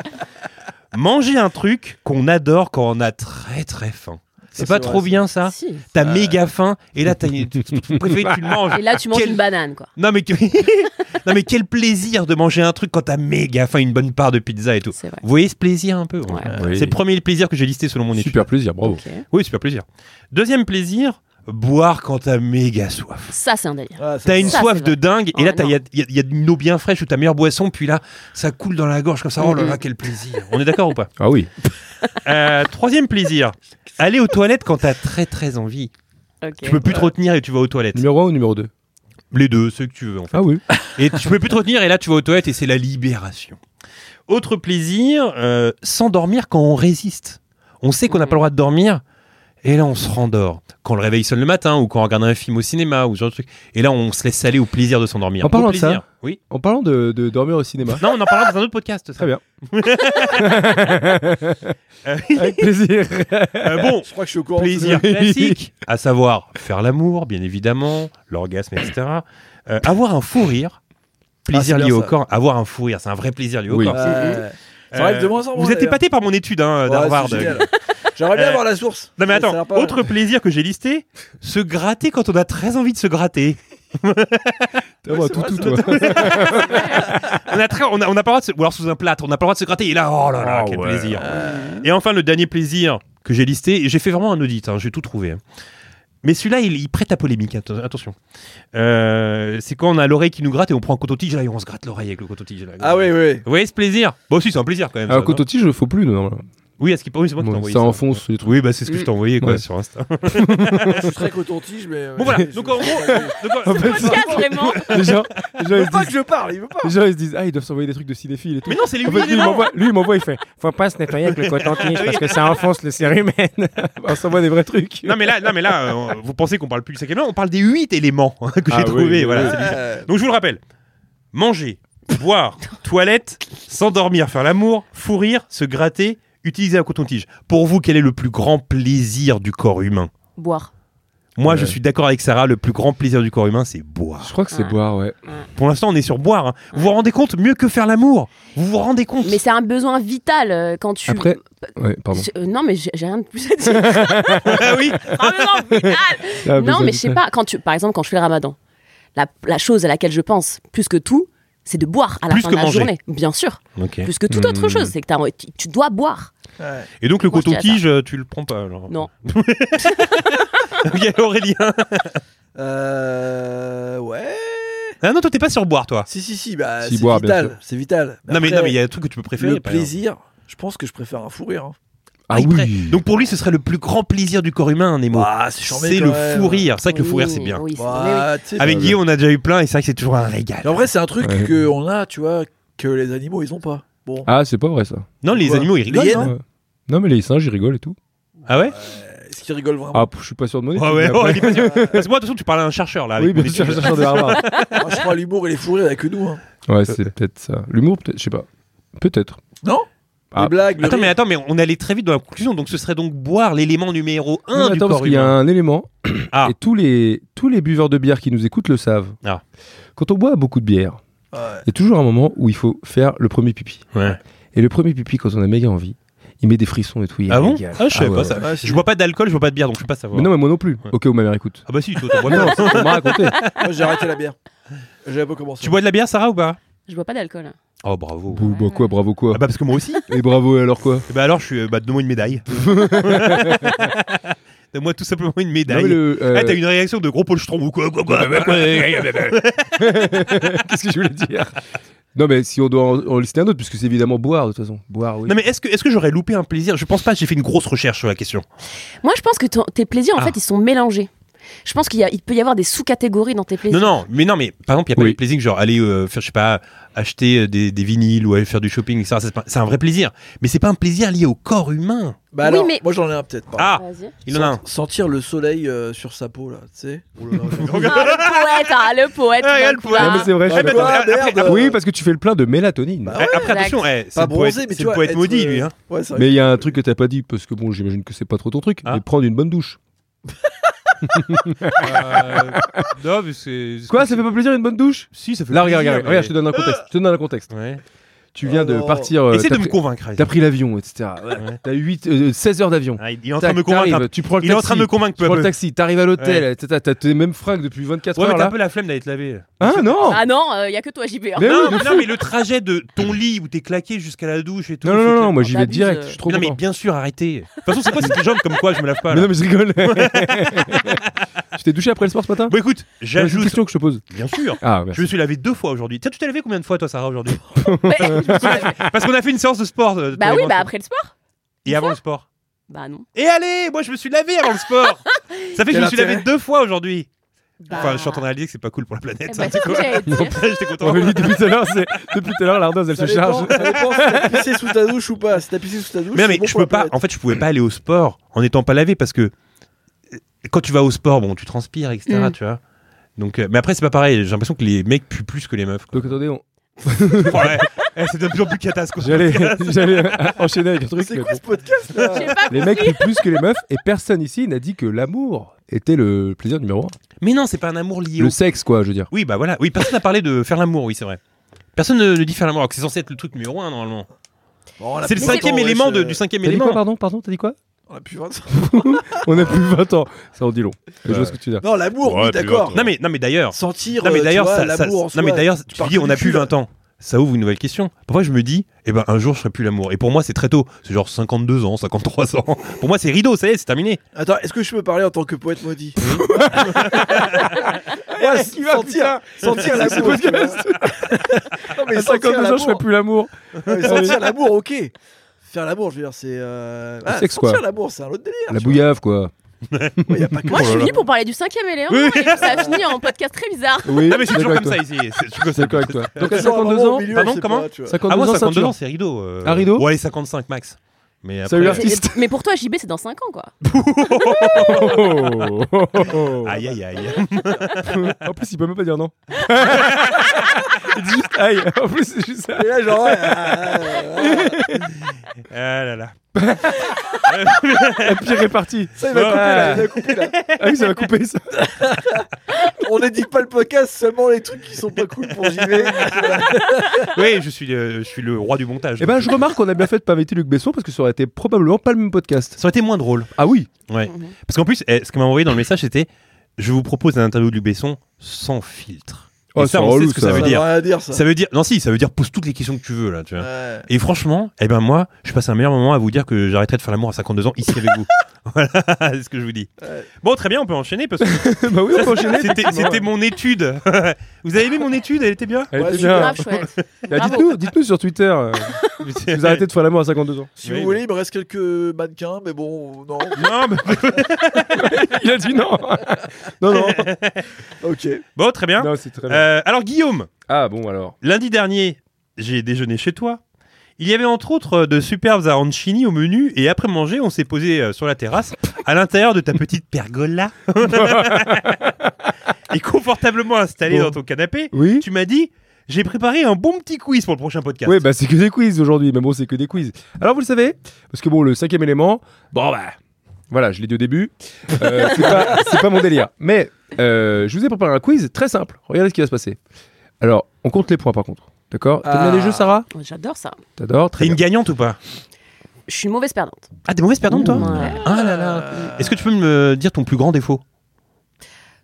Speaker 3: Manger un truc qu'on adore quand on a très très faim. C'est pas
Speaker 4: Ça, c'est
Speaker 3: trop
Speaker 4: vrai,
Speaker 3: bien ça
Speaker 6: Si.
Speaker 3: T'as méga faim et là t'as une- tu tu préfères que tu le manges.
Speaker 6: Et là, tu manges
Speaker 3: Ah, Quel-
Speaker 6: une banane, quoi.
Speaker 3: Non mais, que- non mais quel plaisir de manger un truc quand t'as méga faim, une bonne part de pizza et tout.
Speaker 6: C'est vrai.
Speaker 3: Vous voyez ce plaisir un peu
Speaker 6: Ouais.
Speaker 5: Oui.
Speaker 3: C'est le premier plaisir que j'ai listé selon mon étude.
Speaker 5: Super plaisir, bravo.
Speaker 6: Ok.
Speaker 3: Oui, super plaisir. Deuxième plaisir, boire quand t'as méga soif.
Speaker 6: Ça, c'est un délire.
Speaker 4: Ah, ça-
Speaker 3: T'as une
Speaker 6: Ça, c'est
Speaker 3: soif
Speaker 6: vrai.
Speaker 3: de dingue et
Speaker 6: Ouais,
Speaker 3: là t'as-
Speaker 6: Oh, non.
Speaker 3: il y a, il y a- il y a une eau bien fraîche ou ta meilleure boisson puis là ça coule dans la gorge comme ça. Oh là
Speaker 6: Mhm.
Speaker 3: là quel plaisir. On est d'accord ou pas
Speaker 5: Ah oui.
Speaker 3: Euh, Troisième plaisir, aller aux toilettes quand t'as très très envie.
Speaker 6: Ok.
Speaker 3: Tu peux plus te retenir et tu vas aux toilettes.
Speaker 5: Numéro 1 ou numéro 2
Speaker 3: Les deux, ceux que tu veux en fait.
Speaker 5: Ah oui.
Speaker 3: Et tu peux plus te retenir et là tu vas aux toilettes et c'est la libération. Autre plaisir, euh, s'endormir quand on résiste. On sait qu'on n'a pas le droit de dormir et là on se rendort. Quand le réveil sonne le matin ou quand on regarde un film au cinéma ou ce genre de truc. Et là on se laisse aller au plaisir de s'endormir.
Speaker 5: En parlant
Speaker 3: Au
Speaker 5: de ça.
Speaker 3: plaisir. Oui.
Speaker 5: En parlant de, de dormir au cinéma.
Speaker 3: Non, on en parlera dans un autre podcast. ça.
Speaker 5: Très bien. Avec plaisir.
Speaker 3: Euh, bon,
Speaker 4: Je crois que je suis au courant.
Speaker 3: plaisir classique, à savoir faire l'amour, bien évidemment, l'orgasme, etc. Euh, avoir un fou rire. Plaisir
Speaker 4: Ah, c'est
Speaker 3: lié
Speaker 4: bien,
Speaker 3: au
Speaker 4: ça.
Speaker 3: corps. Avoir un fou rire, c'est un vrai plaisir lié au
Speaker 5: Oui. Ah,
Speaker 3: corps.
Speaker 4: Ouais. C'est vrai que de moins en moins,
Speaker 3: Euh, Vous êtes
Speaker 4: d'ailleurs.
Speaker 3: épaté par mon étude hein,
Speaker 4: Ouais,
Speaker 3: d'Harvard.
Speaker 4: c'est génial. J'aimerais bien
Speaker 3: Euh,
Speaker 4: avoir la source.
Speaker 3: Non mais
Speaker 4: Ça- ça a
Speaker 3: attends,
Speaker 4: l'air pas-
Speaker 3: autre plaisir que j'ai listé, se gratter quand on a très envie de se gratter.
Speaker 5: T'as Ah, moi, tout, tout, toi.
Speaker 3: On a très, on a, on a pas le droit de se, ou alors sous un plâtre, on n'a pas le droit de se gratter. Et là, oh là là,
Speaker 5: Ah
Speaker 3: quel
Speaker 5: ouais.
Speaker 3: plaisir. Et enfin le dernier plaisir que j'ai listé, et j'ai fait vraiment un audit, hein, j'ai tout trouvé. Mais celui-là, il, il prête à polémique, atten- attention. Euh, c'est quand on a l'oreille qui nous gratte et on prend un coton-tige là et on se gratte l'oreille avec le coton-tige là.
Speaker 4: Ah oui, oui.
Speaker 3: Vous voyez ce plaisir Bon, si, c'est un plaisir quand même. ça,
Speaker 5: Alors,
Speaker 3: non
Speaker 5: coton-tige, faut plus, non, normalement.
Speaker 3: oui, à ce qui oui, c'est moi qui t'ai
Speaker 5: Bon,
Speaker 3: envoyé
Speaker 5: ça
Speaker 3: ça.
Speaker 5: enfonce les trucs.
Speaker 3: Oui, bah c'est ce que je t'ai envoyé quoi,
Speaker 5: Ouais.
Speaker 3: sur Insta.
Speaker 4: Je suis très coton-tige, mais.
Speaker 3: Bon voilà, donc en gros, donc, en-
Speaker 6: Podcast, vraiment.
Speaker 5: Les gens, les gens,
Speaker 4: Il
Speaker 5: ils
Speaker 4: veut
Speaker 5: se
Speaker 4: pas
Speaker 5: disent,
Speaker 4: que je parle, il veut pas.
Speaker 5: les gens, ils se disent, ah, ils doivent s'envoyer des trucs de cinéphiles et tout.
Speaker 3: mais non, c'est les
Speaker 5: En
Speaker 3: huit
Speaker 5: fait, lui, il
Speaker 3: éléments.
Speaker 5: Ah, m'envoie- lui, il m'envoie, il fait.
Speaker 7: Faut pas se nettoyer avec le coton-tige parce que ça enfonce le cérumen.
Speaker 5: On s'envoie des vrais trucs.
Speaker 3: Non mais là, non mais là, euh, vous pensez qu'on parle plus du cinquième élément, on parle des huit éléments hein, que
Speaker 5: Ah
Speaker 3: j'ai
Speaker 5: oui,
Speaker 3: trouvés.
Speaker 5: oui,
Speaker 3: voilà,
Speaker 5: oui.
Speaker 3: c'est bizarre.
Speaker 4: Euh,
Speaker 3: Donc je vous le rappelle manger, boire, toilette, s'endormir, faire l'amour, fourrir, se gratter, utiliser un coton-tige. Pour vous, quel est le plus grand plaisir du corps humain
Speaker 6: Boire.
Speaker 3: Moi,
Speaker 5: Ouais.
Speaker 3: je suis d'accord avec Sarah. Le plus grand plaisir du corps humain, c'est boire.
Speaker 5: Je crois que c'est
Speaker 6: Ouais.
Speaker 5: boire, ouais.
Speaker 3: Pour l'instant, on est sur boire. hein. Vous vous rendez compte Mieux que faire l'amour. Vous vous rendez compte
Speaker 6: Mais c'est un besoin vital euh, quand tu.
Speaker 5: Après, ouais, pardon.
Speaker 6: Je- euh, non, mais j'ai j'ai rien de plus à dire.
Speaker 3: Ah oui.
Speaker 6: Un besoin vital.
Speaker 5: Ah,
Speaker 6: non,
Speaker 5: ça-
Speaker 6: mais je sais pas. Quand tu, par exemple, quand je fais le ramadan, la, la chose à laquelle je pense plus que tout, c'est de boire à la
Speaker 3: Plus
Speaker 6: fin
Speaker 3: que
Speaker 6: de la
Speaker 3: manger.
Speaker 6: journée. Bien sûr.
Speaker 3: Ok.
Speaker 6: Plus que toute autre
Speaker 5: Hmm.
Speaker 6: chose. C'est que t'as- tu, tu dois boire.
Speaker 4: ouais.
Speaker 3: Et donc le
Speaker 6: Moi, je dirais
Speaker 3: coton-tige, euh, tu le prends pas alors
Speaker 6: Non.
Speaker 3: Ok, Aurélien.
Speaker 4: Euh. Ouais.
Speaker 3: Ah non, toi t'es pas sur boire, toi.
Speaker 4: Si, si, si, bah,
Speaker 5: Si,
Speaker 4: c'est
Speaker 5: boire, bien
Speaker 4: vital. C'est vital.
Speaker 3: non mais
Speaker 4: après,
Speaker 3: non mais il y a un truc que tu peux préférer.
Speaker 4: Le
Speaker 3: par exemple.
Speaker 4: plaisir, je pense que je préfère un fou rire. hein.
Speaker 5: Ah
Speaker 3: Ah, il prête.
Speaker 5: oui.
Speaker 3: Donc pour lui, ce serait le plus grand plaisir du corps humain, Nemo.
Speaker 4: Ah, c'est charmé,
Speaker 3: c'est
Speaker 4: quand
Speaker 3: le
Speaker 4: même.
Speaker 3: fou rire. C'est vrai que le fou rire, c'est bien.
Speaker 6: Oui, c'est- oui, oui.
Speaker 4: Bah, tu sais,
Speaker 3: Avec
Speaker 4: bah,
Speaker 3: Guillaume, on a déjà eu plein et c'est vrai que c'est toujours un régal.
Speaker 4: mais En vrai, c'est un truc
Speaker 5: Ouais.
Speaker 4: que qu'on a, tu vois, que les animaux, ils ont pas. Bon.
Speaker 5: Ah, c'est pas vrai ça.
Speaker 3: Non, les
Speaker 4: Quoi
Speaker 3: animaux, ils
Speaker 4: Les
Speaker 3: rigolent.
Speaker 4: hyènes
Speaker 3: non
Speaker 5: Ouais. Non, mais les singes, ils rigolent et tout.
Speaker 3: Ah ouais
Speaker 4: Est-ce qu'ils rigolent vraiment
Speaker 5: Ah, je suis pas sûr de mon étude,
Speaker 3: Ah ouais,
Speaker 5: mais
Speaker 3: oh,
Speaker 5: après-
Speaker 3: il est pas sûr. Parce que moi, de toute façon, tu parles à un chercheur là.
Speaker 5: Oui,
Speaker 3: avec mon
Speaker 5: bien sûr,
Speaker 3: étude.
Speaker 5: chercheur de Harvard.
Speaker 4: Moi, Je crois à l'humour et les fous rires, il y a que nous. hein.
Speaker 5: Ouais, c'est peut-être ça. L'humour, peut-être, je sais pas. Peut-être.
Speaker 4: Non
Speaker 5: Ah.
Speaker 4: Les blagues, le
Speaker 3: Attends, mais
Speaker 4: rire.
Speaker 3: attends, mais on allait très vite dans la conclusion, donc ce serait donc boire l'élément numéro 1
Speaker 5: Non,
Speaker 3: du
Speaker 5: attends,
Speaker 3: corps
Speaker 5: parce qu'il y a
Speaker 3: humain.
Speaker 5: un élément,
Speaker 3: Ah.
Speaker 5: et tous les, tous les buveurs de bière qui nous écoutent le savent.
Speaker 3: Ah.
Speaker 5: Quand on boit beaucoup de bière, il y a toujours un moment où il faut faire le premier pipi.
Speaker 3: Ouais.
Speaker 5: Et le premier pipi, quand on a méga envie, il met des frissons et tout. il
Speaker 3: Ah bon
Speaker 5: régale.
Speaker 3: Ah, je savais
Speaker 5: ouais,
Speaker 3: pas
Speaker 5: ouais.
Speaker 3: ça.
Speaker 4: Ouais,
Speaker 3: Je bois pas d'alcool, je bois pas de bière, donc je peux pas savoir.
Speaker 5: Mais non, mais moi non plus.
Speaker 3: Ouais.
Speaker 5: Ok, ou ma mère écoute.
Speaker 3: Ah bah si, toi, t'en bois
Speaker 5: Non,
Speaker 3: pas.
Speaker 5: c'est pour me raconter.
Speaker 4: Moi, j'ai arrêté la bière. J'avais pas commencé.
Speaker 3: Tu bois de la bière, Sarah, ou pas
Speaker 6: Je bois pas d'alcool. hein.
Speaker 3: Oh, bravo.
Speaker 5: Bou- bah quoi, bravo quoi
Speaker 3: Ah bah parce que moi aussi.
Speaker 5: Et bravo, et alors quoi
Speaker 3: Eh bah alors, je suis. euh, Bah, donne-moi une médaille. Donne-moi tout simplement une
Speaker 5: Non,
Speaker 3: médaille.
Speaker 5: mais le, euh,
Speaker 3: Ah, t'as une réaction de gros polstron ou quoi, quoi, quoi.
Speaker 5: Qu'est-ce que je voulais dire Non, mais si on doit en, en lister un autre, puisque c'est évidemment boire de toute façon. Boire, oui.
Speaker 3: Non, mais est-ce que, est-ce que j'aurais loupé un plaisir Je pense pas, j'ai fait une grosse recherche sur la question.
Speaker 6: Moi, je pense que ton- tes plaisirs, en
Speaker 3: Ah.
Speaker 6: fait, ils sont mélangés. Je pense qu'il y a- il peut y avoir des sous-catégories dans tes plaisirs.
Speaker 3: Non, non, mais non, mais par exemple, il y a pas
Speaker 5: Oui.
Speaker 3: de plaisir que genre aller euh, faire, je sais pas, acheter euh, des, des vinyles ou aller faire du shopping, etc. Ça, C'est, pas- c'est un vrai plaisir. Mais c'est pas un plaisir lié au corps humain.
Speaker 4: Bah
Speaker 6: Oui,
Speaker 4: alors,
Speaker 6: mais-
Speaker 4: moi j'en ai un peut-être pas.
Speaker 3: Ah,
Speaker 6: Vas-y.
Speaker 3: il en a un.
Speaker 4: Sentir le soleil euh, sur sa peau là, tu sais.
Speaker 6: Ah, le poète, ah, le poète.
Speaker 3: Ah,
Speaker 6: d'un
Speaker 3: regarde,
Speaker 6: coup,
Speaker 3: le poète.
Speaker 6: là.
Speaker 5: Ah, mais c'est vrai. je
Speaker 4: Bah,
Speaker 5: suis
Speaker 4: quoi,
Speaker 5: d'accord.
Speaker 3: après-
Speaker 4: merde.
Speaker 5: oui, parce que tu fais le plein de mélatonine.
Speaker 4: Bah,
Speaker 3: Eh, Après,
Speaker 6: exact.
Speaker 3: attention, eh, c'est
Speaker 4: Euh, Pas
Speaker 3: le poète,
Speaker 4: bronzé, mais
Speaker 3: c'est
Speaker 4: tu
Speaker 3: le
Speaker 4: vois.
Speaker 3: poète
Speaker 4: être,
Speaker 3: maudit, lui.
Speaker 4: euh,
Speaker 3: Hein.
Speaker 4: Ouais, c'est vrai.
Speaker 5: Mais il y a un truc que t'as pas dit, parce que bon, j'imagine que c'est pas trop ton truc,
Speaker 3: Ah.
Speaker 5: mais prendre une bonne douche. Euh,
Speaker 3: non, mais c'est.
Speaker 5: Quoi, ça fait pas plaisir une bonne douche
Speaker 3: Si, ça fait
Speaker 5: Là, regarde, regarde, regarde, je te donne un contexte. Je te donne un contexte. Tu viens
Speaker 4: Oh
Speaker 5: de
Speaker 4: non.
Speaker 5: partir. euh,
Speaker 3: Essaie
Speaker 5: t'as
Speaker 3: de me
Speaker 5: pris-
Speaker 3: convaincre. Alex.
Speaker 5: T'as pris l'avion, etc. Ouais. T'as 8, 16 heures d'avion.
Speaker 3: Ah, il est en train
Speaker 5: Tac,
Speaker 3: de me convaincre. un
Speaker 5: t'arrives, Tu prends le
Speaker 3: Il est en train de me
Speaker 5: taxi.
Speaker 3: convaincre,
Speaker 5: Tu prends le
Speaker 3: peu.
Speaker 5: taxi, t'arrives à l'hôtel, etc. T'as tes mêmes fringues depuis 24
Speaker 3: Ouais, mais
Speaker 5: heures
Speaker 3: t'as un
Speaker 5: là.
Speaker 3: peu la flemme d'aller te laver.
Speaker 5: Ah non
Speaker 6: Ah non, il y a que toi, JB. hein.
Speaker 5: Mais Eh oui,
Speaker 3: non,
Speaker 5: de
Speaker 3: mais, non,
Speaker 5: fou.
Speaker 3: mais le trajet de ton lit où t'es claqué jusqu'à la douche et tout.
Speaker 5: Non, non,
Speaker 3: faut
Speaker 5: non,
Speaker 3: que-
Speaker 5: non, moi j'y vais
Speaker 6: T'abuses,
Speaker 5: direct,
Speaker 6: euh.
Speaker 5: je suis trop
Speaker 3: Mais non, mais
Speaker 5: content.
Speaker 3: bien sûr, arrêtez. De toute façon, c'est quoi cette jambe comme quoi je me lave pas
Speaker 5: Mais
Speaker 3: là
Speaker 5: non, mais je rigole. tu t'es douché après le sport ce matin
Speaker 3: Bon, écoute,
Speaker 5: C'est une
Speaker 3: j'ajoute.
Speaker 5: question que je te pose.
Speaker 3: Bien sûr.
Speaker 5: Ah,
Speaker 3: Je
Speaker 5: merci.
Speaker 3: me suis lavé deux fois aujourd'hui. Tiens, tu t'es lavé combien de fois toi, Sarah, aujourd'hui
Speaker 6: Ouais, je me suis lavée.
Speaker 3: Parce qu'on a fait une séance de sport. euh,
Speaker 6: bah
Speaker 3: tous les
Speaker 6: oui,
Speaker 3: mois.
Speaker 6: bah après le sport.
Speaker 3: Et avant le sport.
Speaker 6: Bah non.
Speaker 3: Et allez, moi je me suis lavé avant le sport. Ça fait que je
Speaker 4: Quel
Speaker 3: me suis
Speaker 4: intérêt
Speaker 3: lavé deux fois aujourd'hui.
Speaker 6: Bah...
Speaker 3: Enfin, je suis en train de réaliser que c'est pas cool pour la planète.
Speaker 6: Eh
Speaker 3: ça,
Speaker 6: bah,
Speaker 3: du
Speaker 6: c'est
Speaker 3: coup.
Speaker 6: ce que j'allais te dire.
Speaker 3: Après, J'étais
Speaker 5: On
Speaker 3: content.
Speaker 5: me dit depuis tout à l'heure, c'est- depuis tout à l'heure, l'ardoise elle
Speaker 4: Ça
Speaker 5: se
Speaker 4: dépend-
Speaker 5: charge.
Speaker 4: ça dépend si t'as pissé sous ta douche ou pas. Si t'as pissé sous ta douche,
Speaker 3: Mais non,
Speaker 4: c'est
Speaker 3: mais
Speaker 4: bon
Speaker 3: je
Speaker 4: pour la
Speaker 3: peux pas.
Speaker 4: planète.
Speaker 3: En fait, je pouvais pas aller au sport en n'étant pas lavé parce que euh, quand tu vas au sport, bon, tu transpires, etc.
Speaker 6: Mm.
Speaker 3: Tu vois. Donc, euh, mais après, c'est pas pareil. J'ai l'impression que les mecs puent plus que les meufs. quoi.
Speaker 5: Donc attendez, on-
Speaker 3: Ouais. Eh, c'est de plus en plus catastrophique.
Speaker 5: j'allais j'allais enchaîner avec un truc.
Speaker 4: C'est
Speaker 5: mais
Speaker 4: quoi
Speaker 5: bon.
Speaker 4: ce podcast là
Speaker 6: J'ai pas
Speaker 5: Les mecs
Speaker 6: compris.
Speaker 5: plus, plus que les meufs et personne ici n'a dit que l'amour était le plaisir numéro un.
Speaker 3: Mais non, c'est pas un amour lié
Speaker 5: Le
Speaker 3: au.
Speaker 5: sexe quoi, je veux dire.
Speaker 3: Oui, bah voilà. Oui, personne n'a parlé de faire l'amour. Oui, c'est vrai. Personne ne, ne dit faire l'amour. alors que C'est censé être le truc numéro un normalement.
Speaker 4: Bon, on a
Speaker 3: Ah, C'est le
Speaker 4: plus
Speaker 3: cinquième
Speaker 4: longtemps, ouais,
Speaker 3: élément
Speaker 4: je-
Speaker 3: de- du cinquième
Speaker 5: T'as dit quoi
Speaker 3: élément.
Speaker 5: pardon Pardon, t'as dit quoi
Speaker 4: On a plus 20
Speaker 5: On a plus de 20 ans. Ça en dit long. Mais Je vois
Speaker 3: Ouais.
Speaker 5: ce que tu veux dire.
Speaker 4: Non, l'amour,
Speaker 3: Ouais,
Speaker 4: oui,
Speaker 3: plus
Speaker 4: d'accord.
Speaker 3: longtemps. Non mais non mais d'ailleurs.
Speaker 4: Sentir
Speaker 3: Non mais
Speaker 4: euh,
Speaker 3: d'ailleurs
Speaker 4: tu vois,
Speaker 3: ça, ça-
Speaker 4: l'amour en soi.
Speaker 3: non mais d'ailleurs tu
Speaker 4: pars
Speaker 3: dis
Speaker 4: que
Speaker 3: on
Speaker 4: du
Speaker 3: a plus
Speaker 4: cul, là.
Speaker 3: 20 ans. Ça ouvre une nouvelle question. Parfois je me dis eh ben un jour je serai plus l'amour et pour moi c'est très tôt, c'est genre 52 ans, 53 ans. Pour moi c'est rideau, ça y est, c'est terminé.
Speaker 4: Attends, est-ce que je peux parler en tant que poète maudit Ouais, sentir, sentir
Speaker 5: C'est
Speaker 4: l'amour.
Speaker 5: ce podcast.
Speaker 4: tu vois. non, mais
Speaker 5: À
Speaker 4: sentir
Speaker 5: 52 ans, je ferai
Speaker 4: l'amour.
Speaker 5: plus l'amour.
Speaker 4: Ouais, mais sentir l'amour, ok. Faire l'amour, je veux dire, c'est. Euh...
Speaker 5: Le sexe, quoi.
Speaker 4: Sentir l'amour, c'est un autre délire.
Speaker 5: La bouillave quoi.
Speaker 4: Il y a pas que
Speaker 6: Moi, je
Speaker 4: Oh là là.
Speaker 6: finis pour parler du cinquième élément.
Speaker 3: Oui.
Speaker 6: Et puis ça finit en podcast très bizarre.
Speaker 5: Oui,
Speaker 4: Ah,
Speaker 3: Non mais c'est toujours
Speaker 5: d'accord
Speaker 3: comme ça
Speaker 5: avec
Speaker 3: ici. C'est toujours comme
Speaker 5: toi.
Speaker 3: ça.
Speaker 5: C'est correct toi. Donc à
Speaker 4: Genre,
Speaker 5: 52
Speaker 4: vraiment, au
Speaker 5: ans,
Speaker 4: milieu,
Speaker 3: Pardon,
Speaker 4: je sais
Speaker 3: comment
Speaker 4: pas, tu vois.
Speaker 5: 52
Speaker 3: Ah moi
Speaker 5: ans,
Speaker 3: 52
Speaker 5: ceinture.
Speaker 3: ans c'est rideau. euh,
Speaker 5: Un rideau
Speaker 3: Ouais, allez, 55 max. Mais après,
Speaker 5: Salut, l'artiste.
Speaker 6: Et- Mais pour toi, JB, c'est dans 5 ans, quoi.
Speaker 5: Oh, oh, oh, oh.
Speaker 3: euh, Aïe aïe aïe.
Speaker 5: en plus, il peut même pas dire non. il dit juste aïe. En plus, c'est juste ça.
Speaker 4: Et là, genre. ouais, euh, euh,
Speaker 3: Ah là là.
Speaker 5: La pire est partie.
Speaker 4: ça, il va couper, là, il va couper, là.
Speaker 5: Ah oui, ça va couper ça.
Speaker 4: On n'édite pas le podcast, seulement les trucs qui sont pas cool pour JV.
Speaker 3: Oui, je suis euh, je suis le roi du montage.
Speaker 5: Eh ben, je remarque qu'on a bien fait de pas inviter Luc Besson parce que ça aurait été probablement pas le même podcast.
Speaker 3: Ça aurait été moins drôle.
Speaker 5: Ah oui.
Speaker 3: Ouais.
Speaker 6: Mhm.
Speaker 3: Parce qu'en plus, eh, ce qu'on m'a envoyé dans le message, c'était Je vous propose un interview de Luc Besson sans filtre.
Speaker 5: Oh,
Speaker 3: Et ça,
Speaker 5: c'est
Speaker 3: on sait
Speaker 5: relou,
Speaker 3: ce que ça,
Speaker 5: ça.
Speaker 3: veut dire.
Speaker 4: rien à dire, ça.
Speaker 3: Ça veut dire. Non, si, ça veut dire pose toutes les questions que tu veux, là, tu vois.
Speaker 4: Ouais.
Speaker 3: Et franchement, eh ben moi, je passe un meilleur moment à vous dire que j'arrêterai de faire l'amour à 52 ans ici avec vous. voilà, c'est ce que je vous dis.
Speaker 4: Ouais.
Speaker 3: Bon, très bien, on peut enchaîner parce que
Speaker 5: bah oui, on peut enchaîner.
Speaker 3: c'était c'était mon étude. vous avez aimé mon étude Elle était bien
Speaker 5: Elle
Speaker 4: Ouais,
Speaker 5: était
Speaker 4: super.
Speaker 5: bien.
Speaker 6: Grave chouette.
Speaker 5: Bah,
Speaker 6: Bravo.
Speaker 5: dites-nous, dites-nous sur Twitter. euh, vous arrêtez de faire l'amour à 52 ans.
Speaker 4: Si
Speaker 3: Oui,
Speaker 4: vous
Speaker 3: mais-
Speaker 4: voulez, il me reste quelques mannequins, mais bon, non.
Speaker 3: Non, bah,
Speaker 5: Il a dit non. non, non.
Speaker 4: ok.
Speaker 3: bon, très bien.
Speaker 5: Non, c'est très bien.
Speaker 3: Euh, alors, Guillaume,
Speaker 5: Ah bon, alors.
Speaker 3: Lundi dernier, j'ai déjeuné chez toi. Il y avait entre autres euh, de superbes arancini au menu et après manger, on s'est posé euh, sur la terrasse à l'intérieur de ta petite pergola. et confortablement installé
Speaker 5: Bon.
Speaker 3: dans ton canapé,
Speaker 5: Oui.
Speaker 3: tu m'as dit j'ai préparé un bon petit quiz pour le prochain podcast.
Speaker 5: Oui, bah c'est que des quiz aujourd'hui, mais bon, c'est que des quiz. Alors vous le savez, parce que bon, le cinquième élément, bon bah, voilà, je l'ai dit au début, euh, c'est pas, c'est pas mon délire. Mais euh, je vous ai préparé un quiz très simple, regardez ce qui va se passer. Alors, on compte les points par contre, d'accord T'aimes bien
Speaker 4: Ah.
Speaker 5: les jeux, Sarah
Speaker 6: Oh, J'adore ça.
Speaker 5: T'adores,
Speaker 3: T'es
Speaker 5: très
Speaker 3: une
Speaker 5: bien.
Speaker 3: gagnante ou pas
Speaker 6: Je suis une mauvaise perdante.
Speaker 3: Ah, t'es mauvaise perdante toi
Speaker 6: Ouais.
Speaker 3: Ah là là. Est-ce que tu peux me dire ton plus grand défaut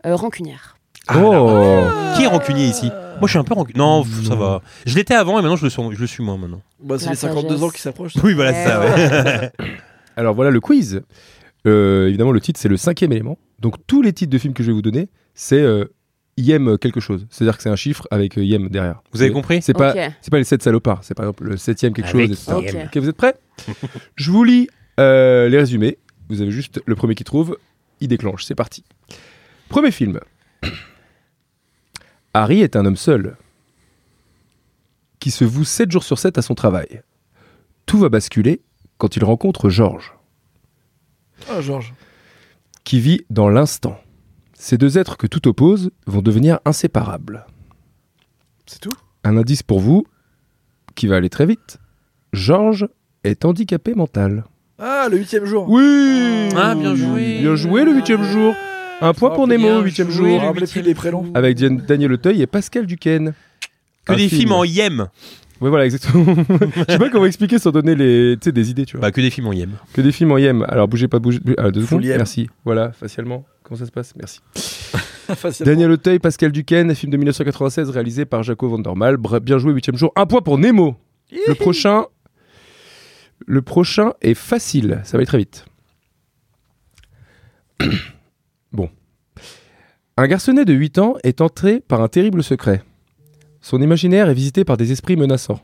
Speaker 6: Euh, rancunière.
Speaker 5: Oh
Speaker 4: Ah.
Speaker 3: Qui est rancunier ici Moi, je suis un peu rancunier. Non, pff, ça va. Je l'étais avant et maintenant, je le suis, je le suis moins maintenant.
Speaker 4: Bah, c'est
Speaker 6: La
Speaker 4: les 52 ans
Speaker 6: sagesse.
Speaker 4: qui s'approchent.
Speaker 3: Oui, voilà,
Speaker 6: Eh
Speaker 3: c'est ça.
Speaker 6: ouais.
Speaker 3: ouais.
Speaker 5: Alors voilà le quiz. Euh, évidemment, le titre, c'est le cinquième élément. Donc tous les titres de films que je vais vous donner, c'est euh, IM quelque chose. C'est-à-dire que c'est un chiffre avec euh, IM derrière.
Speaker 3: Vous avez compris
Speaker 5: C'est pas,
Speaker 6: Ok.
Speaker 5: c'est pas les sept salopards, c'est par exemple le septième quelque
Speaker 3: Avec
Speaker 5: chose. etc.
Speaker 6: IM.
Speaker 5: Ok, vous êtes prêts Je vous lis euh, les résumés. Vous avez juste le premier qui trouve, il déclenche. C'est parti. Premier film. Harry est un homme seul qui se voue 7 jours sur 7 à son travail. Tout va basculer quand il rencontre Georges
Speaker 4: Ah, Georges.
Speaker 5: qui vit dans l'instant. Ces deux êtres que tout oppose vont devenir inséparables.
Speaker 4: C'est tout
Speaker 5: Un indice pour vous, qui va aller très vite. Georges est handicapé mental.
Speaker 4: Ah, le huitième jour.
Speaker 5: Oui
Speaker 3: Ah, bien joué.
Speaker 5: Bien joué le huitième jour Un point pour Nemo, huitième
Speaker 4: Je me
Speaker 5: jour
Speaker 4: rappelais plus les prénoms.
Speaker 5: Avec Diane- Daniel Auteuil et Pascal Duquesne.
Speaker 3: Que
Speaker 5: Un
Speaker 3: des films
Speaker 5: film.
Speaker 3: en yem.
Speaker 5: Ouais, voilà, exactement. Je sais pas comment expliquer sans donner les, tu sais, des idées, tu vois.
Speaker 3: Bah, que des films en yem.
Speaker 5: Que des films en yem. Alors, bougez pas, bougez. Ah, deux
Speaker 4: Full
Speaker 5: secondes.
Speaker 4: yem.
Speaker 5: Merci. Voilà, facialement. Comment ça se passe Merci.
Speaker 4: Facilement.
Speaker 5: Daniel Auteuil, Pascal Duquesne, film de 1996 réalisé par Jaco van der Maal. Bra- Bien joué, huitième jour. Un point pour Nemo. Le prochain, le prochain est facile. Ça va aller très vite. bon. Un garçonnet de 8 ans est entré par un terrible secret. Son imaginaire est visité par des esprits menaçants.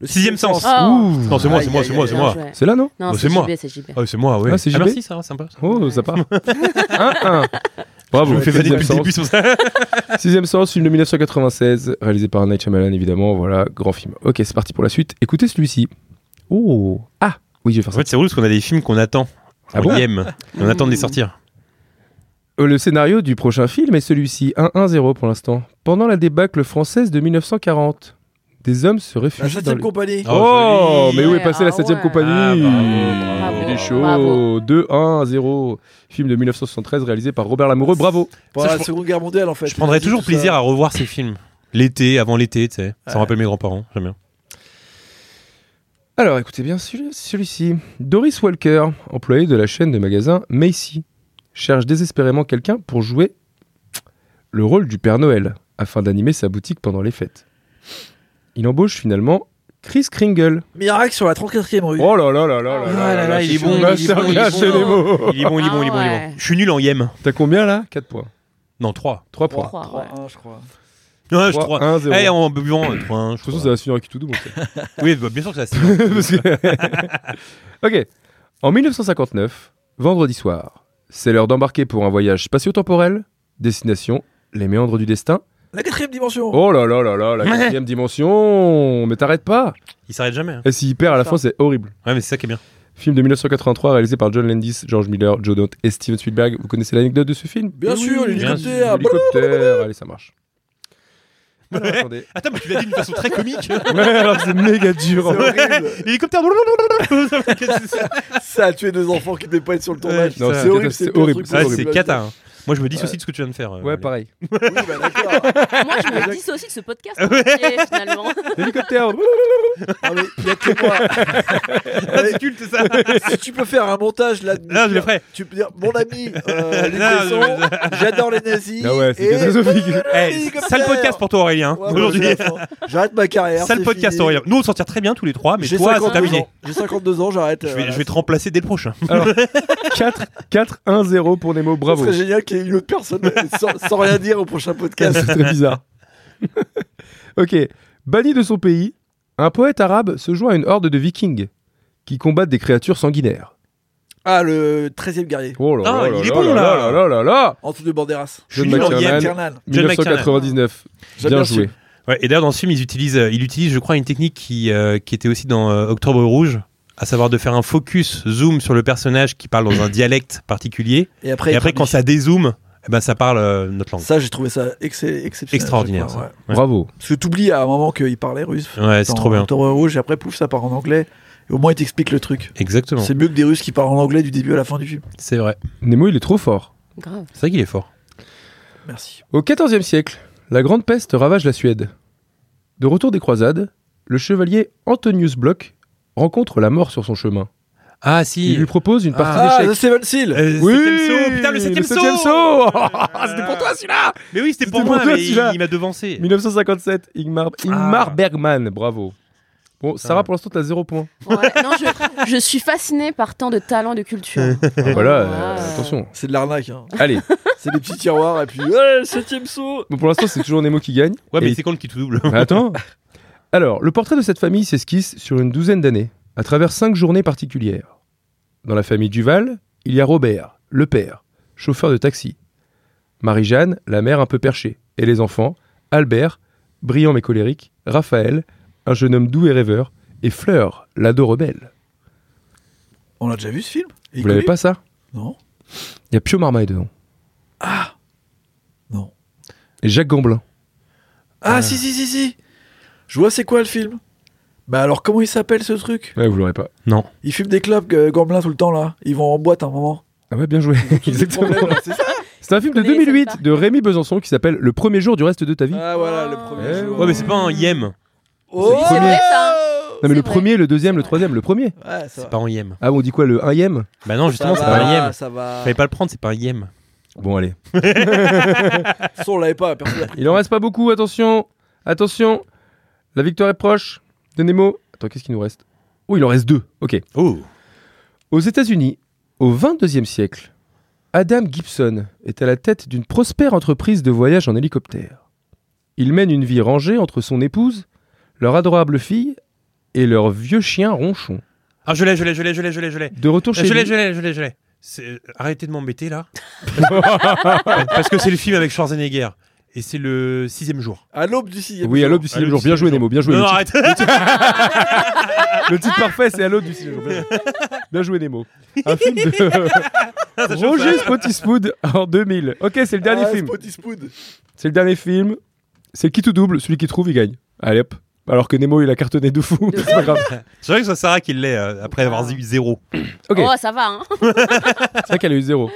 Speaker 4: Le
Speaker 3: Sixième sens.
Speaker 6: Oh.
Speaker 3: Non, c'est moi, c'est moi,
Speaker 4: Aïe,
Speaker 3: c'est moi,
Speaker 4: aïe,
Speaker 3: c'est
Speaker 4: aïe,
Speaker 3: moi.
Speaker 6: Bien joué.
Speaker 5: C'est là, non
Speaker 3: Bah,
Speaker 6: Non, c'est
Speaker 3: c'est moi.
Speaker 6: JB, c'est JB.
Speaker 3: Ah, oui, c'est moi, ouais.
Speaker 5: Ah, c'est
Speaker 3: Ah,
Speaker 5: JB?
Speaker 3: merci, ça, sympa. ça.
Speaker 5: Oh, ça
Speaker 6: Ouais.
Speaker 5: part. 1-1. Bravo.
Speaker 3: Je me fais
Speaker 5: Sixième
Speaker 3: valer depuis le
Speaker 5: sens.
Speaker 3: début sur ça.
Speaker 5: Sixième sens, film de 1996, réalisé par Night Shyamalan, évidemment. Voilà, grand film. Ok, c'est parti pour la suite. Écoutez celui-ci. Oh Ah Oui, je vais faire
Speaker 3: En
Speaker 5: ça.
Speaker 3: fait, c'est relou parce qu'on a des films qu'on attend.
Speaker 5: Ah
Speaker 3: en
Speaker 5: bon
Speaker 3: yem. Et On attend de les sortir.
Speaker 5: Euh, Le scénario du prochain film est celui-ci. 1-1-0 pour l'instant. Pendant la débâcle française de 1940, des hommes se
Speaker 4: La
Speaker 5: réfugient dans
Speaker 4: septième
Speaker 5: les...
Speaker 4: compagnie.
Speaker 3: Ah,
Speaker 5: Oh,
Speaker 3: joli.
Speaker 5: mais où est
Speaker 6: Ouais,
Speaker 5: passée la
Speaker 6: ah
Speaker 5: 7
Speaker 6: ouais.
Speaker 5: compagnie
Speaker 3: Ah, bravo.
Speaker 5: Il est chaud.
Speaker 6: Bravo.
Speaker 5: 2-1-0. Film de 1973 réalisé par Robert Lamoureux. Bravo.
Speaker 4: Pendant
Speaker 3: Ça,
Speaker 4: la
Speaker 3: je-
Speaker 4: seconde guerre mondiale, en fait.
Speaker 3: Ah, Je prendrais toujours
Speaker 4: Tout ça.
Speaker 3: plaisir à revoir ces films. L'été, avant l'été, tu sais. Ça me rappelle mes grands-parents, j'aime bien.
Speaker 5: Alors écoutez bien celui- celui-ci. Doris Walker, employée de la chaîne de magasins Macy, cherche désespérément quelqu'un pour jouer le rôle du Père Noël afin d'animer sa boutique pendant les fêtes. Il embauche finalement Chris Kringle.
Speaker 4: Miracle sur la 34e rue.
Speaker 5: Oh là là là là là
Speaker 6: Ah
Speaker 5: là là,
Speaker 3: il
Speaker 5: c'est
Speaker 3: est
Speaker 5: chaud.
Speaker 3: bon,
Speaker 5: Là,
Speaker 3: il est
Speaker 5: c'est
Speaker 3: bon,
Speaker 5: un
Speaker 3: il est
Speaker 5: gars,
Speaker 3: bon.
Speaker 5: c'est les mots.
Speaker 3: Il est bon, il est bon, il est bon, il est
Speaker 6: Ah ouais.
Speaker 3: bon. Je suis nul en yem.
Speaker 5: T'as combien là 4 points.
Speaker 3: Non, 3.
Speaker 5: 3
Speaker 4: 3,
Speaker 5: points.
Speaker 6: Trois, ouais.
Speaker 4: 1, je crois.
Speaker 3: Non, je 3.
Speaker 5: 3-1-0.
Speaker 3: Eh,
Speaker 5: De
Speaker 3: en buvant, euh, trois, un, je
Speaker 5: toute façon,
Speaker 3: crois.
Speaker 5: ça va se finir avec tout doux. mon pote.
Speaker 3: Oui, bah, bien sûr que ça. c'est-
Speaker 5: Parce que- ok. En 1959, vendredi soir, c'est l'heure d'embarquer pour un voyage spatio-temporel. Destination les méandres du destin.
Speaker 4: La quatrième dimension.
Speaker 5: Oh là là là là, la quatrième dimension Mais t'arrêtes pas
Speaker 3: Il s'arrête jamais. hein.
Speaker 5: Et s'il perd à la
Speaker 6: Ça.
Speaker 5: fin, c'est horrible.
Speaker 3: Ouais, mais c'est ça qui est bien.
Speaker 5: Film de 1983 réalisé par John Landis, George Miller, Joe Dante et Steven Spielberg. Vous connaissez l'anecdote de ce film
Speaker 4: Bien
Speaker 5: Eh
Speaker 4: sûr, l'hélicoptère.
Speaker 5: bien sûr, L'hélicoptère Allez, ça marche. Alors,
Speaker 3: Ouais.
Speaker 5: attendez.
Speaker 3: Attends, mais tu l'as dit d'une façon très comique.
Speaker 5: Ouais, alors c'est méga dur.
Speaker 3: Hélicoptère.
Speaker 4: Ça a tué deux enfants qui devaient pas être sur le tournage.
Speaker 5: Non,
Speaker 4: c'est
Speaker 5: c'est
Speaker 4: horrible.
Speaker 5: c'est
Speaker 4: le pire
Speaker 5: horrible,
Speaker 4: truc
Speaker 5: c'est
Speaker 3: Ça,
Speaker 4: possible.
Speaker 3: c'est cata. hein. Moi, je me dissocie de ce que tu viens de faire. euh,
Speaker 5: Ouais,
Speaker 3: Valérie.
Speaker 5: pareil.
Speaker 4: Oui, bah, d'accord.
Speaker 6: Moi, je me dissocie de ce podcast. en entier, finalement.
Speaker 5: L'hélicoptère
Speaker 4: Ah, mais y a que moi.
Speaker 3: Ah, c'est culte, ça.
Speaker 4: si tu peux faire un montage là
Speaker 3: Non, je le ferai.
Speaker 4: tu peux dire mon ami euh, Luc
Speaker 3: Non,
Speaker 4: Besson, j'adore les nazis
Speaker 5: Ah ouais, c'est
Speaker 4: et-
Speaker 5: catastrophique.
Speaker 3: Eh, sale podcast pour toi, Aurélien.
Speaker 4: Ouais,
Speaker 3: Aujourd'hui.
Speaker 4: bah, c'est la fin. j'arrête ma carrière
Speaker 3: Sale
Speaker 4: c'est
Speaker 3: podcast,
Speaker 4: fini.
Speaker 3: Aurélien. Nous, on s'en tire très bien tous les trois, Ah, mais
Speaker 4: j'ai
Speaker 3: toi, c'est
Speaker 4: 52
Speaker 3: terminé.
Speaker 4: ans j'ai 52 ans j'arrête
Speaker 3: Je
Speaker 4: euh,
Speaker 3: vais,
Speaker 4: voilà.
Speaker 3: je vais te remplacer dès le prochain.
Speaker 5: 4-1-0 pour Nemo, bravo.
Speaker 4: ce serait génial qu'il y ait une autre personne sans, sans rien dire au prochain podcast
Speaker 5: C'est très bizarre. ok. Banni de son pays, un poète arabe se joint à une horde de vikings qui combattent des créatures sanguinaires.
Speaker 4: ah le 13 e guerrier
Speaker 5: Oh là
Speaker 3: Ah,
Speaker 5: là là
Speaker 3: il est
Speaker 5: là
Speaker 3: bon, là.
Speaker 5: là là là là là
Speaker 4: en dessous de Banderas
Speaker 3: Je suis
Speaker 5: John
Speaker 3: nul en
Speaker 5: McTiernan.
Speaker 3: yem.
Speaker 4: Eternal.
Speaker 3: John
Speaker 5: 1999.
Speaker 4: J'aime
Speaker 5: Bien
Speaker 4: bien
Speaker 5: joué.
Speaker 3: Ouais, et d'ailleurs, dans ce film, ils utilisent, euh, ils utilisent, je crois, une technique qui, euh, qui était aussi dans euh, Octobre Rouge, à savoir de faire un focus zoom sur le personnage qui parle dans un dialecte particulier.
Speaker 4: et après,
Speaker 3: et après, quand ça dézoome, eh ben, ça parle euh, notre langue.
Speaker 4: Ça, j'ai trouvé ça ex- exceptionnel.
Speaker 3: Extraordinaire,
Speaker 4: je sais pas, ouais.
Speaker 3: Ouais.
Speaker 5: Bravo.
Speaker 4: Parce que t'oublies à un moment qu'il parlait russe.
Speaker 3: Ouais, c'est
Speaker 4: dans
Speaker 3: trop bien.
Speaker 4: Doctor Rouge, et après, pouf, ça part en anglais. Et au moins, il t'explique le truc.
Speaker 3: Exactement.
Speaker 4: C'est mieux que des Russes qui parlent en anglais du début à la fin du film.
Speaker 3: C'est vrai.
Speaker 5: Nemo, il est trop fort.
Speaker 6: Grave.
Speaker 3: C'est vrai qu'il est fort.
Speaker 4: Merci.
Speaker 5: Au XIVe siècle, la Grande Peste ravage la Suède. De retour des croisades, le chevalier Antonius Bloch rencontre la mort sur son chemin.
Speaker 3: Ah
Speaker 5: Il,
Speaker 3: si.
Speaker 5: lui propose une partie
Speaker 4: Ah, The
Speaker 5: d'échecs.
Speaker 4: Seven Seal
Speaker 3: Euh, septième saut, putain le septième,
Speaker 5: septième
Speaker 3: saut.
Speaker 5: saut Ah, C'était pour toi celui-là
Speaker 3: Mais oui, c'était pour
Speaker 5: C'était
Speaker 3: moi.
Speaker 5: pour toi,
Speaker 3: mais il
Speaker 5: celui-là.
Speaker 3: il m'a devancé.
Speaker 5: 1957, Ingmar, Ingmar Bergman, bravo. Bon, Sarah, pour l'instant, t'as zéro point.
Speaker 6: Ouais, non, je, je suis fascinée par tant de talent de culture.
Speaker 5: Voilà,
Speaker 6: Ah, Ouais.
Speaker 5: euh, attention.
Speaker 4: C'est de l'arnaque. hein.
Speaker 5: Allez,
Speaker 4: C'est des petits tiroirs et puis. Ouais, septième saut
Speaker 5: bon, pour l'instant, c'est toujours Nemo qui gagne.
Speaker 3: Ouais, mais
Speaker 5: Et-
Speaker 3: c'est quand le qui tout double.
Speaker 5: Mais Attends. Alors, le portrait de cette famille s'esquisse sur une douzaine d'années, à travers cinq journées particulières. Dans la famille Duval, il y a Robert, le père, chauffeur de taxi. Marie-Jeanne, la mère un peu perchée. Et les enfants, Albert, brillant mais colérique, Raphaël, un jeune homme doux et rêveur, et Fleur, l'ado rebelle.
Speaker 4: On l'a déjà vu ce film Il est
Speaker 5: Vous l'avez
Speaker 4: connu
Speaker 5: pas ça
Speaker 4: Non. Ah
Speaker 5: Il y a Pio Marmaille dedans.
Speaker 4: Non.
Speaker 5: Et Jacques Gamblin.
Speaker 4: Ah, si, si, si, si Je vois c'est quoi le film Bah alors, comment il s'appelle ce truc
Speaker 5: Ouais, vous l'aurez pas.
Speaker 4: Ils fument des clopes, euh, Gamblin, tout le temps là. Ils vont en boîte à un moment.
Speaker 5: Ah ouais, bien joué. Exactement.
Speaker 4: C'est ça
Speaker 5: C'est un film de
Speaker 6: Je connaissais
Speaker 5: 2008 de Rémi Besançon qui s'appelle Le premier jour du reste de ta vie.
Speaker 4: Ah voilà, le premier
Speaker 5: Eh
Speaker 4: jour.
Speaker 3: Ouais, mais c'est pas un yem.
Speaker 4: Oh
Speaker 6: C'est vrai, ça.
Speaker 5: Non mais le
Speaker 6: C'est vrai.
Speaker 5: premier, le deuxième, le troisième, le premier.
Speaker 4: Ouais, ça
Speaker 3: C'est
Speaker 4: va.
Speaker 3: pas un yem.
Speaker 5: Ah on dit quoi le unième
Speaker 3: Bah non, justement,
Speaker 4: Ça
Speaker 3: c'est pas
Speaker 4: va,
Speaker 3: un yem.
Speaker 4: Ça va.
Speaker 3: Fallait pas le prendre, c'est pas un yem.
Speaker 5: Bon allez.
Speaker 4: Ça, on l'avait pas, personne l'a pris.
Speaker 5: Il en reste pas beaucoup, attention. Attention. La victoire est proche de Nemo. Attends, qu'est-ce qu'il nous reste Oh, il en reste deux. Ok.
Speaker 3: Oh.
Speaker 5: Aux États-Unis, au 22e siècle, Adam Gibson est à la tête d'une prospère entreprise de voyage en hélicoptère. Il mène une vie rangée entre son épouse, leur adorable fille et leur vieux chien ronchon.
Speaker 3: Ah, je l'ai, je l'ai, je l'ai, je l'ai, je l'ai, je l'ai.
Speaker 5: De retour
Speaker 3: Eh, Je
Speaker 5: chez
Speaker 3: l'ai,
Speaker 5: lui,
Speaker 3: je l'ai, je l'ai, je l'ai. C'est- euh, Arrêtez de m'embêter là. Parce que c'est le film avec Schwarzenegger. Et c'est le sixième jour.
Speaker 4: À l'aube du sixième.
Speaker 5: Oui, à
Speaker 4: jour.
Speaker 5: l'aube du sixième jour. Bien joué, Nemo. Bien joué.
Speaker 3: Non,
Speaker 5: Le
Speaker 3: non,
Speaker 5: titre-
Speaker 3: arrête.
Speaker 5: Le titre parfait, c'est à l'autre du cinéma. Bien joué. Bien joué, Nemo. Un film de
Speaker 3: hein.
Speaker 5: Roger Spottiswoode en 2000. Ok, c'est le dernier
Speaker 4: Ah,
Speaker 5: film.
Speaker 4: Spotty Spood.
Speaker 5: C'est le dernier film. C'est le qui tout double. Celui qui trouve, il gagne. Allez hop. Alors que Nemo, il a cartonné de fou. C'est pas grave.
Speaker 3: C'est vrai que c'est Sarah qui l'est euh, après
Speaker 4: Ah.
Speaker 3: avoir eu zéro.
Speaker 5: Ok,
Speaker 6: Oh, ça va, hein.
Speaker 5: c'est vrai qu'elle a eu zéro.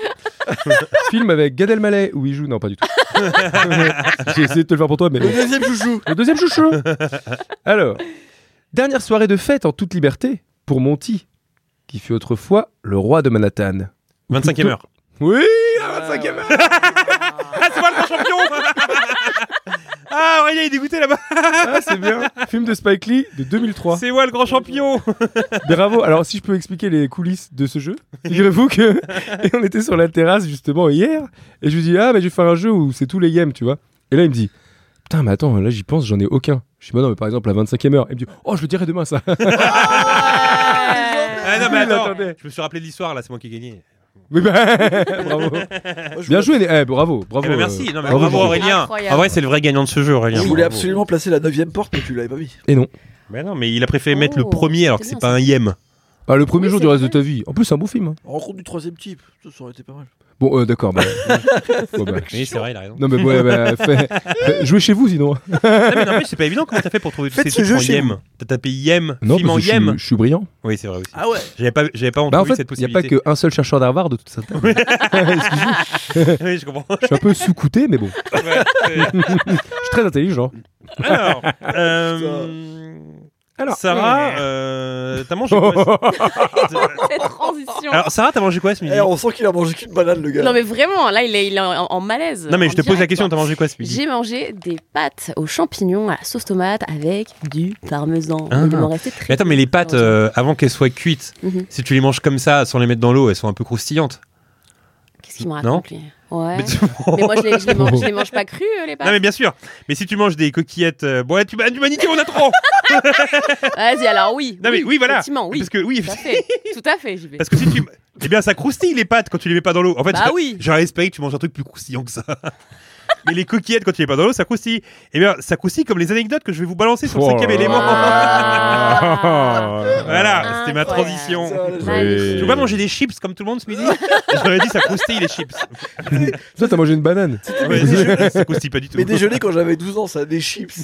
Speaker 5: film avec Gad Elmaleh où il joue. Non, pas du tout. J'ai essayé de te le faire pour toi, mais.
Speaker 4: Le deuxième chouchou.
Speaker 5: Le deuxième chouchou. Alors, dernière soirée de fête en toute liberté pour Monty, qui fut autrefois le roi de Manhattan.
Speaker 3: 25 e heure.
Speaker 5: Oui,
Speaker 4: Ah,
Speaker 5: la
Speaker 4: ouais.
Speaker 5: 25e.
Speaker 3: Ah, c'est moi le champion Ah, Aurélien, il est dégoûté là-bas.
Speaker 5: Ah, c'est bien. Film de Spike Lee de 2003.
Speaker 3: C'est moi le grand champion.
Speaker 5: Bravo. Alors, si je peux expliquer les coulisses de ce jeu, figurez-vous que et on était sur la terrasse justement hier, et je lui dis ah mais je vais faire un jeu où c'est tous les games, tu vois. Et là, il me dit putain mais attends, là j'y pense, j'en ai aucun. Je dis bah non mais par exemple la 25e heure. Il me dit oh je le dirai demain ça.
Speaker 3: Ah, non, mais
Speaker 5: Il
Speaker 3: attends.
Speaker 5: attendait.
Speaker 3: Je me suis rappelé de l'histoire là, c'est moi qui ai gagné.
Speaker 5: Oui, bah, bravo.
Speaker 4: Moi, je
Speaker 5: Bien
Speaker 4: voulais-
Speaker 5: joué. Eh, bravo, bravo.
Speaker 3: Eh ben,
Speaker 5: euh,
Speaker 3: merci. Non, mais
Speaker 5: bravo,
Speaker 3: bravo,
Speaker 5: Jean-Pierre.
Speaker 3: Aurélien.
Speaker 6: Incroyable.
Speaker 3: En vrai, c'est le vrai gagnant de ce jeu, Aurélien.
Speaker 4: Je voulais
Speaker 3: Bravo.
Speaker 4: absolument placer la neuvième porte, mais tu l'avais pas mis.
Speaker 5: Et non.
Speaker 3: Mais non, mais il a préféré mettre le
Speaker 6: Oh,
Speaker 3: premier alors que
Speaker 6: c'est
Speaker 3: c'est
Speaker 6: bien,
Speaker 3: pas un yem.
Speaker 5: Ah, le premier
Speaker 6: Oui,
Speaker 5: jour
Speaker 6: c'est
Speaker 5: du reste
Speaker 6: vrai.
Speaker 5: de ta vie. En plus, c'est un beau film. hein.
Speaker 4: Rencontre du troisième type. Ça, ça aurait été pas mal.
Speaker 5: Bon, euh, d'accord. bah, bon, bah.
Speaker 3: Oui, c'est vrai, il a raison.
Speaker 5: Non, mais ouais, bah, fait- fait- jouez chez vous sinon.
Speaker 3: Ah, mais non, mais c'est pas évident comment t'as fait pour trouver tous
Speaker 4: Faites
Speaker 3: ces
Speaker 4: ce
Speaker 3: trucs
Speaker 4: jeu
Speaker 3: en
Speaker 4: chez
Speaker 3: yem. T'as tapé yem,
Speaker 5: Non,
Speaker 3: film en
Speaker 5: parce que je
Speaker 3: yem.
Speaker 5: suis, je suis brillant.
Speaker 3: Oui, c'est vrai aussi.
Speaker 4: Ah ouais
Speaker 3: J'avais pas, j'avais pas
Speaker 5: Bah, en
Speaker 3: entendu
Speaker 5: fait,
Speaker 3: cette
Speaker 5: il n'y a pas
Speaker 3: possibilité.
Speaker 5: qu'un seul chercheur d'Harvard de toute cette table.
Speaker 3: oui, je comprends.
Speaker 5: Je suis un peu sous-coûté, mais bon.
Speaker 3: Ouais, c'est-
Speaker 5: Je suis très intelligent.
Speaker 3: Alors, euh,
Speaker 5: Alors.
Speaker 3: Sarah, euh, t'as mangé quoi ce-
Speaker 5: Bah,
Speaker 6: Cette transition.
Speaker 3: Alors, Sarah, t'as mangé quoi ce midi
Speaker 4: Eh, on sent qu'il a mangé qu'une banane, le gars.
Speaker 6: Non, mais vraiment, là, il est, il est en, en malaise.
Speaker 3: Non, mais
Speaker 6: en
Speaker 3: je te pose la
Speaker 6: direct, hein.
Speaker 3: question,
Speaker 6: quoi.
Speaker 3: t'as mangé quoi ce midi
Speaker 6: J'ai mangé des pâtes aux champignons à la sauce tomate avec du parmesan.
Speaker 3: Ah.
Speaker 6: Il m'en restait très
Speaker 3: Mais attends, mais les pâtes, euh, avant qu'elles soient cuites,
Speaker 6: Mhm.
Speaker 3: si tu les manges comme ça, sans les mettre dans l'eau, elles sont un peu croustillantes.
Speaker 6: Qu'est-ce qu'il me
Speaker 3: non
Speaker 6: raconte, lui
Speaker 3: Mais
Speaker 6: Ouais. Mais,
Speaker 3: tu-
Speaker 6: moi, je les, je les mange, je les mange pas crues, euh, les pâtes.
Speaker 3: Non, mais bien sûr. Mais si tu manges des coquillettes, euh, bon, là, tu, m'as- tu m'as niqué mon trop
Speaker 6: Vas-y, alors oui.
Speaker 3: Non, mais oui, voilà.
Speaker 6: Effectivement, oui.
Speaker 3: Parce que oui,
Speaker 6: Tout à fait. Tout à fait, j'y vais.
Speaker 3: parce que si tu. Eh bien, ça croustille les pâtes quand tu les mets pas dans l'eau. En fait,
Speaker 6: Bah
Speaker 3: j'a-
Speaker 6: oui.
Speaker 3: j'aurais espéré que tu manges un truc plus croustillant que ça. mais les coquillettes, quand il est pas dans l'eau, ça croustille. Eh bien, ça croustille comme les anecdotes que je vais vous balancer sur le
Speaker 5: Oh
Speaker 3: cinquième
Speaker 5: là
Speaker 3: élément.
Speaker 6: là.
Speaker 5: Ah.
Speaker 3: Voilà, c'était ma
Speaker 6: Incroyable.
Speaker 3: transition.
Speaker 6: Magnifique.
Speaker 3: Je veux pas manger des chips comme tout le monde ce midi J'aurais dit ça croustille les chips.
Speaker 5: Toi, t'as mangé une banane.
Speaker 3: Ouais, je- ça croustille pas du tout.
Speaker 4: Mais déjeuner quand j'avais 12 ans, ça, des chips.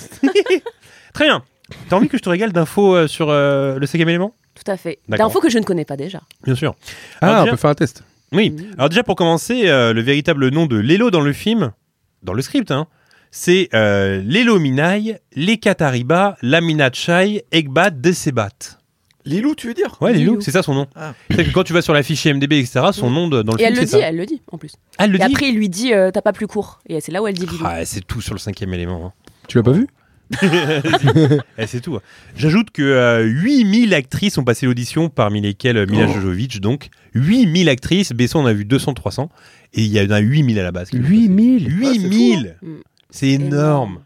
Speaker 3: Très bien. T'as envie que je te régale d'infos euh, sur euh, le cinquième élément
Speaker 6: Tout à fait.
Speaker 3: D'accord.
Speaker 6: D'infos que je ne connais pas déjà.
Speaker 3: Bien sûr.
Speaker 5: Ah,
Speaker 3: Alors,
Speaker 5: on
Speaker 3: déjà-
Speaker 5: peut faire un test.
Speaker 3: Oui.
Speaker 6: Mmh.
Speaker 3: Alors déjà pour commencer, euh, le véritable nom de Lélo dans le film, dans le script, hein, c'est euh, Lélo Minai, Lekatariba, Laminachai, Egbat, Desebat.
Speaker 4: Lilou, tu veux dire
Speaker 3: Ouais, Lélo,
Speaker 6: Lélo.
Speaker 3: c'est ça son nom.
Speaker 4: Ah.
Speaker 3: C'est que quand tu vas sur la fiche IMDb, etc., son nom de- dans le
Speaker 6: Et
Speaker 3: film,
Speaker 6: elle le
Speaker 3: c'est
Speaker 6: dit,
Speaker 3: ça.
Speaker 6: elle le dit en plus.
Speaker 3: Ah, elle le
Speaker 6: Et
Speaker 3: dit
Speaker 6: après, il lui dit euh, T'as pas plus court. Et c'est là où elle dit Lilou.
Speaker 3: Ah, c'est tout sur le cinquième élément. hein.
Speaker 5: Tu l'as pas vu
Speaker 3: Eh, c'est tout. J'ajoute que euh, 8000 actrices ont passé l'audition, parmi lesquelles euh, Mila Jojovic, donc 8000 actrices. Besson en a vu 200, 300. Et il y en a 8000 à la base. qui l'ont passé.
Speaker 5: 8000
Speaker 3: 8000
Speaker 6: Mm.
Speaker 3: C'est énorme.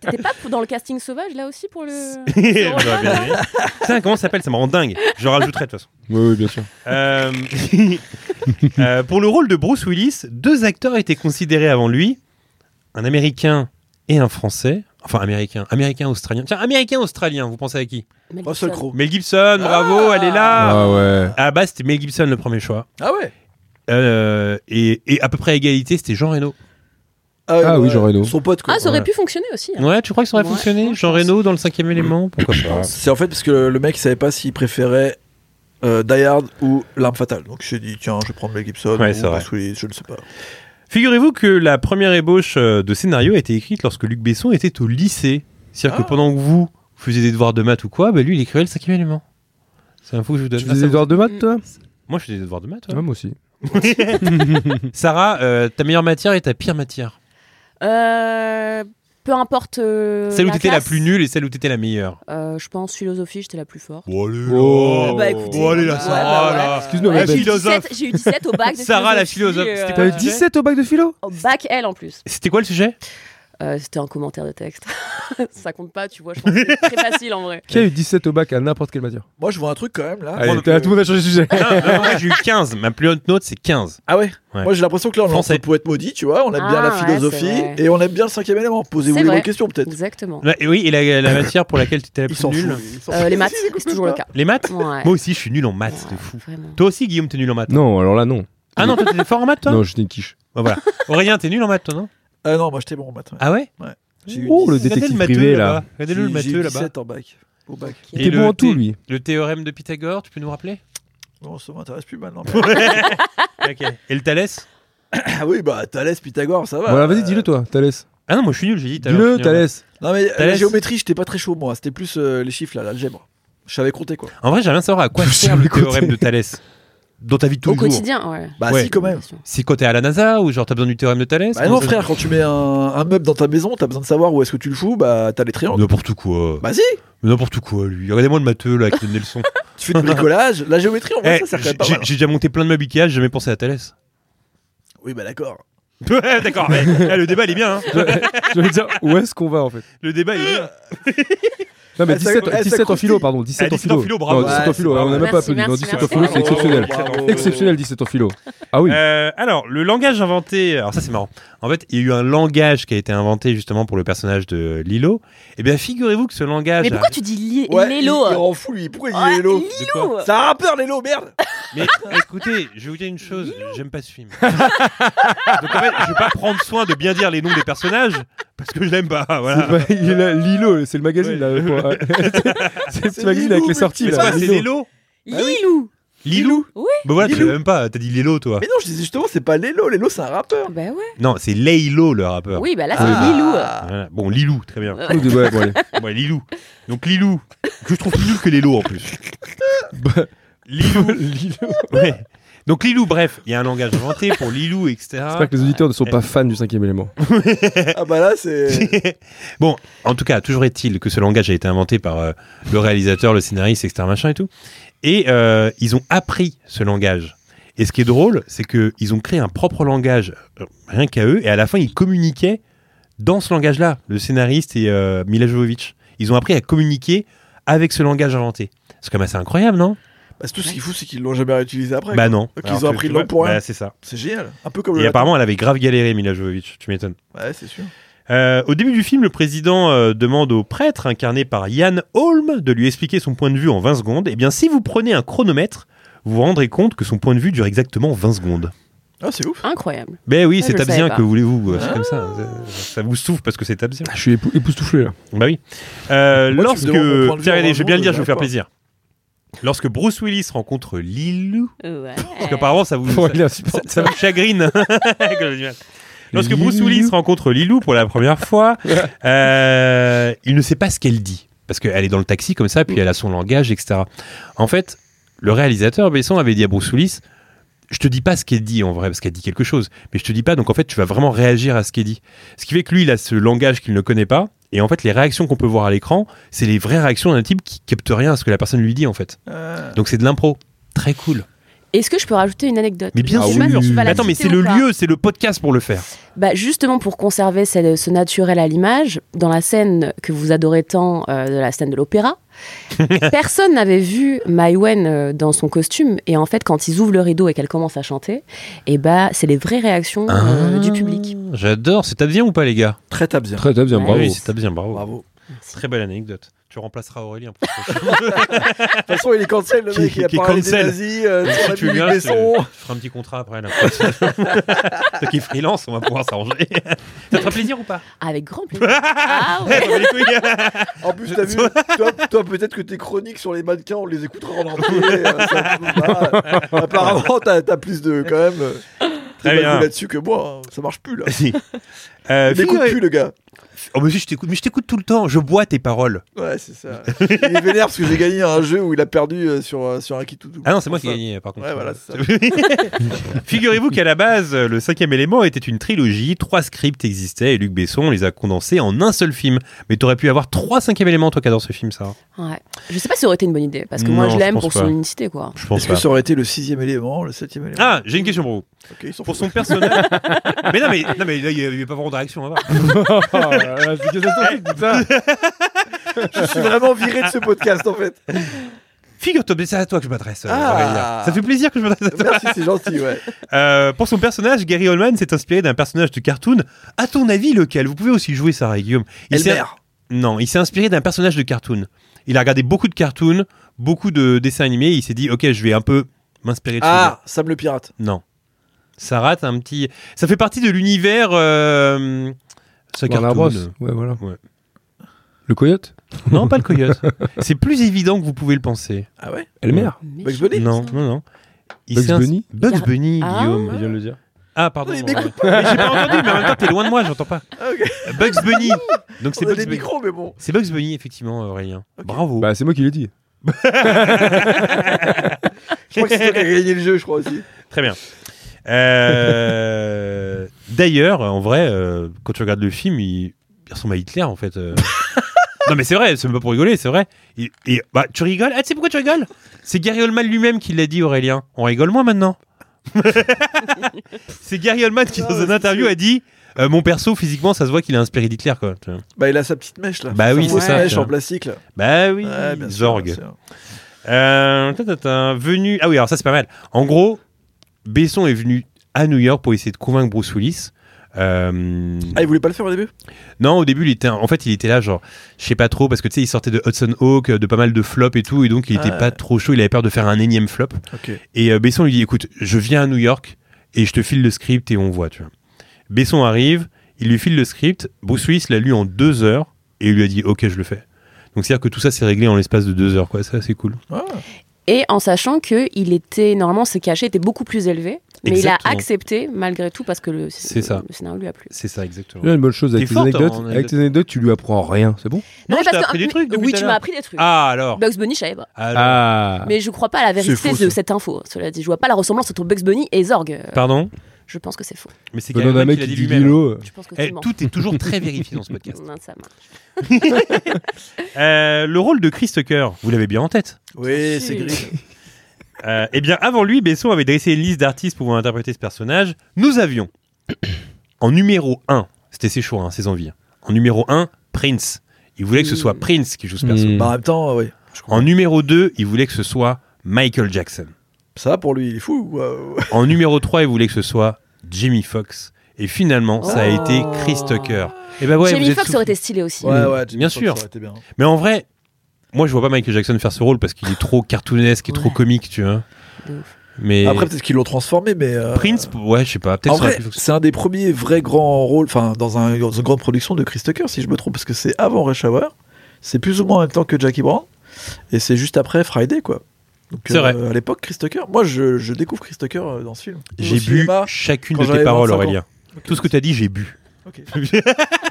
Speaker 6: T'étais pas pour- dans le casting sauvage là aussi pour le.
Speaker 3: Bah, bien aimé. Putain, comment ça s'appelle Ça me rend dingue. Je rajouterai de toute façon.
Speaker 5: Oui, oui, bien sûr.
Speaker 3: Euh, euh, pour le rôle de Bruce Willis, deux acteurs étaient considérés avant lui un américain et un français. Enfin, américain, américain, australien. Tiens, américain, australien, vous pensez à qui
Speaker 6: Mel
Speaker 4: Russell
Speaker 6: Gibson.
Speaker 4: Crowe.
Speaker 3: Mel Gibson, bravo, elle est là
Speaker 5: Ah ouais.
Speaker 3: Ah bah, c'était Mel Gibson le premier choix.
Speaker 4: Ah ouais
Speaker 3: Euh, et, et à peu près à égalité, c'était Jean Reno.
Speaker 5: Ah oui, Jean Reno.
Speaker 4: Euh, Son pote, quoi.
Speaker 6: Ah, ça aurait
Speaker 3: Ouais.
Speaker 6: pu fonctionner aussi. hein.
Speaker 3: Ouais, tu crois que ça aurait
Speaker 6: Ouais,
Speaker 3: fonctionné
Speaker 6: moi, je
Speaker 3: Jean
Speaker 6: pense.
Speaker 3: Reno dans le cinquième élément Pourquoi pas
Speaker 4: C'est en fait parce que le mec savait pas s'il préférait euh, Die Hard ou L'Arme Fatale. Donc j'ai dit, tiens, je vais prendre Mel Gibson
Speaker 3: Ouais, c'est
Speaker 4: ou
Speaker 3: vrai.
Speaker 4: Bruce Willis, je ne sais pas.
Speaker 3: Figurez-vous que la première ébauche euh, de scénario a été écrite lorsque Luc Besson était au lycée. C'est-à-dire que
Speaker 4: Ah.
Speaker 3: pendant que vous faisiez des devoirs de maths ou quoi, bah lui, il écrivait le cinquième élément. C'est un fou que je vous donne.
Speaker 5: Tu
Speaker 3: Ah, ça
Speaker 5: faisais
Speaker 3: vous-
Speaker 5: Edouard de maths, toi
Speaker 3: Moi, je faisais des devoirs de maths. ouais.
Speaker 5: Ah, Moi aussi.
Speaker 3: Sarah, euh, ta meilleure matière et ta pire matière.
Speaker 6: Euh, peu importe. euh,
Speaker 3: celle où t'étais la
Speaker 6: classe.
Speaker 3: plus nulle et celle où t'étais la meilleure.
Speaker 6: Euh, je pense philosophie, j'étais la plus forte.
Speaker 3: Oh, allez,
Speaker 5: Oh.
Speaker 3: là.
Speaker 6: Bah, écoutez,
Speaker 3: Oh, allez, là,
Speaker 6: ouais,
Speaker 3: Sarah,
Speaker 6: bah, ouais.
Speaker 3: là.
Speaker 5: Excuse-nous,
Speaker 3: Ouais,
Speaker 5: ma
Speaker 6: j'ai, eu
Speaker 5: belle.
Speaker 3: philosophe.
Speaker 6: 17, j'ai eu 17 au bac de
Speaker 3: Sarah, la philosophe,
Speaker 6: euh,
Speaker 3: c'était
Speaker 5: T'as eu 17 au bac de philo
Speaker 6: Au bac, elle en plus.
Speaker 3: C'était quoi le sujet
Speaker 6: Euh, c'était un commentaire de texte. ça compte pas, tu vois, je pense que c'est très facile en vrai.
Speaker 5: Qui a eu 17 au bac à n'importe quelle matière
Speaker 4: Moi, je vois un truc quand même là.
Speaker 3: Ah,
Speaker 5: Allez,
Speaker 4: Moi,
Speaker 5: tout le
Speaker 4: donc, euh,
Speaker 5: monde a changé de sujet.
Speaker 3: Non, non, Moi, j'ai eu 15. Ma plus haute note, c'est 15.
Speaker 4: Ah ouais,
Speaker 3: Ouais.
Speaker 4: Moi, j'ai l'impression que là, on lance
Speaker 3: Français.
Speaker 4: le poète maudit, tu vois. On aime bien
Speaker 6: Ah,
Speaker 4: la
Speaker 6: ouais,
Speaker 4: philosophie
Speaker 6: c'est vrai.
Speaker 4: et on aime bien le cinquième élément. Posez-vous
Speaker 6: C'est
Speaker 4: les
Speaker 6: vrai.
Speaker 4: bonnes questions, peut-être.
Speaker 6: Exactement.
Speaker 3: Ouais, et oui, et la, la matière pour laquelle t'étais la
Speaker 4: Ils
Speaker 3: plus
Speaker 4: s'en
Speaker 3: nulle
Speaker 4: foutent. ils s'en
Speaker 6: Euh,
Speaker 4: foutent.
Speaker 6: les maths,
Speaker 4: Ils écoutent
Speaker 6: c'est toujours le
Speaker 4: pas.
Speaker 6: cas.
Speaker 3: Les maths
Speaker 6: Ouais.
Speaker 3: Moi aussi, je suis nul en maths,
Speaker 6: Ouais,
Speaker 3: c'est fou.
Speaker 6: Vraiment.
Speaker 3: Toi aussi, Guillaume, t'es nul en maths.
Speaker 5: Non, alors là, non.
Speaker 3: Ah non, toi, t'étais fort en maths, toi
Speaker 5: Non, j'étais une quiche.
Speaker 3: Bah, voilà. Aurélien, t'es nul en maths, toi, non
Speaker 4: Ah non, moi, j'étais bon au maths. ouais.
Speaker 3: Ah ouais
Speaker 4: J'ai eu
Speaker 5: Oh, le
Speaker 4: 17.
Speaker 5: détective privé, là.
Speaker 4: J'ai
Speaker 3: Regardez-le, le
Speaker 4: j'ai eu
Speaker 3: Mathieu, là-bas.
Speaker 4: 17 en bac. Au bac.
Speaker 3: Et
Speaker 5: Il était
Speaker 3: le
Speaker 5: bon en tout,
Speaker 3: thé-
Speaker 5: lui.
Speaker 3: Le théorème de Pythagore, tu peux nous rappeler
Speaker 4: Non, ça m'intéresse plus mal. non, mais-
Speaker 3: Ok. Et le Thalès
Speaker 4: Ah oui, bah Thalès, Pythagore, ça va.
Speaker 5: Voilà, vas-y,
Speaker 4: Euh,
Speaker 5: dis-le, toi, Thalès.
Speaker 3: Ah non, moi je suis nul, j'ai dit tout à l'heure, je suis
Speaker 5: Dis-le,
Speaker 3: nul.
Speaker 5: Thalès.
Speaker 4: Non mais la
Speaker 3: Thalès.
Speaker 4: géométrie, j'étais pas très chaud moi, c'était plus euh, les chiffres là, l'algèbre. Je savais compter quoi.
Speaker 3: En vrai, j'aimerais bien savoir à quoi
Speaker 5: Je
Speaker 3: sert
Speaker 5: vais
Speaker 3: le
Speaker 5: écouter.
Speaker 3: théorème de Thalès dans ta vie de tous
Speaker 6: Au
Speaker 3: les jours.
Speaker 6: quotidien, ouais.
Speaker 4: Bah
Speaker 3: Ouais.
Speaker 4: si quand même.
Speaker 3: C'est quand t'es à la NASA ou genre t'as besoin du théorème de Thalès
Speaker 4: Bah
Speaker 3: Comment
Speaker 4: non
Speaker 3: ça-
Speaker 4: frère, quand tu mets un, un meuble dans ta maison, t'as besoin de savoir où est-ce que tu le fous, bah t'as les triangles.
Speaker 3: N'importe quoi.
Speaker 4: Bah si,
Speaker 3: Mais N'importe quoi, lui. Regardez-moi le matheux, là, qui donne des leçons.
Speaker 4: tu fais du bricolage, la géométrie en vrai
Speaker 3: Eh,
Speaker 4: ça sert quand
Speaker 3: j'ai
Speaker 4: même pas mal.
Speaker 3: j'ai déjà monté plein de meubles Ikea, j'ai jamais pensé à Thalès.
Speaker 4: Oui bah d'accord.
Speaker 3: Ouais, D'accord, mais eh, le débat, il est bien. hein.
Speaker 5: Je veux dire, où est-ce qu'on va, en fait
Speaker 3: Le débat, il est bien.
Speaker 5: Non,
Speaker 3: Ah,
Speaker 5: mais
Speaker 4: Eh, ça-
Speaker 5: 17,
Speaker 4: eh, ça
Speaker 5: 17 en philo,
Speaker 4: croustille.
Speaker 5: pardon. 17
Speaker 3: Eh,
Speaker 5: en
Speaker 3: 17 en
Speaker 5: philo.
Speaker 3: philo, bravo.
Speaker 5: Non, 17
Speaker 4: Ouais,
Speaker 5: en philo,
Speaker 4: c'est
Speaker 5: on n'a même
Speaker 6: bravo.
Speaker 5: pas applaudi. Non,
Speaker 6: Merci,
Speaker 5: 17 en philo,
Speaker 6: merci,
Speaker 5: c'est
Speaker 4: merci.
Speaker 5: exceptionnel.
Speaker 4: Bravo.
Speaker 5: Exceptionnel, 17 en philo. Ah oui.
Speaker 3: Euh, alors, le langage inventé, alors ça c'est marrant. En fait, il y a eu un langage qui a été inventé justement pour le personnage de Lilo. Eh bien, figurez-vous que ce langage.
Speaker 6: Mais pourquoi tu dis li-
Speaker 4: Ouais,
Speaker 6: Lélo
Speaker 4: il, il
Speaker 6: hein
Speaker 4: rend fou lui, pourquoi il dit
Speaker 6: Ouais,
Speaker 4: Lélo
Speaker 3: De quoi
Speaker 6: Lilo
Speaker 4: C'est un rappeur Lélo, merde Ah,
Speaker 3: Mais écoutez, je vais vous dire une chose, j'aime pas ce film. Donc en fait, je vais pas prendre soin de bien dire les noms des personnages parce que je l'aime pas. hein, Voilà.
Speaker 5: C'est pas- il est là, Lilo, c'est le magazine
Speaker 3: Ouais.
Speaker 5: là. pour- euh, c'est c'est
Speaker 4: C'est
Speaker 5: le magazine avec
Speaker 4: Lilo,
Speaker 5: les sorties
Speaker 3: Mais c'est
Speaker 5: là.
Speaker 3: quoi, c'est
Speaker 5: Lilo.
Speaker 3: Lilo
Speaker 4: Ah
Speaker 6: Lilou
Speaker 3: Lilou
Speaker 6: Oui.
Speaker 3: Bah voilà, tu
Speaker 4: Lilou.
Speaker 3: l'aimes pas, t'as dit Lilo toi.
Speaker 4: Mais non, je disais justement, c'est pas Lélo, Lélo c'est un rappeur.
Speaker 6: Bah ouais.
Speaker 3: Non, c'est Leilo le rappeur.
Speaker 6: Oui, Euh, bah là,
Speaker 5: Ah.
Speaker 6: c'est Lilou.
Speaker 3: Voilà. Bon, Lilou, très bien.
Speaker 5: Ah, ouais, bon, allez.
Speaker 3: Ouais, Lilou. Donc Lilou, que je trouve plus nul que Lélo en plus.
Speaker 5: Bah,
Speaker 3: Lilou.
Speaker 5: Lilo.
Speaker 3: Ouais. Donc Lilou, bref, il y a un langage inventé pour Lilou, etc.
Speaker 5: J'espère que les auditeurs ne sont pas fans du cinquième élément.
Speaker 3: Eh.
Speaker 4: Ah bah là c'est...
Speaker 3: bon, en tout cas, toujours est-il que ce langage a été inventé par euh, le réalisateur, le scénariste, etc. Machin et tout. Et euh, ils ont appris ce langage. Et ce qui est drôle, c'est qu'ils ont créé un propre langage, euh, rien qu'à eux, et à la fin, ils communiquaient dans ce langage-là, le scénariste et euh, Mila Jovovich. Ils ont appris à communiquer avec ce langage inventé. C'est quand même assez incroyable, non
Speaker 4: Bah, c'est tout ce qu'il faut, c'est qu'ils l'ont jamais réutilisé après.
Speaker 3: Bah
Speaker 4: quoi.
Speaker 3: non.
Speaker 4: Qu'ils
Speaker 3: Alors
Speaker 4: ont
Speaker 3: que,
Speaker 4: appris
Speaker 3: tu
Speaker 4: de l'homme
Speaker 3: vois,
Speaker 4: pour rien.
Speaker 3: bah, c'est ça.
Speaker 4: C'est génial. Un peu comme
Speaker 3: Et
Speaker 4: le.
Speaker 3: apparemment, elle avait grave galéré, Mila Jovovich. Tu m'étonnes.
Speaker 4: Ouais, c'est sûr.
Speaker 3: Euh, au début du film, le président euh, demande au prêtre, incarné par Yann Holm, de lui expliquer son point de vue en 20 secondes. Eh bien, si vous prenez un chronomètre, vous vous rendrez compte que son point de vue dure exactement 20 secondes.
Speaker 4: Ah, c'est ouf.
Speaker 6: Incroyable.
Speaker 3: Ben oui,
Speaker 6: Ah,
Speaker 3: c'est
Speaker 6: je le savais
Speaker 3: tabzien
Speaker 6: pas. Hein
Speaker 3: que voulez-vous. C'est comme ça. Ça vous souffle parce que c'est tabzien.
Speaker 5: Ah, Je suis épou- époustouflé là.
Speaker 3: Bah oui. Euh,
Speaker 4: Moi, tu
Speaker 3: lorsque.
Speaker 4: me demandes mon point de vue
Speaker 3: Tiens,
Speaker 4: en
Speaker 3: allez, je vais bien le
Speaker 4: vingt
Speaker 3: dire, je vais vous faire
Speaker 4: secondes,
Speaker 3: plaisir. Lorsque Bruce Willis rencontre Lilou,
Speaker 6: Ouais.
Speaker 3: parce qu'apparemment Mm, ça vous,
Speaker 5: Ouais, il est
Speaker 3: ça,
Speaker 5: insupportable.
Speaker 3: ça vous chagrine. Que le génial. Lorsque Bruce Willis rencontre Lilou pour la première fois, euh, il ne sait pas ce qu'elle dit. Parce qu'elle est dans le taxi comme ça, puis elle a son langage, etc. En fait, le réalisateur Besson avait dit à Bruce Willis Je te dis pas ce qu'elle dit en vrai, parce qu'elle dit quelque chose, mais je te dis pas, donc en fait, tu vas vraiment réagir à ce qu'elle dit. Ce qui fait que lui, il a ce langage qu'il ne connaît pas, et en fait, les réactions qu'on peut voir à l'écran, c'est les vraies réactions d'un type qui capte rien à ce que la personne lui dit, en fait.
Speaker 4: Euh,
Speaker 3: Donc c'est de l'impro. Très cool. Ah
Speaker 6: Est-ce que je peux rajouter une anecdote
Speaker 3: Mais bien
Speaker 6: Je sais
Speaker 3: sûr.
Speaker 6: pas si tu vas la
Speaker 3: Attends, mais
Speaker 6: citer
Speaker 3: c'est
Speaker 6: ou
Speaker 3: le
Speaker 6: pas.
Speaker 3: lieu, c'est le podcast pour le faire.
Speaker 6: Bah, justement, pour conserver ce, ce naturel à l'image, dans la scène que vous adorez tant, euh, de la scène de l'opéra, personne n'avait vu Mai Wen euh, dans son costume. Et en fait, quand ils ouvrent le rideau et qu'elle commence à chanter, et bah, c'est les vraies réactions euh, du public.
Speaker 3: Ah, J'adore, c'est bien ou pas les gars
Speaker 4: Très tabzien.
Speaker 5: Très bien,
Speaker 6: Ouais.
Speaker 5: bravo.
Speaker 3: Oui, c'est bien, bravo.
Speaker 4: Bravo.
Speaker 3: Très belle anecdote. Tu remplaceras Aurélien.
Speaker 4: De toute façon, il est cancel, le
Speaker 3: Qui-
Speaker 4: mec. Il a
Speaker 3: qui est
Speaker 4: parlé des
Speaker 3: cancel.
Speaker 4: nazis, euh, sur
Speaker 3: si
Speaker 4: la
Speaker 3: tu
Speaker 4: Bible,
Speaker 3: viens, je, te-
Speaker 4: Besson.
Speaker 3: je ferai un petit contrat après. Là, Toi qui est freelance, on va pouvoir s'arranger. Ça te fera plaisir ou pas
Speaker 6: Avec grand plaisir. Ah ouais.
Speaker 4: En plus, t'as vu, toi, toi, peut-être que tes chroniques sur les mannequins, on les écoutera en entier. euh, ça, bah, apparemment, t'as, t'as plus de quand même. euh,
Speaker 3: Très
Speaker 4: t'es
Speaker 3: bien.
Speaker 4: mal vu là-dessus que moi, hein. ça marche plus là.
Speaker 3: Si. Euh,
Speaker 4: N'écoute
Speaker 3: figurez-
Speaker 4: plus le gars.
Speaker 3: Oh, mais si, je t'écoute, mais je t'écoute tout le temps. Je bois tes paroles.
Speaker 4: Ouais, c'est ça. Il est vénère parce que j'ai gagné un jeu où il a perdu euh, sur, euh, sur un qui tout
Speaker 3: Ah non, c'est moi qui ai gagné, par contre.
Speaker 4: Ouais, voilà, c'est
Speaker 3: Figurez-vous qu'à la base, euh, le cinquième élément était une trilogie. Trois scripts existaient et Luc Besson les a condensés en un seul film. Mais t'aurais pu avoir trois cinquième éléments, toi qui adore ce film, ça.
Speaker 6: Ouais. Je sais pas si ça aurait été une bonne idée, parce que moi,
Speaker 3: Non,
Speaker 6: je
Speaker 3: je
Speaker 6: l'aime
Speaker 3: pense
Speaker 6: pour
Speaker 3: pas.
Speaker 6: son unicité, quoi.
Speaker 3: Je pense
Speaker 4: Est-ce que ça aurait été le sixième élément, le septième élément
Speaker 3: Ah, j'ai une question pour vous.
Speaker 4: Ok, ils s'en
Speaker 3: Pour
Speaker 4: foutent.
Speaker 3: son personnage. mais non, mais, non, mais là, il n'y avait pas vraiment de réaction. hein, avant.
Speaker 5: euh, c'est catastrophique, putain.
Speaker 4: Je suis vraiment viré de ce podcast en fait.
Speaker 3: Figure-toi, mais c'est à toi que je m'adresse. euh,
Speaker 4: Ah.
Speaker 3: Aurélien. Ça fait plaisir que je m'adresse à toi.
Speaker 4: Merci, c'est gentil, ouais.
Speaker 3: Euh, pour son personnage, Gary Oldman s'est inspiré d'un personnage de cartoon. À ton avis, lequel Vous pouvez aussi jouer Sarah et Guillaume. Il s'est-
Speaker 4: Elmer.
Speaker 3: Non, il s'est inspiré d'un personnage de cartoon. Il a regardé beaucoup de cartoons, beaucoup de dessins animés. Il s'est dit, ok, je vais un peu m'inspirer de ce gars.
Speaker 4: Ah, Sam le pirate.
Speaker 3: Non. Ça rate un petit. Ça fait partie de l'univers. Euh... Ce
Speaker 5: Warner Bros.
Speaker 3: cartoon.
Speaker 5: Ouais, voilà.
Speaker 3: Ouais.
Speaker 5: Le coyote
Speaker 3: Non, pas le coyote. C'est plus évident que vous pouvez le penser.
Speaker 4: Ah ouais
Speaker 5: Elmer
Speaker 3: Bah,
Speaker 4: Bugs Bunny
Speaker 3: Non, non, non. Il
Speaker 5: Bugs
Speaker 3: s'est ins-
Speaker 5: Bunny
Speaker 3: Bugs Bunny,
Speaker 6: Ah.
Speaker 3: Guillaume.
Speaker 5: Il vient de le dire.
Speaker 3: Ah, pardon.
Speaker 4: Oui,
Speaker 3: non,
Speaker 4: mais
Speaker 3: ouais. Mais j'ai pas entendu, mais en même temps, t'es loin de moi, j'entends pas.
Speaker 4: Ah, ok.
Speaker 3: Bugs Bunny. Donc c'est
Speaker 4: On a
Speaker 3: Bugs
Speaker 4: des
Speaker 3: Bunny.
Speaker 4: micros, mais bon.
Speaker 3: C'est Bugs Bunny, effectivement, Aurélien. Bravo.
Speaker 5: Bah, c'est moi qui l'ai dit.
Speaker 4: Je crois que c'est toi qui as gagné le jeu, je crois aussi.
Speaker 3: Très bien. Euh, D'ailleurs, en vrai, euh, quand tu regardes le film, il, il ressemble à Hitler, en fait. euh. non, mais c'est vrai, c'est même pas pour rigoler, c'est vrai. Et, et- bah, tu rigoles Ah, tu sais pourquoi tu rigoles C'est Gary Oldman lui-même qui l'a dit, Aurélien. On rigole moins maintenant. c'est Gary Oldman qui,
Speaker 4: Ah,
Speaker 3: dans
Speaker 4: ouais,
Speaker 3: une
Speaker 4: c'est
Speaker 3: interview, a dit euh, Mon perso, physiquement, ça se voit qu'il a inspiré d'Hitler, quoi. Tu vois.
Speaker 4: Bah, il a sa petite mèche là.
Speaker 3: Bah oui,
Speaker 4: Sa
Speaker 6: c'est
Speaker 4: grosse
Speaker 6: ça,
Speaker 4: mèche
Speaker 3: tiens.
Speaker 4: en plastique là.
Speaker 3: Bah oui,
Speaker 4: Ouais, bien sûr,
Speaker 3: Zorg.
Speaker 4: bien sûr.
Speaker 3: Euh, ta, ta, ta, venu. Ah oui, alors ça c'est pas mal. En gros, Besson est venu à New York pour essayer de convaincre Bruce Willis. Euh,
Speaker 4: Ah, il voulait pas le faire au début
Speaker 3: Non, au début, il était. un- En fait, il était là, genre, je sais pas trop, parce que tu sais, il sortait de Hudson Hawk, euh, de pas mal de flops et tout, et donc il était
Speaker 4: Ah.
Speaker 3: pas trop chaud. Il avait peur de faire un énième flop.
Speaker 4: Ok.
Speaker 3: Et euh, Besson lui dit écoute, je viens à New York et je te file le script et on voit, tu vois. Besson arrive, il lui file le script, Bruce Willis l'a lu en deux heures et il lui a dit ok, je le fais. Donc c'est à dire que tout ça s'est réglé en l'espace de deux heures, quoi. Ça, c'est cool.
Speaker 4: Ah.
Speaker 6: Et en sachant que il était, normalement, ses cachets étaient beaucoup plus élevés, mais il
Speaker 3: Exactement.
Speaker 6: a accepté malgré tout parce que le,
Speaker 3: C'est ça.
Speaker 6: le scénario lui a plu.
Speaker 3: C'est ça, exactement.
Speaker 5: Il y a une bonne chose avec
Speaker 3: T'es
Speaker 5: tes
Speaker 3: forte hein,
Speaker 5: anecdotes.
Speaker 3: en anecdotes.
Speaker 5: Avec tes anecdotes, tu lui apprends rien, c'est bon
Speaker 3: Non,
Speaker 6: mais
Speaker 3: je t'ai
Speaker 6: parce que-
Speaker 3: appris des trucs depuis
Speaker 6: Oui,
Speaker 3: tout à
Speaker 6: tu
Speaker 3: l'heure.
Speaker 6: m'as appris des trucs.
Speaker 3: Ah alors.
Speaker 6: Bugs Bunny, je savais pas.
Speaker 3: Alors.
Speaker 5: Ah
Speaker 6: Mais je crois pas à la vérité
Speaker 4: faux,
Speaker 6: de
Speaker 4: ça.
Speaker 6: cette info. Cela dit, je vois pas la ressemblance entre Bugs Bunny et Zorg. Euh,
Speaker 3: Pardon.
Speaker 6: Je pense que c'est faux.
Speaker 3: Mais c'est
Speaker 5: Venant
Speaker 3: quand
Speaker 5: d'un
Speaker 3: même
Speaker 5: mec
Speaker 3: qui l'a
Speaker 5: qui
Speaker 3: dit
Speaker 5: dit
Speaker 3: lui-même.
Speaker 5: Lilo.
Speaker 6: Je pense que
Speaker 3: Eh,
Speaker 6: tu mens.
Speaker 3: tout est toujours très vérifié dans ce podcast.
Speaker 6: Non, ça marche.
Speaker 3: Euh, le rôle de Chris Tucker, vous l'avez bien en tête.
Speaker 4: Oui,
Speaker 6: Si.
Speaker 4: c'est gris.
Speaker 3: Euh, eh bien, avant lui, Besson avait dressé une liste d'artistes pouvant interpréter ce personnage. Nous avions en numéro 1, c'était ses choix, hein, ses envies. En numéro 1,
Speaker 6: Hmm.
Speaker 3: Prince. Il voulait que ce soit Prince qui joue ce personnage.
Speaker 4: Bah, en même temps, oui.
Speaker 3: En numéro 2, il voulait que ce soit Michael Jackson.
Speaker 4: Ça, pour lui, il est fou. waouh.
Speaker 3: En numéro 3, il voulait que ce soit Jimmy Fox. Et finalement, ça a
Speaker 6: Oh.
Speaker 3: été Chris Tucker. Et ben ouais, vous
Speaker 6: Jamie
Speaker 3: êtes
Speaker 6: Foxx
Speaker 3: sous-
Speaker 6: aurait été stylé aussi.
Speaker 4: Ouais, ouais,
Speaker 3: bien sûr.
Speaker 4: ça aurait été bien.
Speaker 3: Mais en vrai, moi, je vois pas Michael Jackson faire ce rôle parce qu'il est trop cartoonesque et trop
Speaker 6: Ouais.
Speaker 3: comique, tu vois.
Speaker 6: De ouf.
Speaker 3: Mais
Speaker 4: Après, peut-être qu'ils l'ont transformé, mais. euh,
Speaker 3: Prince, ouais, je sais pas. Peut-être
Speaker 4: En
Speaker 3: ça aurait
Speaker 4: vrai,
Speaker 3: pu fonctionner.
Speaker 4: c'est un des premiers vrais grands rôles, enfin, dans, un, dans une grande production de Chris Tucker, si je me trompe, parce que c'est avant Rush Hour, c'est plus ou moins en même temps que Jackie Brown, et c'est juste après Friday, quoi. Donc, euh,
Speaker 3: C'est vrai.
Speaker 4: À l'époque, Chris Tucker, moi, je, je découvre Chris Tucker euh, dans ce film. Au
Speaker 3: j'ai bu
Speaker 4: cinéma.
Speaker 3: chacune
Speaker 4: quand
Speaker 3: de tes
Speaker 4: j'avais
Speaker 3: paroles,
Speaker 4: 25 ans.
Speaker 3: Aurélien.
Speaker 4: Ok.
Speaker 3: Tout ce que t'as dit, j'ai bu.
Speaker 4: Ok.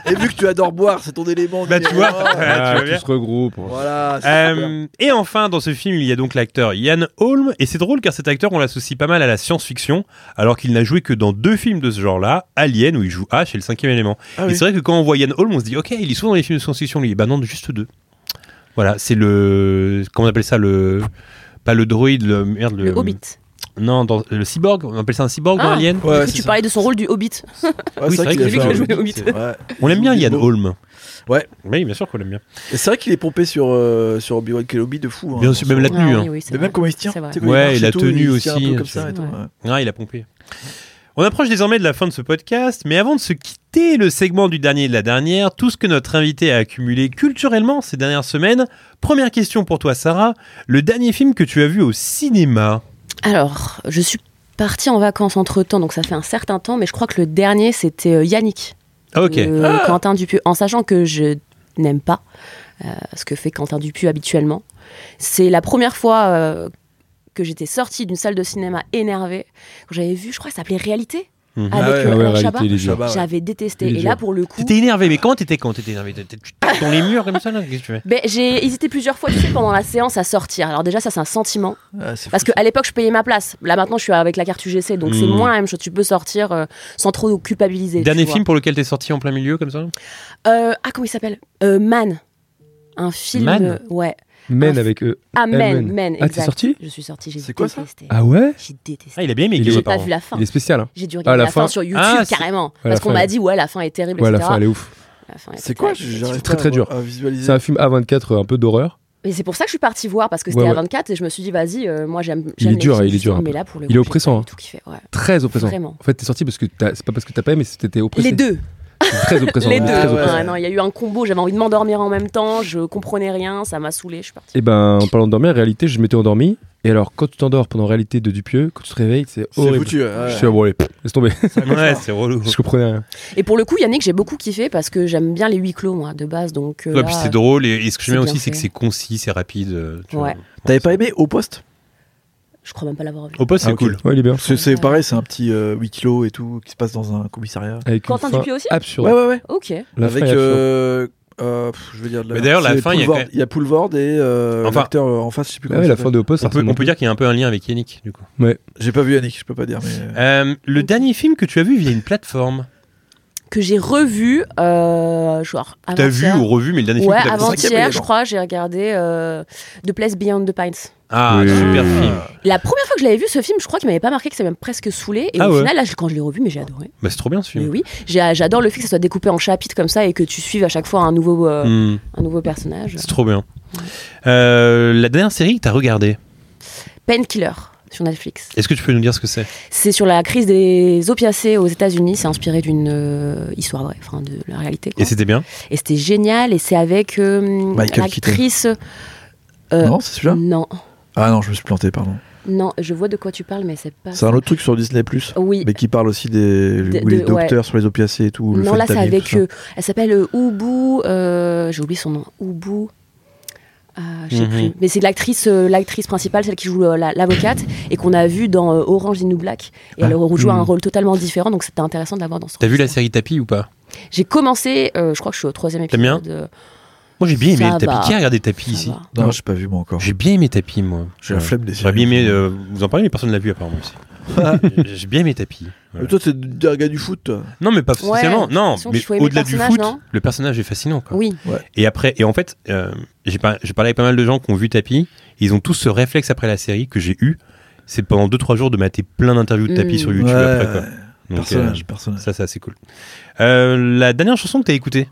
Speaker 4: Et vu que tu adores boire, c'est ton élément.
Speaker 3: Bah, tu
Speaker 4: numéro
Speaker 3: vois. Ah,
Speaker 4: un.
Speaker 3: tu
Speaker 5: Ah,
Speaker 3: vois bien.
Speaker 5: tout se regroupe.
Speaker 4: Voilà. c'est super.
Speaker 3: Euh, et enfin, dans ce film, il y a donc l'acteur Ian Holm. Et c'est drôle car cet acteur, on l'associe pas mal à la science-fiction, alors qu'il n'a joué que dans deux films de ce genre-là, Alien, où il joue H, et le cinquième élément.
Speaker 4: Ah
Speaker 3: Et
Speaker 4: oui.
Speaker 3: c'est vrai que quand on voit Ian Holm, on se dit, ok, il est souvent dans les films de science-fiction, lui. Bah non, juste deux. Voilà, c'est le. Comment on appelle ça le. Pas le droïde, le. Merde, le.
Speaker 6: Le Hobbit.
Speaker 3: Non, dans, le cyborg. On appelle ça un cyborg dans
Speaker 6: Ah.
Speaker 3: Alien
Speaker 4: Ouais,
Speaker 6: Parce que
Speaker 4: c'est
Speaker 6: tu
Speaker 4: ça.
Speaker 6: parlais de son rôle du Hobbit.
Speaker 4: Ouais,
Speaker 3: Oui, c'est vrai
Speaker 4: qu'il
Speaker 3: qu'il
Speaker 4: a
Speaker 3: a
Speaker 4: fait
Speaker 3: joué
Speaker 4: un-
Speaker 6: au Hobbit.
Speaker 4: c'est vrai.
Speaker 3: On l'aime bien,
Speaker 4: Il est
Speaker 3: Ian
Speaker 4: beau.
Speaker 3: Holm.
Speaker 4: Ouais.
Speaker 3: Oui, bien sûr qu'on l'aime bien.
Speaker 4: Et c'est vrai qu'il est pompé sur, euh, sur Obi-Wan Kenobi de fou. hein,
Speaker 3: Bien
Speaker 4: dans
Speaker 3: sûr,
Speaker 4: son-
Speaker 3: même la
Speaker 6: Ah
Speaker 3: tenue. hein.
Speaker 6: oui, oui, c'est
Speaker 4: Mais
Speaker 6: vrai.
Speaker 4: même comment il se tient.
Speaker 6: C'est vrai.
Speaker 4: Tu sais, quand il
Speaker 3: Ouais,
Speaker 4: marche
Speaker 3: et la
Speaker 4: tout,
Speaker 3: tenue
Speaker 4: il se tient un peu
Speaker 3: aussi,
Speaker 4: comme ça et tout, hein.
Speaker 6: ouais.
Speaker 4: ouais.
Speaker 3: Ah, il a pompé. On approche désormais de la fin de ce podcast, mais avant de se quitter le segment du dernier et de la dernière, tout ce que notre invité a accumulé culturellement ces dernières semaines, première question pour toi Sarah, le dernier film que tu as vu au cinéma
Speaker 6: Alors, je suis partie en vacances entre temps, donc ça fait un certain temps, mais je crois que le dernier c'était euh, Yannick.
Speaker 3: Ah ok,
Speaker 6: de Quentin Dupieux, en sachant que je n'aime pas euh, ce que fait Quentin Dupieux habituellement. C'est la première fois euh, que j'étais sortie d'une salle de cinéma énervée. quand J'avais vu, je crois que ça s'appelait Réalité,
Speaker 3: Mhm.
Speaker 6: avec
Speaker 4: Ah ouais,
Speaker 6: euh,
Speaker 4: ah
Speaker 5: Ah ouais,
Speaker 6: Alain
Speaker 5: réalité,
Speaker 6: Chabat.
Speaker 5: il est dur.
Speaker 4: Chabat, ouais.
Speaker 6: J'avais détesté.
Speaker 5: Il est
Speaker 6: Et là,
Speaker 5: dur.
Speaker 6: pour le coup,
Speaker 3: t'étais énervé, mais comment t'étais quand t'étais énervé T'étais- Tu te tapes dans les murs comme ça là Qu'est-ce que tu fais
Speaker 6: ben, j'ai hésité plusieurs fois tu sais, pendant la séance à sortir. Alors déjà, ça c'est un sentiment.
Speaker 4: Ah, c'est
Speaker 6: Parce
Speaker 4: fou,
Speaker 6: qu'à l'époque, je payais ma place. Là maintenant, je suis avec la carte UGC, donc
Speaker 5: Hmm.
Speaker 6: c'est
Speaker 3: Mhm.
Speaker 6: moins la même chose. Tu peux sortir euh, sans trop culpabiliser. tu
Speaker 3: Dernier
Speaker 6: vois.
Speaker 3: film pour lequel t'es sorti en plein milieu comme ça
Speaker 6: Euh, Ah, comment il s'appelle Euh, Man. Un film.
Speaker 3: Man
Speaker 6: euh, ouais.
Speaker 5: Men avec eux.
Speaker 6: Ah, Man,
Speaker 5: Man.
Speaker 6: Man,
Speaker 5: Ah, t'es
Speaker 6: exact.
Speaker 5: sorti
Speaker 6: Je suis sortie, j'ai
Speaker 4: C'est quoi ça
Speaker 6: détesté.
Speaker 5: Ah ouais
Speaker 6: J'ai
Speaker 3: Ah
Speaker 6: détesté.
Speaker 3: il a bien aimé
Speaker 5: Il
Speaker 3: Guillaume,
Speaker 5: est-
Speaker 6: j'ai pas
Speaker 3: apparemment.
Speaker 6: vu la fin.
Speaker 5: Il est spécial. hein.
Speaker 6: J'ai dû regarder
Speaker 5: Ah, la
Speaker 6: la, fin.
Speaker 5: fin.
Speaker 6: sur YouTube
Speaker 3: Ah, c'est-
Speaker 6: carrément.
Speaker 5: la
Speaker 6: parce qu'on
Speaker 5: fin,
Speaker 6: m'a
Speaker 5: elle-
Speaker 6: dit, ouais, la fin est terrible,
Speaker 5: Ouais, la
Speaker 6: etc.
Speaker 5: fin, elle est ouf.
Speaker 6: La fin est
Speaker 4: C'est quoi
Speaker 6: terrible.
Speaker 4: J'arrive
Speaker 5: très,
Speaker 4: pas
Speaker 5: très
Speaker 4: à-
Speaker 5: dur.
Speaker 4: à visualiser.
Speaker 5: C'est un film A24, un peu d'horreur.
Speaker 6: Mais c'est pour ça que je suis partie voir, parce que
Speaker 5: Ouais,
Speaker 6: c'était
Speaker 5: ouais.
Speaker 6: à 24 et je me suis dit, vas-y, euh, moi j'aime.
Speaker 5: Il
Speaker 6: j'aime
Speaker 5: est
Speaker 6: les
Speaker 5: dur,
Speaker 6: films
Speaker 5: il est
Speaker 6: justement,
Speaker 5: dur un
Speaker 6: Mais
Speaker 5: peu.
Speaker 6: là, pour
Speaker 5: Il
Speaker 6: le
Speaker 5: est
Speaker 6: coup, j'ai
Speaker 5: oppressant,
Speaker 6: pas
Speaker 5: hein.
Speaker 6: du tout kiffé, ouais.
Speaker 5: Très oppressant.
Speaker 6: Vraiment.
Speaker 5: En fait, t'es sorti parce que t'as- c'est pas parce que t'as pas aimé, mais c'était oppressé.
Speaker 6: Les deux,
Speaker 5: C'est Très oppressant.
Speaker 6: les deux.
Speaker 5: mais très
Speaker 4: ouais.
Speaker 5: oppressant.
Speaker 6: Ouais, non, il y a eu un combo. J'avais envie de m'endormir en même temps. Je comprenais rien. Ça m'a saoulé. Je suis partie.
Speaker 5: Et ben, en parlant de dormir, en réalité, je m'étais endormi. Et alors, quand tu t'endors pendant réalité de Dupieux, quand tu te réveilles, c'est
Speaker 4: C'est
Speaker 5: horrible.
Speaker 4: foutu. ouais.
Speaker 5: Je suis là, bon, allez, pff, laisse tomber.
Speaker 3: Ouais c'est relou.
Speaker 5: je comprenais rien.
Speaker 6: Et pour le coup, Yannick, j'ai beaucoup kiffé parce que j'aime bien les huis clos, moi, de base. Donc, euh,
Speaker 3: Ouais,
Speaker 6: là,
Speaker 3: puis c'est drôle et, et ce que
Speaker 6: c'est
Speaker 3: j'aime
Speaker 6: bien
Speaker 3: aussi c'est
Speaker 6: fait.
Speaker 3: que c'est concis, c'est rapide. euh, tu
Speaker 6: Ouais.
Speaker 3: vois.
Speaker 4: T'avais pas aimé Au Poste
Speaker 6: je crois même pas l'avoir vu.
Speaker 3: Au poste c'est
Speaker 4: Ah, ok.
Speaker 3: cool.
Speaker 5: Ouais, il est bien.
Speaker 4: Parce que c'est pareil, c'est un petit euh, huis clos et tout qui se passe dans un commissariat.
Speaker 5: Avec
Speaker 6: Quentin
Speaker 5: une fin
Speaker 6: Dupieux aussi
Speaker 3: Ah.
Speaker 5: Absurde.
Speaker 4: Ouais, ouais, ouais.
Speaker 6: Ok.
Speaker 5: La
Speaker 4: Avec.
Speaker 5: fin est absurde.
Speaker 4: euh, euh, pff, je veux dire de
Speaker 3: Mais d'ailleurs, la
Speaker 4: c'est
Speaker 3: fin, il y a
Speaker 4: Poulvord.
Speaker 3: quand même-
Speaker 4: Il y a Poulvord et euh,
Speaker 3: Enfin-
Speaker 4: l'acteur euh, en face, je sais plus
Speaker 5: Ah
Speaker 4: comment
Speaker 5: ouais,
Speaker 4: il
Speaker 5: la fin
Speaker 4: s'appelle.
Speaker 5: de Post, ça
Speaker 3: On peut,
Speaker 5: ressemble
Speaker 3: on peut dire qu'il y a un peu un lien avec Yannick du coup.
Speaker 4: J'ai pas vu Yannick, je peux pas dire. Mais...
Speaker 3: Euh, le dernier film que tu as vu via une plateforme
Speaker 6: que j'ai revu, euh, genre
Speaker 3: T'as vu
Speaker 6: avant-hier.
Speaker 3: ou revu, mais le dernier
Speaker 6: Ouais,
Speaker 3: film que t'as vu.
Speaker 4: cinquième
Speaker 6: avant-hier,
Speaker 4: élément.
Speaker 6: je crois, j'ai regardé euh, The Place Beyond the Pines.
Speaker 3: Ah,
Speaker 5: Oui.
Speaker 3: super film.
Speaker 6: La première fois que je l'avais vu, ce film, je crois qu'il m'avait pas marqué, que ça m'a même presque saoulé. Et
Speaker 3: Ah
Speaker 6: au
Speaker 3: ouais.
Speaker 6: final, là, je- quand je l'ai revu, mais j'ai adoré.
Speaker 3: Bah, c'est trop bien ce
Speaker 6: Mais
Speaker 3: film.
Speaker 6: oui, j'ai- j'adore le fait que ça soit découpé en chapitres comme ça et que tu suives à chaque fois un nouveau, euh,
Speaker 4: Mm.
Speaker 3: Hmm,
Speaker 6: un nouveau personnage.
Speaker 3: c'est trop bien. Euh, la dernière série que t'as regardée,
Speaker 6: Painkiller sur Netflix.
Speaker 3: est-ce que tu peux nous dire ce que c'est
Speaker 6: C'est sur la crise des opiacés aux États-Unis. C'est inspiré d'une euh, histoire vraie, enfin de la réalité. quoi.
Speaker 3: Et c'était bien
Speaker 6: Et c'était génial. Et c'est avec euh,
Speaker 4: Michael
Speaker 6: l'actrice. euh,
Speaker 4: Non, c'est celui-là
Speaker 6: non,
Speaker 4: Ah non, je me suis planté, pardon.
Speaker 6: Non, je vois de quoi tu parles, mais c'est pas.
Speaker 4: C'est un autre truc sur Disney,
Speaker 6: Oui.
Speaker 4: mais qui parle aussi des
Speaker 6: Euh, De-
Speaker 4: où les
Speaker 6: de-
Speaker 4: docteurs sur les opiacés et tout. le
Speaker 6: non, là, c'est
Speaker 4: fentanyl,
Speaker 6: avec.
Speaker 4: tout ça.
Speaker 6: euh, elle s'appelle euh, Ubu. euh, J'ai oublié son nom. Ubu. Ah, je sais
Speaker 3: Mhm.
Speaker 6: plus. Mais c'est l'actrice euh, l'actrice principale, celle qui joue euh, la- l'avocate, et qu'on a vu dans euh, Orange is the New Black. Et elle joue
Speaker 5: mhm.
Speaker 6: un rôle totalement différent, donc c'était intéressant de la voir dans ce
Speaker 3: Ah. T'as vu la
Speaker 6: rôle.
Speaker 3: série Tapi ou pas
Speaker 6: J'ai commencé, euh, je crois que je suis au troisième
Speaker 3: T'aimes bien
Speaker 6: épisode. euh,
Speaker 3: Moi j'ai bien aimé
Speaker 6: Ça
Speaker 3: le Tapi.
Speaker 6: va.
Speaker 3: Qui a regardé Tapi
Speaker 6: ça
Speaker 3: ici
Speaker 6: va.
Speaker 4: Non, j'ai pas vu moi encore.
Speaker 3: J'ai bien aimé Tapi moi.
Speaker 4: J'ai la
Speaker 3: Ouais.
Speaker 4: flemme des
Speaker 3: J'aurais
Speaker 4: séries.
Speaker 3: bien aimé. euh, vous en parlez, mais personne ne l'a vu apparemment aussi. j'ai bien aimé Tapi.
Speaker 4: Mais toi, t'es un gars du foot. toi.
Speaker 3: Non, mais pas forcément. Non,
Speaker 6: façon,
Speaker 3: mais
Speaker 6: il faut aimer le
Speaker 3: au-delà du
Speaker 6: personnage,
Speaker 3: foot,
Speaker 6: non
Speaker 3: le personnage est fascinant. Quoi.
Speaker 6: Oui,
Speaker 3: Et après, et en fait, euh, j'ai par- j'ai parlé avec pas mal de gens qui ont vu Tapi. Ils ont tous ce réflexe après la série que j'ai eu. C'est pendant 2-3 jours de mater plein d'interviews de Tapi
Speaker 6: Mm.
Speaker 3: sur YouTube
Speaker 4: Ouais,
Speaker 3: après. Quoi.
Speaker 4: ouais.
Speaker 3: Donc,
Speaker 4: personnage,
Speaker 3: euh,
Speaker 4: personnage.
Speaker 3: ça, c'est assez cool. Euh, la dernière chanson que t'as écoutée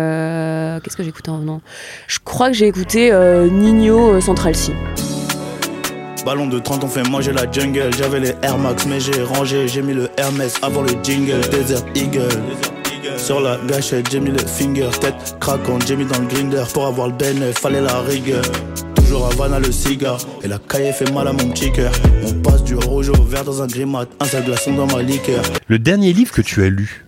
Speaker 6: Euh, Qu'est-ce que j'ai écouté en venant Je crois que j'ai écouté euh, Nino euh, Central C.
Speaker 8: Ballon de 30, on fait manger la jungle. J'avais les Air Max, mais j'ai rangé. J'ai mis le Hermès avant le jingle. Desert Eagle. Sur la gâchette, j'ai mis le finger. Tête craquante, j'ai mis dans le grinder. Pour avoir le ben, fallait la rigueur. Toujours Havana, le cigare. Et la caille fait mal à mon petit cœur. On passe du rouge au vert dans un grimat. Un sale glaçon dans ma liqueur.
Speaker 3: Le dernier livre que tu as lu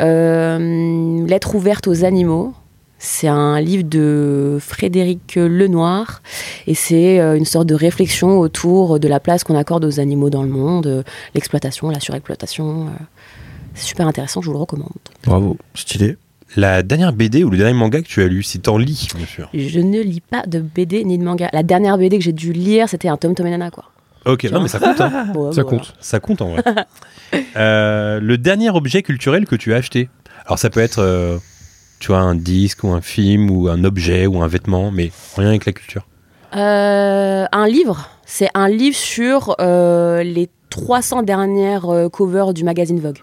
Speaker 6: Euh, Lettre ouverte aux animaux. C'est un livre de Frédéric Lenoir et c'est euh, une sorte de réflexion autour de la place qu'on accorde aux animaux dans le monde, euh, l'exploitation, la surexploitation. euh. C'est super intéressant, je vous le recommande.
Speaker 5: Bravo.
Speaker 4: Stylé.
Speaker 3: La dernière BD ou le dernier manga que tu as lu, si t'en lis, bien sûr.
Speaker 6: Je ne lis pas de BD ni de manga. La dernière BD que j'ai dû lire, c'était un Tom Tom et Nana, quoi.
Speaker 3: Ok, non mais ça compte, hein.
Speaker 6: Bon,
Speaker 5: Ça
Speaker 6: voilà.
Speaker 5: compte.
Speaker 3: ça compte en vrai. Euh, le dernier objet culturel que tu as acheté. Alors ça peut être, euh, tu vois, un disque ou un film ou un objet ou un vêtement, mais rien avec la culture.
Speaker 6: Euh, un livre. C'est un livre sur euh, les 300 dernières euh, covers du magazine Vogue.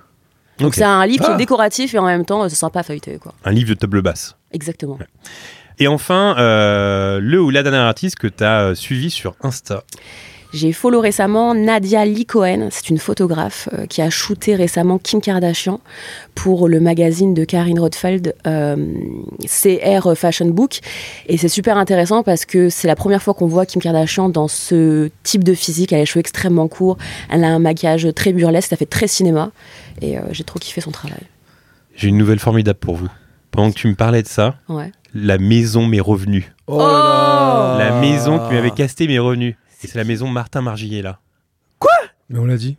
Speaker 6: Donc
Speaker 3: Ok.
Speaker 6: c'est un livre qui
Speaker 3: Ah.
Speaker 6: est décoratif et en même temps, euh, c'est sympa à feuilleter, quoi.
Speaker 3: Un livre de table basse.
Speaker 6: Exactement.
Speaker 3: Et enfin, euh, le ou la dernière artiste que tu as suivi sur Insta.
Speaker 6: J'ai follow récemment Nadia Lee Cohen, c'est une photographe euh, qui a shooté récemment Kim Kardashian pour le magazine de Karine Rothfeld, euh, CR Fashion Book. Et c'est super intéressant parce que c'est la première fois qu'on voit Kim Kardashian dans ce type de physique. Elle a les cheveux extrêmement courts, elle a un maquillage très burlesque, ça fait très cinéma. Et euh, j'ai trop kiffé son travail.
Speaker 3: J'ai une nouvelle formidable pour vous. Pendant que tu me parlais de ça,
Speaker 6: Ouais.
Speaker 3: la maison m'est revenue.
Speaker 4: Oh là là.
Speaker 3: La maison qui m'avait casté m'est revenue. Et Ah. c'est la maison Martin Margiela.
Speaker 5: Mais on l'a dit.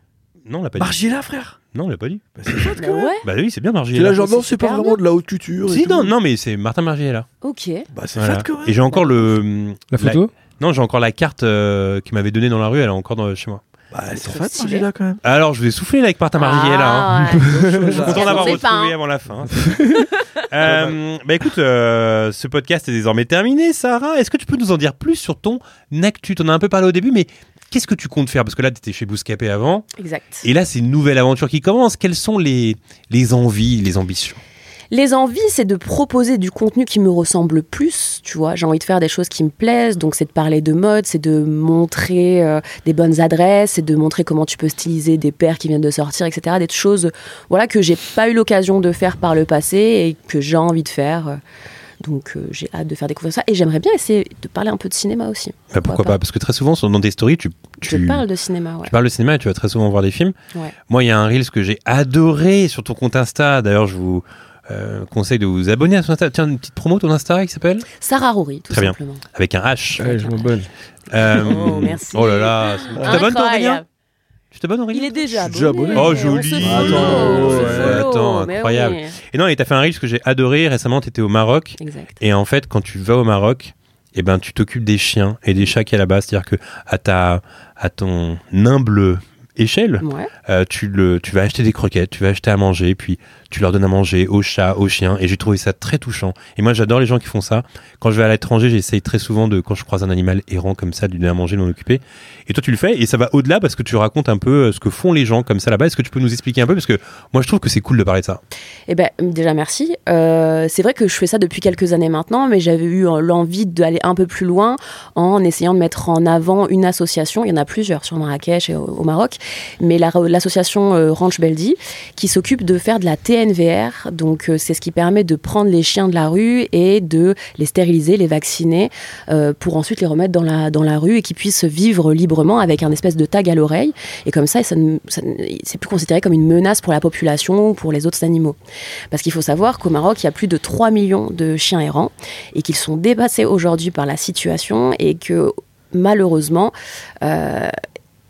Speaker 3: Non, on l'a pas dit.
Speaker 4: Margiela, frère.
Speaker 3: Non, on l'a pas dit.
Speaker 4: Bah, c'est chouette,
Speaker 6: Bah
Speaker 4: quand même.
Speaker 6: ouais,
Speaker 3: Bah oui, c'est bien
Speaker 4: C'est
Speaker 3: Margiela.
Speaker 4: là, genre, non, c'est
Speaker 6: super
Speaker 4: pas vraiment de la haute culture. et
Speaker 3: Si,
Speaker 4: tout.
Speaker 3: non, non, mais c'est Martin Margiela.
Speaker 6: ok.
Speaker 4: Bah, c'est
Speaker 3: Voilà.
Speaker 4: chouette, quand même.
Speaker 3: Et j'ai encore le. hmm,
Speaker 5: La photo
Speaker 3: Non, j'ai encore la carte euh, qu'il m'avait donnée dans la rue, elle est encore dans- chez moi.
Speaker 4: Bah, c'est
Speaker 6: Trop
Speaker 4: fat,
Speaker 6: stylé.
Speaker 4: Margiela, quand même.
Speaker 3: Alors, je vais souffler là, avec Martin Margiela. hein.
Speaker 6: Ah,
Speaker 4: Je
Speaker 3: Je suis content
Speaker 6: On
Speaker 3: d'avoir
Speaker 6: sait
Speaker 3: retrouvé
Speaker 6: pas, hein.
Speaker 3: avant la fin. Euh, bah écoute, euh, ce podcast est désormais terminé, Sarah. Est-ce que tu peux nous en dire plus sur ton actu T'en as un peu parlé au début, mais qu'est-ce que tu comptes faire Parce que là, t'étais chez Bouscapé avant,
Speaker 6: Exact.
Speaker 3: et là, c'est une nouvelle aventure qui commence. Quelles sont les, les envies, les ambitions
Speaker 6: Les envies, c'est de proposer du contenu qui me ressemble le plus, tu vois. J'ai envie de faire des choses qui me plaisent, donc c'est de parler de mode, c'est de montrer euh, des bonnes adresses, c'est de montrer comment tu peux styliser des paires qui viennent de sortir, etc. Des choses, voilà, que j'ai pas eu l'occasion de faire par le passé et que j'ai envie de faire. euh. Donc euh, j'ai hâte de faire découvrir ça et j'aimerais bien essayer de parler un peu de cinéma aussi.
Speaker 3: Bah, Pourquoi pas Parce que très souvent, sur- dans tes stories, tu, tu,
Speaker 6: Je parle de cinéma, ouais.
Speaker 3: tu parles de cinéma et tu vas très souvent voir des films.
Speaker 6: Ouais.
Speaker 3: Moi, il y a un Reels que j'ai adoré sur ton compte Insta. D'ailleurs, je vous euh, conseille de vous abonner à son Insta. Tiens, une petite promo, ton Insta, qui s'appelle
Speaker 6: Sarah Rory, tout
Speaker 3: Très bien.
Speaker 6: simplement.
Speaker 3: Avec un H.
Speaker 5: Ouais, je m'abonne.
Speaker 3: Euh,
Speaker 6: Oh, merci.
Speaker 3: oh là là. Tu t'abonnes, toi, Aurélien
Speaker 6: Incroyable.
Speaker 3: Tu t'abonnes,
Speaker 6: Il
Speaker 3: Aurélien
Speaker 6: est déjà
Speaker 4: Je suis déjà
Speaker 6: abonné.
Speaker 3: abonné. Oh,
Speaker 6: on se
Speaker 3: joli.
Speaker 6: follow,
Speaker 4: Attends,
Speaker 6: on se
Speaker 3: ouais.
Speaker 6: follow,
Speaker 3: Attends,
Speaker 6: mais
Speaker 3: incroyable.
Speaker 6: oui.
Speaker 3: Et non, et t'as fait un Reels que j'ai adoré. Récemment, t'étais au Maroc.
Speaker 6: Exact.
Speaker 3: Et en fait, quand tu vas au Maroc, eh ben, tu t'occupes des chiens et des chats qu'il y a là-bas. C'est-à-dire que à, ta, à ton humble échelle,
Speaker 6: Ouais.
Speaker 3: euh, tu, le, tu vas acheter des croquettes, tu vas acheter à manger, puis tu leur donnes à manger aux chats, aux chiens. Et j'ai trouvé ça très touchant. Et moi, j'adore les gens qui font ça. Quand je vais à l'étranger, j'essaye très souvent de, quand je croise un animal errant comme ça, de lui donner à manger, de m'en occuper. Et toi, tu le fais. Et ça va au-delà parce que tu racontes un peu euh, ce que font les gens comme ça là-bas. Est-ce que tu peux nous expliquer un peu Parce que moi, je trouve que c'est cool de parler de ça.
Speaker 6: Eh ben, déjà merci. Euh, c'est vrai que je fais ça depuis quelques années maintenant, mais j'avais eu euh, l'envie d'aller un peu plus loin en essayant de mettre en avant une association. Il y en a plusieurs sur Marrakech et au, au Maroc, mais la- l'association euh, Ranch Beldi qui s'occupe de faire de la TNVR. Donc euh, c'est ce qui permet de prendre les chiens de la rue et de les stériliser, les vacciner euh, pour ensuite les remettre dans la dans la rue et qu'ils puissent vivre librement avec un espèce de tag à l'oreille. Et comme ça, ça, ne- ça ne- c'est plus considéré comme une menace pour la population ou pour les autres animaux. Parce qu'il faut savoir qu'au Maroc, il y a plus de 3 millions de chiens errants et qu'ils sont dépassés aujourd'hui par la situation et que malheureusement, euh,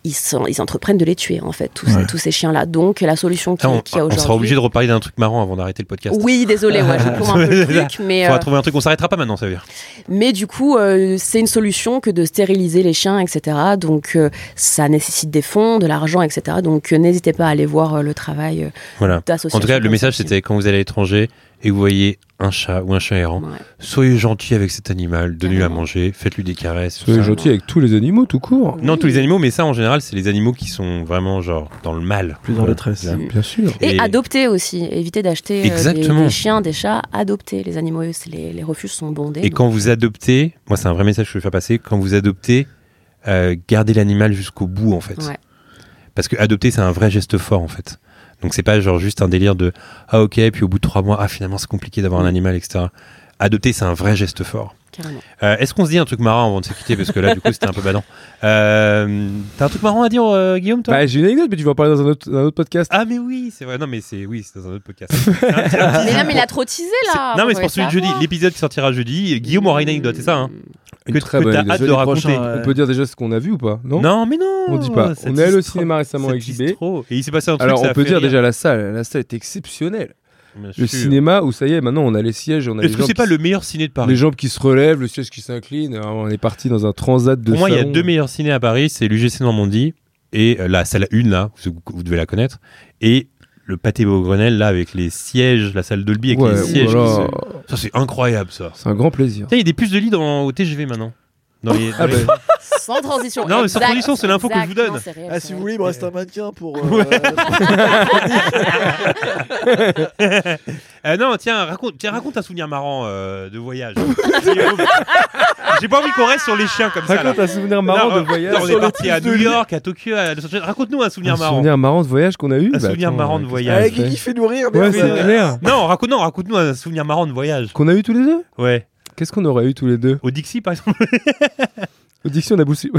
Speaker 6: ils, sont- ils entreprennent de les tuer, en fait, tous,
Speaker 4: Ouais.
Speaker 6: tous ces chiens-là. Donc, la solution qui-
Speaker 3: Ah,
Speaker 6: qu'il
Speaker 3: on,
Speaker 6: y a
Speaker 3: on
Speaker 6: aujourd'hui.
Speaker 3: sera obligé de reparler d'un truc marrant avant d'arrêter le podcast.
Speaker 6: Oui, désolé, ouais, je plombe un peu le truc, mais,
Speaker 3: Faudra
Speaker 6: euh,
Speaker 3: trouver un truc. On s'arrêtera pas maintenant, ça veut dire.
Speaker 6: mais du coup, euh, c'est une solution que de stériliser les chiens, etc. Donc, euh, ça nécessite des fonds, de l'argent, etc. Donc, euh, n'hésitez pas à aller voir euh, le travail euh,
Speaker 3: Voilà. En
Speaker 6: d'associations.
Speaker 3: tout cas, le
Speaker 6: comme
Speaker 3: message
Speaker 6: celle-ci.
Speaker 3: c'était quand vous allez à l'étranger, et que vous voyez un chat ou un chat errant,
Speaker 6: Ouais.
Speaker 3: soyez gentil avec cet animal, donnez-lui à
Speaker 6: Carrément.
Speaker 3: manger, faites-lui des caresses. tout
Speaker 5: Soyez
Speaker 3: ça.
Speaker 5: gentil avec tous les animaux, tout court.
Speaker 3: Non, tous les animaux, mais ça en général, c'est les animaux qui sont vraiment genre dans le mal.
Speaker 4: Plus dans
Speaker 3: Voilà.
Speaker 4: le tresse.
Speaker 3: Là.
Speaker 5: Bien sûr.
Speaker 6: Et,
Speaker 3: Et-
Speaker 6: adopter aussi, éviter d'acheter euh, des,
Speaker 3: Exactement.
Speaker 6: des chiens, des chats, adopter. Les animaux, c'est les, les refuges sont bondés.
Speaker 3: Et
Speaker 6: donc-
Speaker 3: quand vous adoptez, moi c'est un vrai message que je veux faire passer, quand vous adoptez, euh, gardez l'animal jusqu'au bout en fait.
Speaker 6: Ouais.
Speaker 3: Parce que adopter c'est un vrai geste fort en fait. Donc c'est pas genre juste un délire de ah ok puis au bout de trois mois ah finalement c'est compliqué d'avoir un animal etc. Adopter c'est un vrai geste fort.
Speaker 6: Carrément.
Speaker 3: Euh, Est-ce qu'on se dit un truc marrant avant de se quitter parce que là du coup c'était un peu badant. Euh, T'as un truc marrant à dire euh, Guillaume toi
Speaker 5: Bah, j'ai une anecdote, mais tu vas en parler dans un autre, dans un autre podcast.
Speaker 3: Ah mais oui c'est vrai non mais c'est oui c'est dans un autre podcast.
Speaker 6: Mais non, mais il a trop teasé là.
Speaker 3: non mais
Speaker 6: on
Speaker 3: Ah, c'est pour celui
Speaker 6: va
Speaker 3: de jeudi
Speaker 6: savoir.
Speaker 3: l'épisode qui sortira jeudi. Guillaume aura une anecdote c'est ça hein
Speaker 5: Une
Speaker 3: que-
Speaker 5: très
Speaker 3: que
Speaker 5: bonne
Speaker 3: t'as
Speaker 5: anecdote.
Speaker 3: hâte de raconter.
Speaker 4: ouais.
Speaker 5: On peut dire déjà ce qu'on a vu ou pas Non.
Speaker 3: Non, mais non
Speaker 5: On dit pas.
Speaker 3: ça
Speaker 5: On est allé au
Speaker 3: tease trop.
Speaker 5: cinéma récemment
Speaker 3: Ça
Speaker 5: avec
Speaker 3: tease
Speaker 5: JB.
Speaker 3: trop. Et il s'est passé un truc.
Speaker 5: Alors,
Speaker 3: ça
Speaker 5: on
Speaker 3: a
Speaker 5: peut
Speaker 3: fait
Speaker 5: dire
Speaker 3: rire.
Speaker 5: déjà la salle. La salle est exceptionnelle.
Speaker 3: Bien
Speaker 5: Le
Speaker 3: sûr.
Speaker 5: cinéma où ça y est, maintenant on a les sièges, on a
Speaker 3: Est-ce
Speaker 5: les
Speaker 3: que
Speaker 5: gens
Speaker 3: c'est
Speaker 5: qui
Speaker 3: pas le meilleur ciné de
Speaker 5: les
Speaker 3: Paris
Speaker 5: jambes qui se relèvent, le siège qui s'incline. Alors, On est parti dans un transat de
Speaker 3: Pour moi, il y a
Speaker 5: salon.
Speaker 3: deux meilleurs ciné à Paris c'est l'UGC Normandie et euh, la salle 1, là, vous, vous devez la connaître, et le pâté Beaugrenelle, là, avec les sièges, la salle Dolby avec
Speaker 5: Ouais,
Speaker 3: les sièges.
Speaker 5: voilà.
Speaker 3: Ça, c'est incroyable, ça.
Speaker 5: C'est un grand plaisir.
Speaker 3: Tiens, il y a des puces de lit dans, au TGV maintenant. Dans les-
Speaker 5: Ah
Speaker 3: dans les-
Speaker 6: Sans transition.
Speaker 3: Non, mais sans
Speaker 6: Exact,
Speaker 3: transition, c'est l'info que je vous
Speaker 6: exact.
Speaker 3: donne.
Speaker 6: Non, c'est réel,
Speaker 4: Ah,
Speaker 6: c'est
Speaker 4: si vous
Speaker 6: réel.
Speaker 4: voulez, il me reste un mannequin pour. euh,
Speaker 3: Euh, non, tiens raconte, tiens, raconte un souvenir marrant euh, de voyage. J'ai pas envie qu'on reste sur les chiens comme ça. là.
Speaker 5: Raconte un souvenir marrant
Speaker 3: Non,
Speaker 5: de voyage.
Speaker 3: On est parti à New York, à Tokyo, à Los Angeles. Raconte-nous un souvenir
Speaker 5: Un
Speaker 3: marrant.
Speaker 5: souvenir marrant de voyage qu'on a eu.
Speaker 3: Un
Speaker 5: Bah,
Speaker 3: souvenir
Speaker 5: attends,
Speaker 3: marrant de
Speaker 5: euh,
Speaker 3: voyage.
Speaker 4: Avec
Speaker 5: fait.
Speaker 4: qui fait nous rire,
Speaker 5: Ouais,
Speaker 4: merde.
Speaker 5: c'est clair.
Speaker 3: Non, raconte, non, raconte-nous un souvenir marrant de voyage.
Speaker 5: Qu'on a eu tous les deux
Speaker 3: Ouais.
Speaker 5: Qu'est-ce qu'on aurait eu tous les deux
Speaker 3: Au Dixie, par exemple,
Speaker 5: Au Dixie, on a boussé.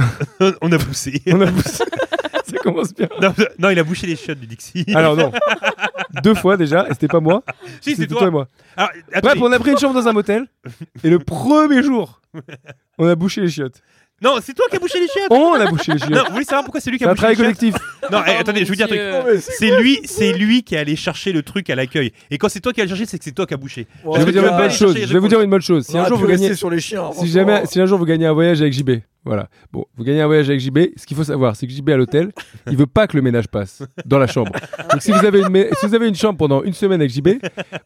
Speaker 3: on a poussé.
Speaker 5: on a boussé. Ça commence bien.
Speaker 3: Non, non, il a bouché les chiottes du Dixie.
Speaker 5: Alors non. Deux fois déjà, et c'était pas moi.
Speaker 3: si, c'est
Speaker 5: C'était
Speaker 3: toi. Ah,
Speaker 5: toi et moi.
Speaker 3: Alors,
Speaker 5: Bref,
Speaker 3: attendez.
Speaker 5: on a pris une chambre dans un motel. Et le premier jour, on a bouché les chiottes.
Speaker 3: Non, c'est toi qui as bouché les chiottes.
Speaker 5: On a bouché les
Speaker 3: Non,
Speaker 5: chiottes.
Speaker 3: vous voulez savoir pourquoi c'est lui qui
Speaker 5: Oh, C'est
Speaker 3: a
Speaker 5: un
Speaker 3: bouché les
Speaker 5: travail
Speaker 3: chiottes
Speaker 5: collectif.
Speaker 3: Non, eh,
Speaker 6: Oh,
Speaker 3: attendez,
Speaker 6: mon
Speaker 3: je vous dis un truc.
Speaker 6: Dieu.
Speaker 4: Non, mais c'est-
Speaker 3: C'est lui, c'est lui qui est allé chercher le truc à l'accueil. Et quand c'est toi qui as cherché, c'est que c'est toi qui as bouché.
Speaker 4: Ouais,
Speaker 5: Je vais vous
Speaker 3: tu
Speaker 5: dire
Speaker 3: vas
Speaker 5: une
Speaker 3: pas
Speaker 5: bonne
Speaker 3: aller
Speaker 5: chose.
Speaker 3: chercher Ah, les
Speaker 5: Je vais vous dire une bonne chose. Si
Speaker 4: on
Speaker 5: un
Speaker 4: aurait
Speaker 5: jour
Speaker 4: pu
Speaker 5: vous
Speaker 4: rester
Speaker 5: gagnez,
Speaker 4: sur les chiens.
Speaker 5: si
Speaker 4: franchement.
Speaker 5: jamais, si un jour vous gagnez un voyage avec JB, voilà. Bon, vous gagnez un voyage avec JB. Ce qu'il faut savoir, c'est que JB à l'hôtel, il veut pas que le ménage passe dans la chambre. Donc si vous avez une, mé- si vous avez une chambre pendant une semaine avec JB,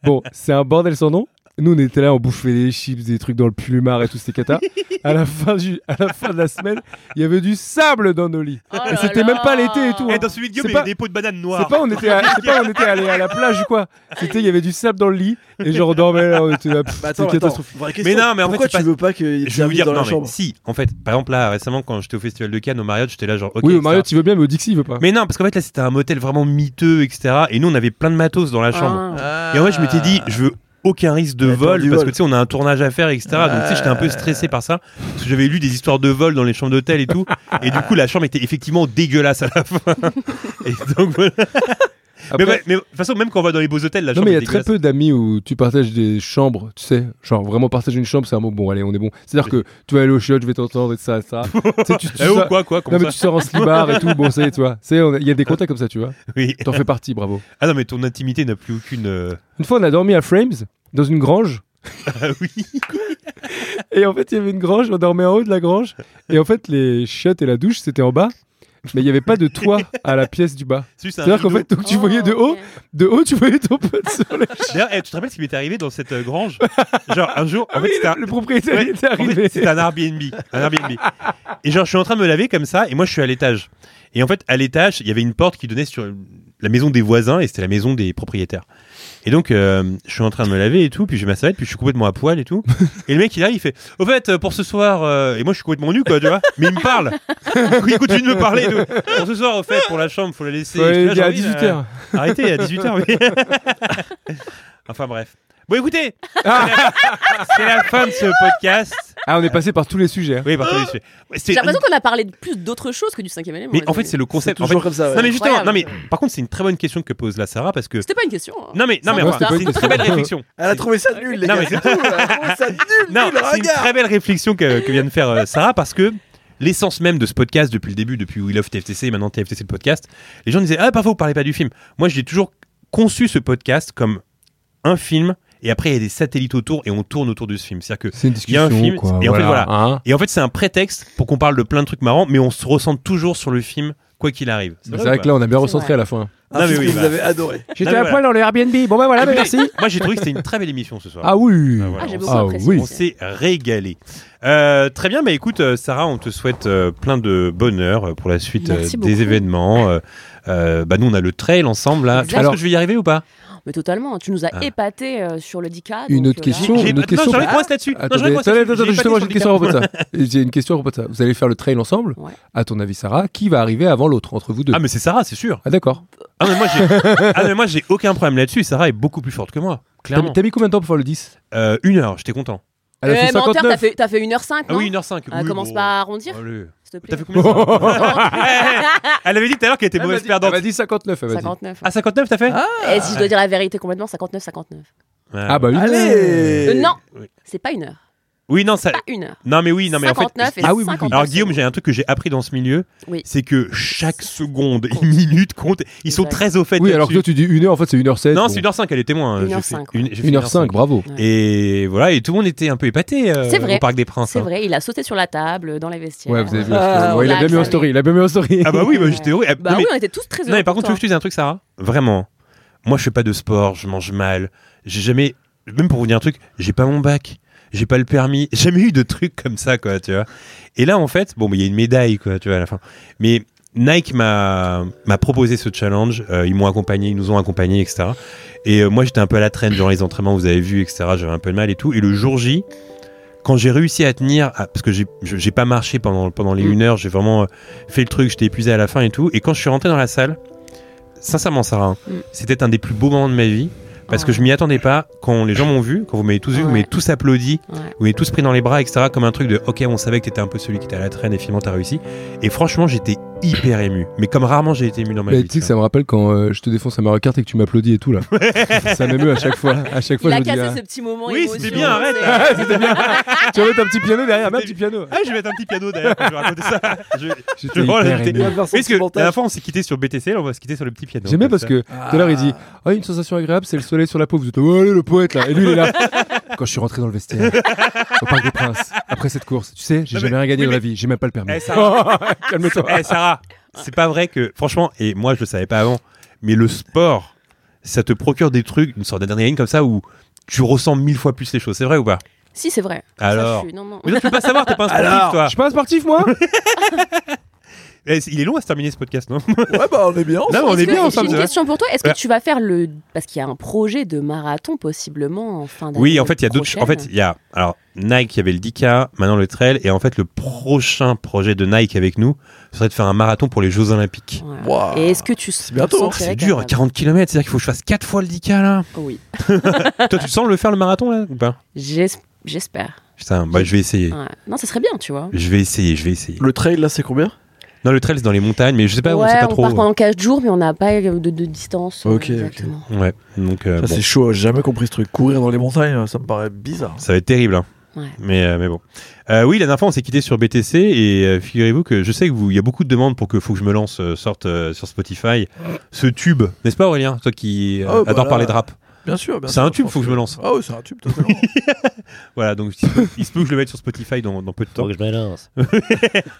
Speaker 5: bon, c'est un bordel sans nom. Nous, on était là, on bouffait des chips, des trucs dans le plumard et tout, c'était cata. À la fin du, à la fin de la semaine, il y avait du sable dans nos lits.
Speaker 6: Oh
Speaker 5: Et
Speaker 6: là
Speaker 5: c'était
Speaker 6: là.
Speaker 5: même pas l'été et tout. hein.
Speaker 3: Et Eh, dans celui de Guillaume,
Speaker 5: C'est
Speaker 3: il y a
Speaker 5: pas-
Speaker 3: des pots de bananes
Speaker 5: C'est
Speaker 3: noires.
Speaker 5: pas on était, à- c'est pas on était allé à la plage ou quoi. C'était il y avait du sable dans le lit et genre on dormait là, on était là, pff,
Speaker 4: Bah,
Speaker 5: c'était
Speaker 4: attends,
Speaker 5: catastrophique.
Speaker 4: attends. vraie question.
Speaker 3: non, mais en fait,
Speaker 4: Pourquoi
Speaker 3: c'est pas-
Speaker 4: tu veux pas qu'il
Speaker 3: Je vais vous
Speaker 4: termine
Speaker 3: dire,
Speaker 4: dans la
Speaker 3: non, mais
Speaker 4: chambre
Speaker 3: si, en fait, par exemple, là, récemment, quand j'étais au Festival de Cannes, au Marriott, j'étais là, genre, ok.
Speaker 5: oui, au
Speaker 3: etc.
Speaker 5: Marriott, il veut bien, mais au Dixie, il veut pas.
Speaker 3: Mais non, parce qu'en fait, là, c'était un motel vraiment miteux, etc. Et nous, on avait plein de matos dans la chambre.
Speaker 6: Ah.
Speaker 3: Et en vrai, je m'étais dit, je veux aucun risque de
Speaker 4: Mais attends,
Speaker 3: vol
Speaker 4: du
Speaker 3: parce
Speaker 4: vol.
Speaker 3: que tu sais, on a un tournage à faire, etc. Donc, tu sais, j'étais un peu stressé par ça parce que j'avais lu des histoires de vol dans les chambres d'hôtel et tout. et du coup, la chambre était effectivement dégueulasse à la fin. et donc, voilà. mais,
Speaker 4: bah,
Speaker 5: Après-
Speaker 3: ouais, mais de toute façon, même quand on va dans les beaux hôtels, la
Speaker 5: non,
Speaker 3: chambre
Speaker 5: mais il y a
Speaker 3: est
Speaker 5: très peu d'amis où tu partages des chambres, tu sais. Genre, vraiment partager une chambre, c'est un mot, bon, allez, on est bon. C'est-à-dire que tu vas aller au chiotte, je vais t'entendre et ça, ça. tu sais, tu, tu
Speaker 3: Eh oh,
Speaker 5: sors-
Speaker 3: quoi, quoi,
Speaker 5: non,
Speaker 3: comment
Speaker 5: mais
Speaker 3: ça
Speaker 5: tu sors en slibard et tout, bon, ça y est, tu vois. Tu sais, on a- Il y a des contacts comme ça, tu vois.
Speaker 3: Oui.
Speaker 5: T'en fais partie, bravo.
Speaker 3: Ah non, mais ton intimité n'a plus aucune. euh,
Speaker 5: Une fois, on a dormi à Frames, dans une grange.
Speaker 3: Ah oui.
Speaker 5: Et en fait, il y avait une grange, on dormait en haut de la grange. Et en fait, les chiottes et la douche, c'était en bas. Mais il n'y avait pas de toit à la pièce du bas.
Speaker 3: C'est juste un
Speaker 5: C'est-à-dire qu'en
Speaker 3: rideau.
Speaker 5: fait, donc, tu
Speaker 6: Oh,
Speaker 5: voyais de
Speaker 6: ok.
Speaker 5: haut, de haut, tu voyais ton pote sur le
Speaker 3: D'ailleurs, eh, tu te rappelles ce qui m'est arrivé dans cette euh, grange Genre, un jour, en fait, c'était un,
Speaker 5: Ah Le propriétaire il
Speaker 3: Ouais,
Speaker 5: était
Speaker 3: en fait,
Speaker 5: arrivé.
Speaker 3: c'était un Airbnb. Un Airbnb. Et genre, je suis en train de me laver comme ça, et moi, je suis à l'étage. Et en fait, à l'étage, il y avait une porte qui donnait sur la maison des voisins, et c'était la maison des propriétaires. Et donc, euh, je suis en train de me laver et tout, puis j'ai ma serviette, puis je suis complètement à poil et tout. Et le mec, il arrive, il fait Au fait, euh, pour ce soir, euh, et moi, je suis complètement nu, quoi, tu vois, mais il me parle. Il continue de me parler. et tout. Pour ce soir, au fait, pour la chambre, faut la laisser.
Speaker 5: Ouais,
Speaker 3: J'étais là, genre, Oui,
Speaker 5: il est à
Speaker 3: euh,
Speaker 5: 18h.
Speaker 3: Arrêtez à 18h. enfin bref. Bon écoutez, c'est la fin de ce podcast.
Speaker 5: Ah, on est passé par tous les sujets. hein.
Speaker 3: Oui, par contre, je suis- c'est-
Speaker 6: J'ai l'impression qu'on a parlé de plus d'autres choses que du cinquième élément.
Speaker 3: Mais en fait,
Speaker 6: aujourd'hui.
Speaker 3: c'est le concept. En fait-
Speaker 4: Toujours comme ça.
Speaker 3: Non
Speaker 4: ouais.
Speaker 3: mais justement, non mais
Speaker 6: Incroyable.
Speaker 3: par contre, c'est une très bonne question que pose la Sarah parce que
Speaker 6: C'était pas une question. hein.
Speaker 3: non mais non mais
Speaker 6: Non,
Speaker 3: enfin,
Speaker 6: c'était pas
Speaker 3: c'est
Speaker 6: une
Speaker 3: une très
Speaker 5: question.
Speaker 3: belle réflexion.
Speaker 4: Elle a trouvé ça nul, les
Speaker 3: Non,
Speaker 4: gars.
Speaker 3: mais-
Speaker 4: C'est tout. Elle a trouvé ça nul,
Speaker 3: Non,
Speaker 4: nul,
Speaker 3: c'est une
Speaker 4: regarde.
Speaker 3: très belle réflexion que, que vient de faire euh, Sarah parce que l'essence même de ce podcast depuis le début, depuis We Love TFTC et maintenant TFTC le podcast, les gens disaient Ah, parfois vous parlez pas du film. Moi, j'ai toujours conçu ce podcast comme un film et après il y a des satellites autour et on tourne autour de ce film. C'est-à-dire que.
Speaker 5: C'est une
Speaker 3: Il y a
Speaker 5: discussion.
Speaker 3: un film,
Speaker 5: quoi,
Speaker 3: et en fait, voilà.
Speaker 5: hein.
Speaker 3: Et en fait, c'est un prétexte pour qu'on parle de plein de trucs marrants, mais on se ressente toujours sur le film, quoi qu'il arrive.
Speaker 5: C'est vrai que là, on a bien
Speaker 6: C'est
Speaker 5: recentré
Speaker 6: vrai.
Speaker 5: à la fin.
Speaker 4: Un
Speaker 3: Non,
Speaker 4: film
Speaker 3: mais
Speaker 4: que
Speaker 3: oui,
Speaker 4: vous
Speaker 3: bah.
Speaker 4: avez adoré.
Speaker 7: J'étais
Speaker 3: Non, mais
Speaker 7: à
Speaker 3: voilà.
Speaker 7: poil dans le Airbnb. Bon, ben voilà,
Speaker 3: Écoutez,
Speaker 7: ben merci.
Speaker 3: Moi, j'ai trouvé que c'était une très belle émission ce soir.
Speaker 5: Ah oui
Speaker 3: Ah, voilà,
Speaker 6: Ah, j'ai
Speaker 3: on
Speaker 6: beaucoup
Speaker 3: s'est-
Speaker 6: apprécié.
Speaker 5: oui.
Speaker 3: On s'est régalé. Euh, très bien, bah écoute, euh, Sarah, on te souhaite euh, plein de bonheur euh, pour la suite euh,
Speaker 6: Merci beaucoup.
Speaker 3: des événements. Euh, euh, bah nous, on a le trail ensemble là. Tu
Speaker 6: Exact.
Speaker 3: penses que je vais y arriver ou pas
Speaker 6: Mais totalement, tu nous as
Speaker 3: Ah.
Speaker 6: épaté euh, sur le 10K.
Speaker 5: Une
Speaker 6: donc,
Speaker 5: autre
Speaker 6: euh,
Speaker 5: question.
Speaker 6: voilà.
Speaker 5: une
Speaker 3: Non,
Speaker 5: autre question.
Speaker 3: j'aurais commencé là-dessus. Non,
Speaker 5: Attendez,
Speaker 3: j'aurais commencé
Speaker 5: attendez,
Speaker 3: là-dessus.
Speaker 5: attendez,
Speaker 3: J'ai pas
Speaker 5: justement,
Speaker 3: dit
Speaker 5: j'ai une
Speaker 3: sur
Speaker 5: question à propos de ça. J'ai une question à propos de ça. Vous allez faire le trail ensemble
Speaker 6: Ouais.
Speaker 5: À ton avis, Sarah, qui va arriver avant l'autre, entre vous deux
Speaker 3: Ah, mais c'est Sarah, c'est sûr.
Speaker 5: Ah, d'accord.
Speaker 3: Ah, mais moi, j'ai ah, mais moi, j'ai aucun problème là-dessus. Sarah est beaucoup plus forte que moi,
Speaker 5: T'as
Speaker 3: clairement.
Speaker 5: mis- t'as mis combien de temps pour faire le 10
Speaker 3: Euh, une heure, j'étais content.
Speaker 5: Elle a
Speaker 6: Eh,
Speaker 5: fait
Speaker 6: mais en terre,
Speaker 5: 59.
Speaker 6: t'as fait, t'as fait 1h05,
Speaker 3: Ah
Speaker 6: non
Speaker 3: oui, 1h05.
Speaker 6: Ah,
Speaker 3: oui,
Speaker 6: Commence
Speaker 3: bon.
Speaker 6: pas à arrondir,
Speaker 3: Allez.
Speaker 6: s'il te
Speaker 3: T'as
Speaker 6: plaît.
Speaker 3: fait Ah, combien de temps Elle avait dit tout à l'heure qu'elle était
Speaker 5: Elle m'a
Speaker 3: mauvaise
Speaker 5: dit-
Speaker 3: perdante.
Speaker 5: Elle m'a dit 59, elle m'a dit.
Speaker 6: 59.
Speaker 3: Ah, 59, t'as fait
Speaker 6: Et si je dois dire la vérité complètement, 59-59.
Speaker 5: Ah, bah oui.
Speaker 4: Allez
Speaker 6: Euh, non,
Speaker 3: oui.
Speaker 6: c'est pas une heure.
Speaker 3: Oui, non, ça.
Speaker 6: Pas une heure.
Speaker 3: Non, mais oui, non, mais en fait.
Speaker 6: 59 et
Speaker 5: Ah oui, oui, oui.
Speaker 6: 59.
Speaker 3: Alors Guillaume, j'ai un truc que j'ai appris dans ce milieu,
Speaker 6: Oui.
Speaker 3: c'est que chaque seconde et minute compte. Ils sont
Speaker 6: Exact.
Speaker 3: très au fait.
Speaker 5: Oui, alors que toi,
Speaker 3: là-dessus.
Speaker 5: tu dis 1h, en fait, c'est 1h07.
Speaker 3: Non, c'est 1h05, elle hein, est témoin.
Speaker 6: 1h05,
Speaker 3: h
Speaker 5: 1h05, bravo.
Speaker 3: Et voilà, et tout le monde était un peu épaté euh,
Speaker 6: C'est vrai.
Speaker 3: au Parc des Princes.
Speaker 6: C'est
Speaker 3: hein.
Speaker 6: vrai, il a sauté sur la table, dans les vestiaires.
Speaker 5: Ouais, vous avez vu.
Speaker 4: Ah,
Speaker 5: la story. Ouais, il a bien mis en story. Il a bien mis en story.
Speaker 3: Ah bah oui, bah, j'étais heureux. Ah,
Speaker 6: Bah
Speaker 3: non, mais,
Speaker 6: oui, on était tous très heureux.
Speaker 3: non, mais par
Speaker 6: pour
Speaker 3: contre, tu veux
Speaker 6: toi.
Speaker 3: que je te dise un truc, Sarah Vraiment. Moi, je fais pas de sport, je mange mal, j'ai jamais. Même pour vous dire un truc, j'ai pas mon bac, j'ai pas le permis, j'ai jamais eu de truc comme ça, quoi, tu vois. Et là, en fait, bon, mais il y a une médaille, quoi, tu vois, à la fin. Mais Nike m'a m'a proposé ce challenge, euh, ils m'ont accompagné, ils nous ont accompagnés, etc. Et euh, moi, j'étais un peu à la traîne, genre les entraînements, vous avez vu, etc. J'avais un peu de mal et tout. Et le jour J, quand j'ai réussi à tenir, à- parce que j'ai- je- j'ai pas marché pendant, pendant les
Speaker 6: Mm.
Speaker 3: une heure, j'ai vraiment euh, fait le truc, j'étais épuisé à la fin et tout. Et quand je suis rentré dans la salle, sincèrement, Sarah, hein,
Speaker 6: Mm.
Speaker 3: c'était un des plus beaux moments de ma vie. Parce que je m'y attendais pas. Quand les gens m'ont vu, quand vous m'avez tous vu, vous
Speaker 6: Ouais.
Speaker 3: m'avez tous applaudi,
Speaker 6: Ouais.
Speaker 3: vous m'avez tous pris dans les bras, etc. Comme un truc de OK, on savait que t'étais un peu celui qui était à la traîne et finalement t'as réussi. Et franchement, j'étais hyper ému. Mais comme rarement j'ai été ému dans ma
Speaker 5: Mais
Speaker 3: vie.
Speaker 5: tu sais que
Speaker 3: tu
Speaker 5: ça me rappelle quand euh, je te défonce à Mario Kart et que tu m'applaudis et tout là. ça m'émeut à chaque fois. À chaque fois,
Speaker 6: Il
Speaker 5: je
Speaker 6: a
Speaker 5: me dis.
Speaker 6: cassé
Speaker 5: ah,
Speaker 6: ce petit moment.
Speaker 3: Oui,
Speaker 6: émotion,
Speaker 3: c'était bien, arrête.
Speaker 6: c'est-
Speaker 5: Tu vas mettre un petit piano derrière, mets un petit piano.
Speaker 3: Ah, je vais mettre un petit piano d'ailleurs quand je vais raconter ça. Je-
Speaker 5: J'étais
Speaker 3: Oh,
Speaker 5: hyper
Speaker 3: j'étais-
Speaker 4: On va faire
Speaker 5: ému.
Speaker 4: son
Speaker 3: Parce
Speaker 4: petit
Speaker 3: que la
Speaker 4: montage.
Speaker 3: dernière fois, on s'est quitté sur BTC, là, on va se quitter sur le petit piano.
Speaker 5: J'aimais
Speaker 3: Comme
Speaker 5: parce
Speaker 3: ça.
Speaker 5: que tout à l'heure il dit Ah, une sensation agréable, c'est le soleil sur la peau. Vous êtes Oh, allez, le poète là. Et lui, il est là. Quand je suis rentré dans le vestiaire, au Parc des Princes, après cette course, tu sais, j'ai
Speaker 3: Non, mais-
Speaker 5: jamais rien gagné
Speaker 3: oui,
Speaker 5: dans
Speaker 3: mais-
Speaker 5: la vie, j'ai même pas le permis.
Speaker 3: Eh, Sarah,
Speaker 5: Calme-toi.
Speaker 3: eh, Sarah, c'est pas vrai que, franchement, et moi je le savais pas avant, mais le sport, ça te procure des trucs, une sorte d'adrénaline comme ça où tu ressens mille fois plus les choses, c'est vrai ou pas
Speaker 6: Si, c'est vrai. Ça,
Speaker 3: Alors
Speaker 6: je suis- non, non.
Speaker 3: Mais non, tu peux pas savoir, t'es pas un sportif,
Speaker 4: Alors
Speaker 3: toi.
Speaker 5: Je suis pas un sportif moi
Speaker 3: Eh, c'est- Il est long à se terminer ce podcast, non
Speaker 4: Ouais, bah on est bien.
Speaker 3: Non, mais on
Speaker 6: Est-ce
Speaker 3: est
Speaker 6: que-
Speaker 3: bien
Speaker 6: J'ai
Speaker 3: ensemble.
Speaker 6: une
Speaker 3: c'est vrai.
Speaker 6: question pour toi. Est-ce que
Speaker 3: Ouais.
Speaker 6: tu vas faire le. Parce qu'il y a un projet de marathon possiblement en fin d'année.
Speaker 3: Oui, en fait, il y a d'autres. ch- En fait,
Speaker 6: prochaine.
Speaker 3: il y a. Alors, Nike, il y avait le 10K, maintenant le trail, et en fait, le prochain projet de Nike avec nous, ce serait de faire un marathon pour les Jeux Olympiques. Ah,
Speaker 6: Voilà.
Speaker 4: Waouh.
Speaker 6: Et est-ce que tu s-
Speaker 4: C'est bientôt.
Speaker 6: te sentirais
Speaker 3: C'est dur,
Speaker 6: capable
Speaker 3: 40 km, c'est-à-dire qu'il faut que je fasse 4 fois le 10K là.
Speaker 6: Oui,
Speaker 3: Toi, tu sens le faire le marathon là ou pas
Speaker 6: J'es- j'espère.
Speaker 3: Putain, bah, je vais essayer.
Speaker 6: Ouais. Non, ça serait bien, tu vois.
Speaker 3: Je vais essayer, je vais essayer.
Speaker 4: Le trail là, c'est combien
Speaker 3: Non, le trail, c'est dans les montagnes, mais je sais pas, on
Speaker 6: ouais,
Speaker 3: sait pas
Speaker 6: on part
Speaker 3: trop.
Speaker 6: pendant 4 jours, mais on n'a pas de, de distance. euh,
Speaker 4: Ok, ok.
Speaker 6: exactement.
Speaker 3: Ouais, donc euh, bon,
Speaker 4: Ça, C'est chaud, j'ai jamais compris ce truc. Courir dans les montagnes, ça me paraît bizarre.
Speaker 3: ça va être terrible. hein.
Speaker 6: Ouais.
Speaker 3: Mais, euh, mais bon. Euh, oui, la dernière fois, on s'est quitté sur BTC et euh, figurez-vous que je sais que vous, il y a beaucoup de demandes pour que faut que je me lance euh, sorte euh, sur Spotify ce tube, n'est-ce pas Aurélien, toi qui euh,
Speaker 4: Oh, bah
Speaker 3: adore
Speaker 4: là.
Speaker 3: parler de rap.
Speaker 4: Bien sûr, bien
Speaker 3: C'est
Speaker 4: sûr,
Speaker 3: un tube,
Speaker 4: pense
Speaker 3: faut que je me lance.
Speaker 4: Ah oui, c'est un tube, totalement.
Speaker 3: Voilà, donc il se peut, il se peut que je le mette sur Spotify dans, dans peu de temps.
Speaker 1: que je me lance.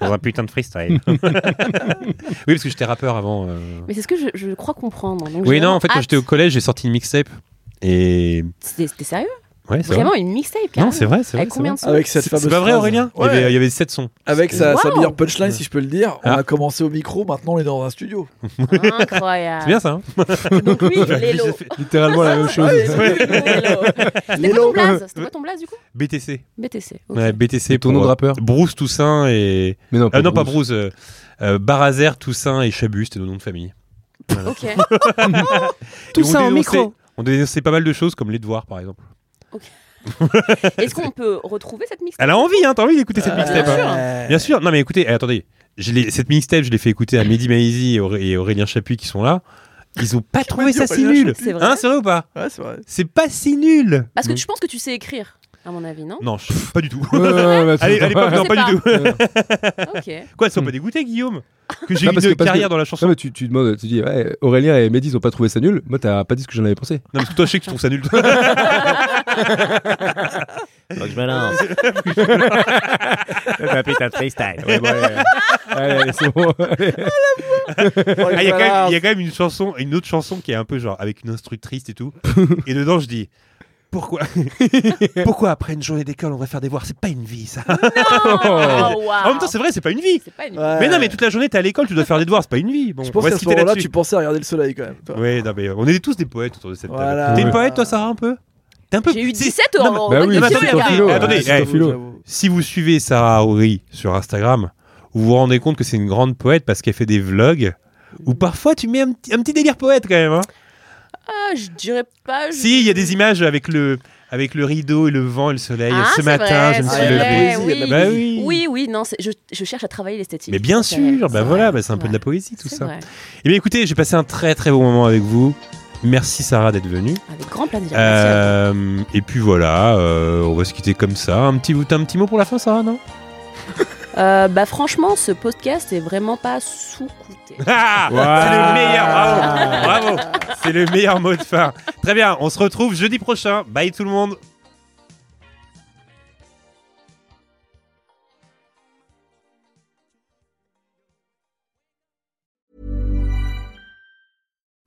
Speaker 3: Dans un putain de freestyle. oui, parce que j'étais rappeur avant. euh.
Speaker 6: Mais c'est ce que je, je crois comprendre. Donc,
Speaker 3: Oui, non, en
Speaker 6: j'ai vraiment
Speaker 3: fait, quand
Speaker 6: hâte.
Speaker 3: j'étais au collège, j'ai sorti une mixtape et
Speaker 6: C'était c'était sérieux
Speaker 3: ouais, c'est vrai.
Speaker 6: Vraiment une mixtape
Speaker 3: Non,
Speaker 6: carrément.
Speaker 3: c'est vrai, c'est vrai.
Speaker 6: Avec
Speaker 3: c'est vrai.
Speaker 6: combien de sons
Speaker 4: Avec cette
Speaker 3: C'est
Speaker 4: fameuse.
Speaker 3: c'est pas vrai,
Speaker 4: phrase.
Speaker 3: Aurélien il, y
Speaker 4: Ouais.
Speaker 3: avait, il y avait 7 sons.
Speaker 4: Avec sa, sa
Speaker 6: Wow.
Speaker 4: meilleure punchline, si je peux le dire, on
Speaker 3: Ah.
Speaker 4: a commencé au micro, maintenant on est dans un studio.
Speaker 6: Incroyable.
Speaker 3: C'est bien ça. hein
Speaker 6: Donc lui, Lélo.
Speaker 5: Littéralement la
Speaker 3: Ah,
Speaker 5: même chose.
Speaker 6: Lélo. C'était quoi ton blaze C'était quoi ton blaze du coup
Speaker 3: BTC.
Speaker 6: BTC. ok.
Speaker 3: Ouais, BTC
Speaker 5: Ton
Speaker 3: pour,
Speaker 5: nom de
Speaker 3: euh,
Speaker 5: rappeur
Speaker 3: Bruce Toussaint et.
Speaker 5: Mais non,
Speaker 3: Ah non, pas Bruce. Euh, euh, Barazer, Toussaint et Chabus, c'était nos noms de famille. bah,
Speaker 6: Ok.
Speaker 3: Tout
Speaker 6: Toussaint en micro.
Speaker 3: On dénonçait pas mal de choses comme les devoirs, par exemple.
Speaker 6: Est-ce qu'on peut retrouver cette mixtape
Speaker 3: Elle a envie, hein, t'as envie d'écouter cette
Speaker 4: Ah,
Speaker 6: bien
Speaker 3: mixtape.
Speaker 6: sûr.
Speaker 3: hein. Bien sûr, non mais écoutez, eh, attendez, je l'ai- cette mixtape, je l'ai fait écouter à Mehdi Maizi et, Auré- et Aurélien Chapuis qui sont là. Ils ont pas trouvé ça si
Speaker 4: Aurélien
Speaker 3: nul.
Speaker 6: C'est vrai.
Speaker 3: Hein, c'est vrai ou pas
Speaker 4: Ouais, c'est vrai.
Speaker 3: C'est pas si nul.
Speaker 6: Parce que
Speaker 5: Mm.
Speaker 6: tu penses que tu sais écrire. à mon avis,
Speaker 3: Non,
Speaker 6: non
Speaker 3: je- pas du tout.
Speaker 5: Euh, bah,
Speaker 3: À l'é- à l'époque, non,
Speaker 6: sais
Speaker 3: pas,
Speaker 6: pas.
Speaker 3: du tout.
Speaker 6: Ok.
Speaker 3: Quoi, sois pas dégoûté, Guillaume Que j'ai
Speaker 5: Non,
Speaker 3: eu
Speaker 5: parce
Speaker 3: une
Speaker 5: que- parce
Speaker 3: carrière
Speaker 5: que-
Speaker 3: dans la
Speaker 5: Non,
Speaker 3: chanson.
Speaker 5: mais tu, tu demandes, tu dis, ouais, Aurélien et Mehdi, ils ont pas trouvé ça nul. Moi, t'as pas dit ce que j'en avais pensé.
Speaker 3: Non, parce que toi, je sais que tu trouves ça nul.
Speaker 7: Faut que je me lance. Ma putain de freestyle.
Speaker 5: Ouais, bon, allez, allez, c'est bon.
Speaker 3: Ah, Il y, a quand même- il y a quand même une chanson, une autre chanson qui est un peu genre avec une instructrice et tout. et dedans, je dis pourquoi Pourquoi après une journée d'école, on va faire des devoirs C'est pas une vie, ça.
Speaker 6: Oh, wow.
Speaker 3: En même temps, c'est vrai, c'est pas une vie.
Speaker 6: C'est pas une
Speaker 3: Mais non, mais toute la journée, t'es à l'école, tu dois faire des devoirs, c'est pas une vie. Bon,
Speaker 4: Je
Speaker 3: on
Speaker 4: pense
Speaker 3: va
Speaker 4: qu'à
Speaker 3: se
Speaker 4: ce
Speaker 3: quitter
Speaker 4: moment-là,
Speaker 3: là-dessus.
Speaker 4: tu pensais à regarder le soleil quand même. toi.
Speaker 3: Ouais, non, mais on est tous des poètes autour de cette table.
Speaker 4: Voilà.
Speaker 3: T'es une
Speaker 4: Ouais.
Speaker 3: poète, toi, Sarah, un peu T'es un peu.
Speaker 6: J'ai eu
Speaker 3: c'est-
Speaker 6: 17
Speaker 3: Non,
Speaker 6: euros.
Speaker 3: mais-
Speaker 5: bah
Speaker 6: en bac
Speaker 5: oui,
Speaker 6: de
Speaker 5: mais
Speaker 6: philo,
Speaker 3: c'est
Speaker 6: les
Speaker 3: ton
Speaker 6: gars.
Speaker 3: philo,
Speaker 4: Ouais,
Speaker 3: attendez,
Speaker 4: ouais,
Speaker 3: eh,
Speaker 4: j'avoue,
Speaker 5: philo.
Speaker 4: j'avoue.
Speaker 3: Si vous suivez Sarah Horry sur Instagram, vous vous rendez compte que c'est une grande poète parce qu'elle fait des vlogs. Ou
Speaker 6: Mmh.
Speaker 3: parfois tu mets un, petit- un petit délire poète quand même. hein.
Speaker 6: Ah, je dirais pas. je-
Speaker 3: Si, il y a des images avec le, avec le rideau et le vent et le soleil.
Speaker 6: Ah,
Speaker 3: ce
Speaker 6: c'est
Speaker 3: matin,
Speaker 6: vrai,
Speaker 3: je me
Speaker 6: c'est
Speaker 3: suis
Speaker 6: vrai,
Speaker 3: levé.
Speaker 4: levé.
Speaker 6: oui.
Speaker 3: Bah oui.
Speaker 6: Oui, oui, non, c'est- je, je cherche à travailler l'esthétique.
Speaker 3: Mais bien
Speaker 6: C'est vrai,
Speaker 3: sûr, bah
Speaker 6: c'est
Speaker 3: voilà,
Speaker 6: vrai,
Speaker 3: bah c'est un peu de la
Speaker 6: vrai.
Speaker 3: poésie tout
Speaker 6: C'est
Speaker 3: ça.
Speaker 6: vrai.
Speaker 3: Eh bien écoutez, j'ai passé un très très bon moment avec vous. Merci Sarah d'être venue.
Speaker 6: Avec grand plaisir. merci
Speaker 3: Euh, et puis voilà, euh, on va se quitter comme ça. Un petit, t'as un petit mot pour la fin, Sarah, non
Speaker 6: à toi. Euh, bah franchement, ce podcast est vraiment pas sous-coûté.
Speaker 3: Ah, C'est le meilleur, bravo, bravo. C'est le meilleur mot de fin. Très bien, on se retrouve jeudi prochain. Bye tout le monde.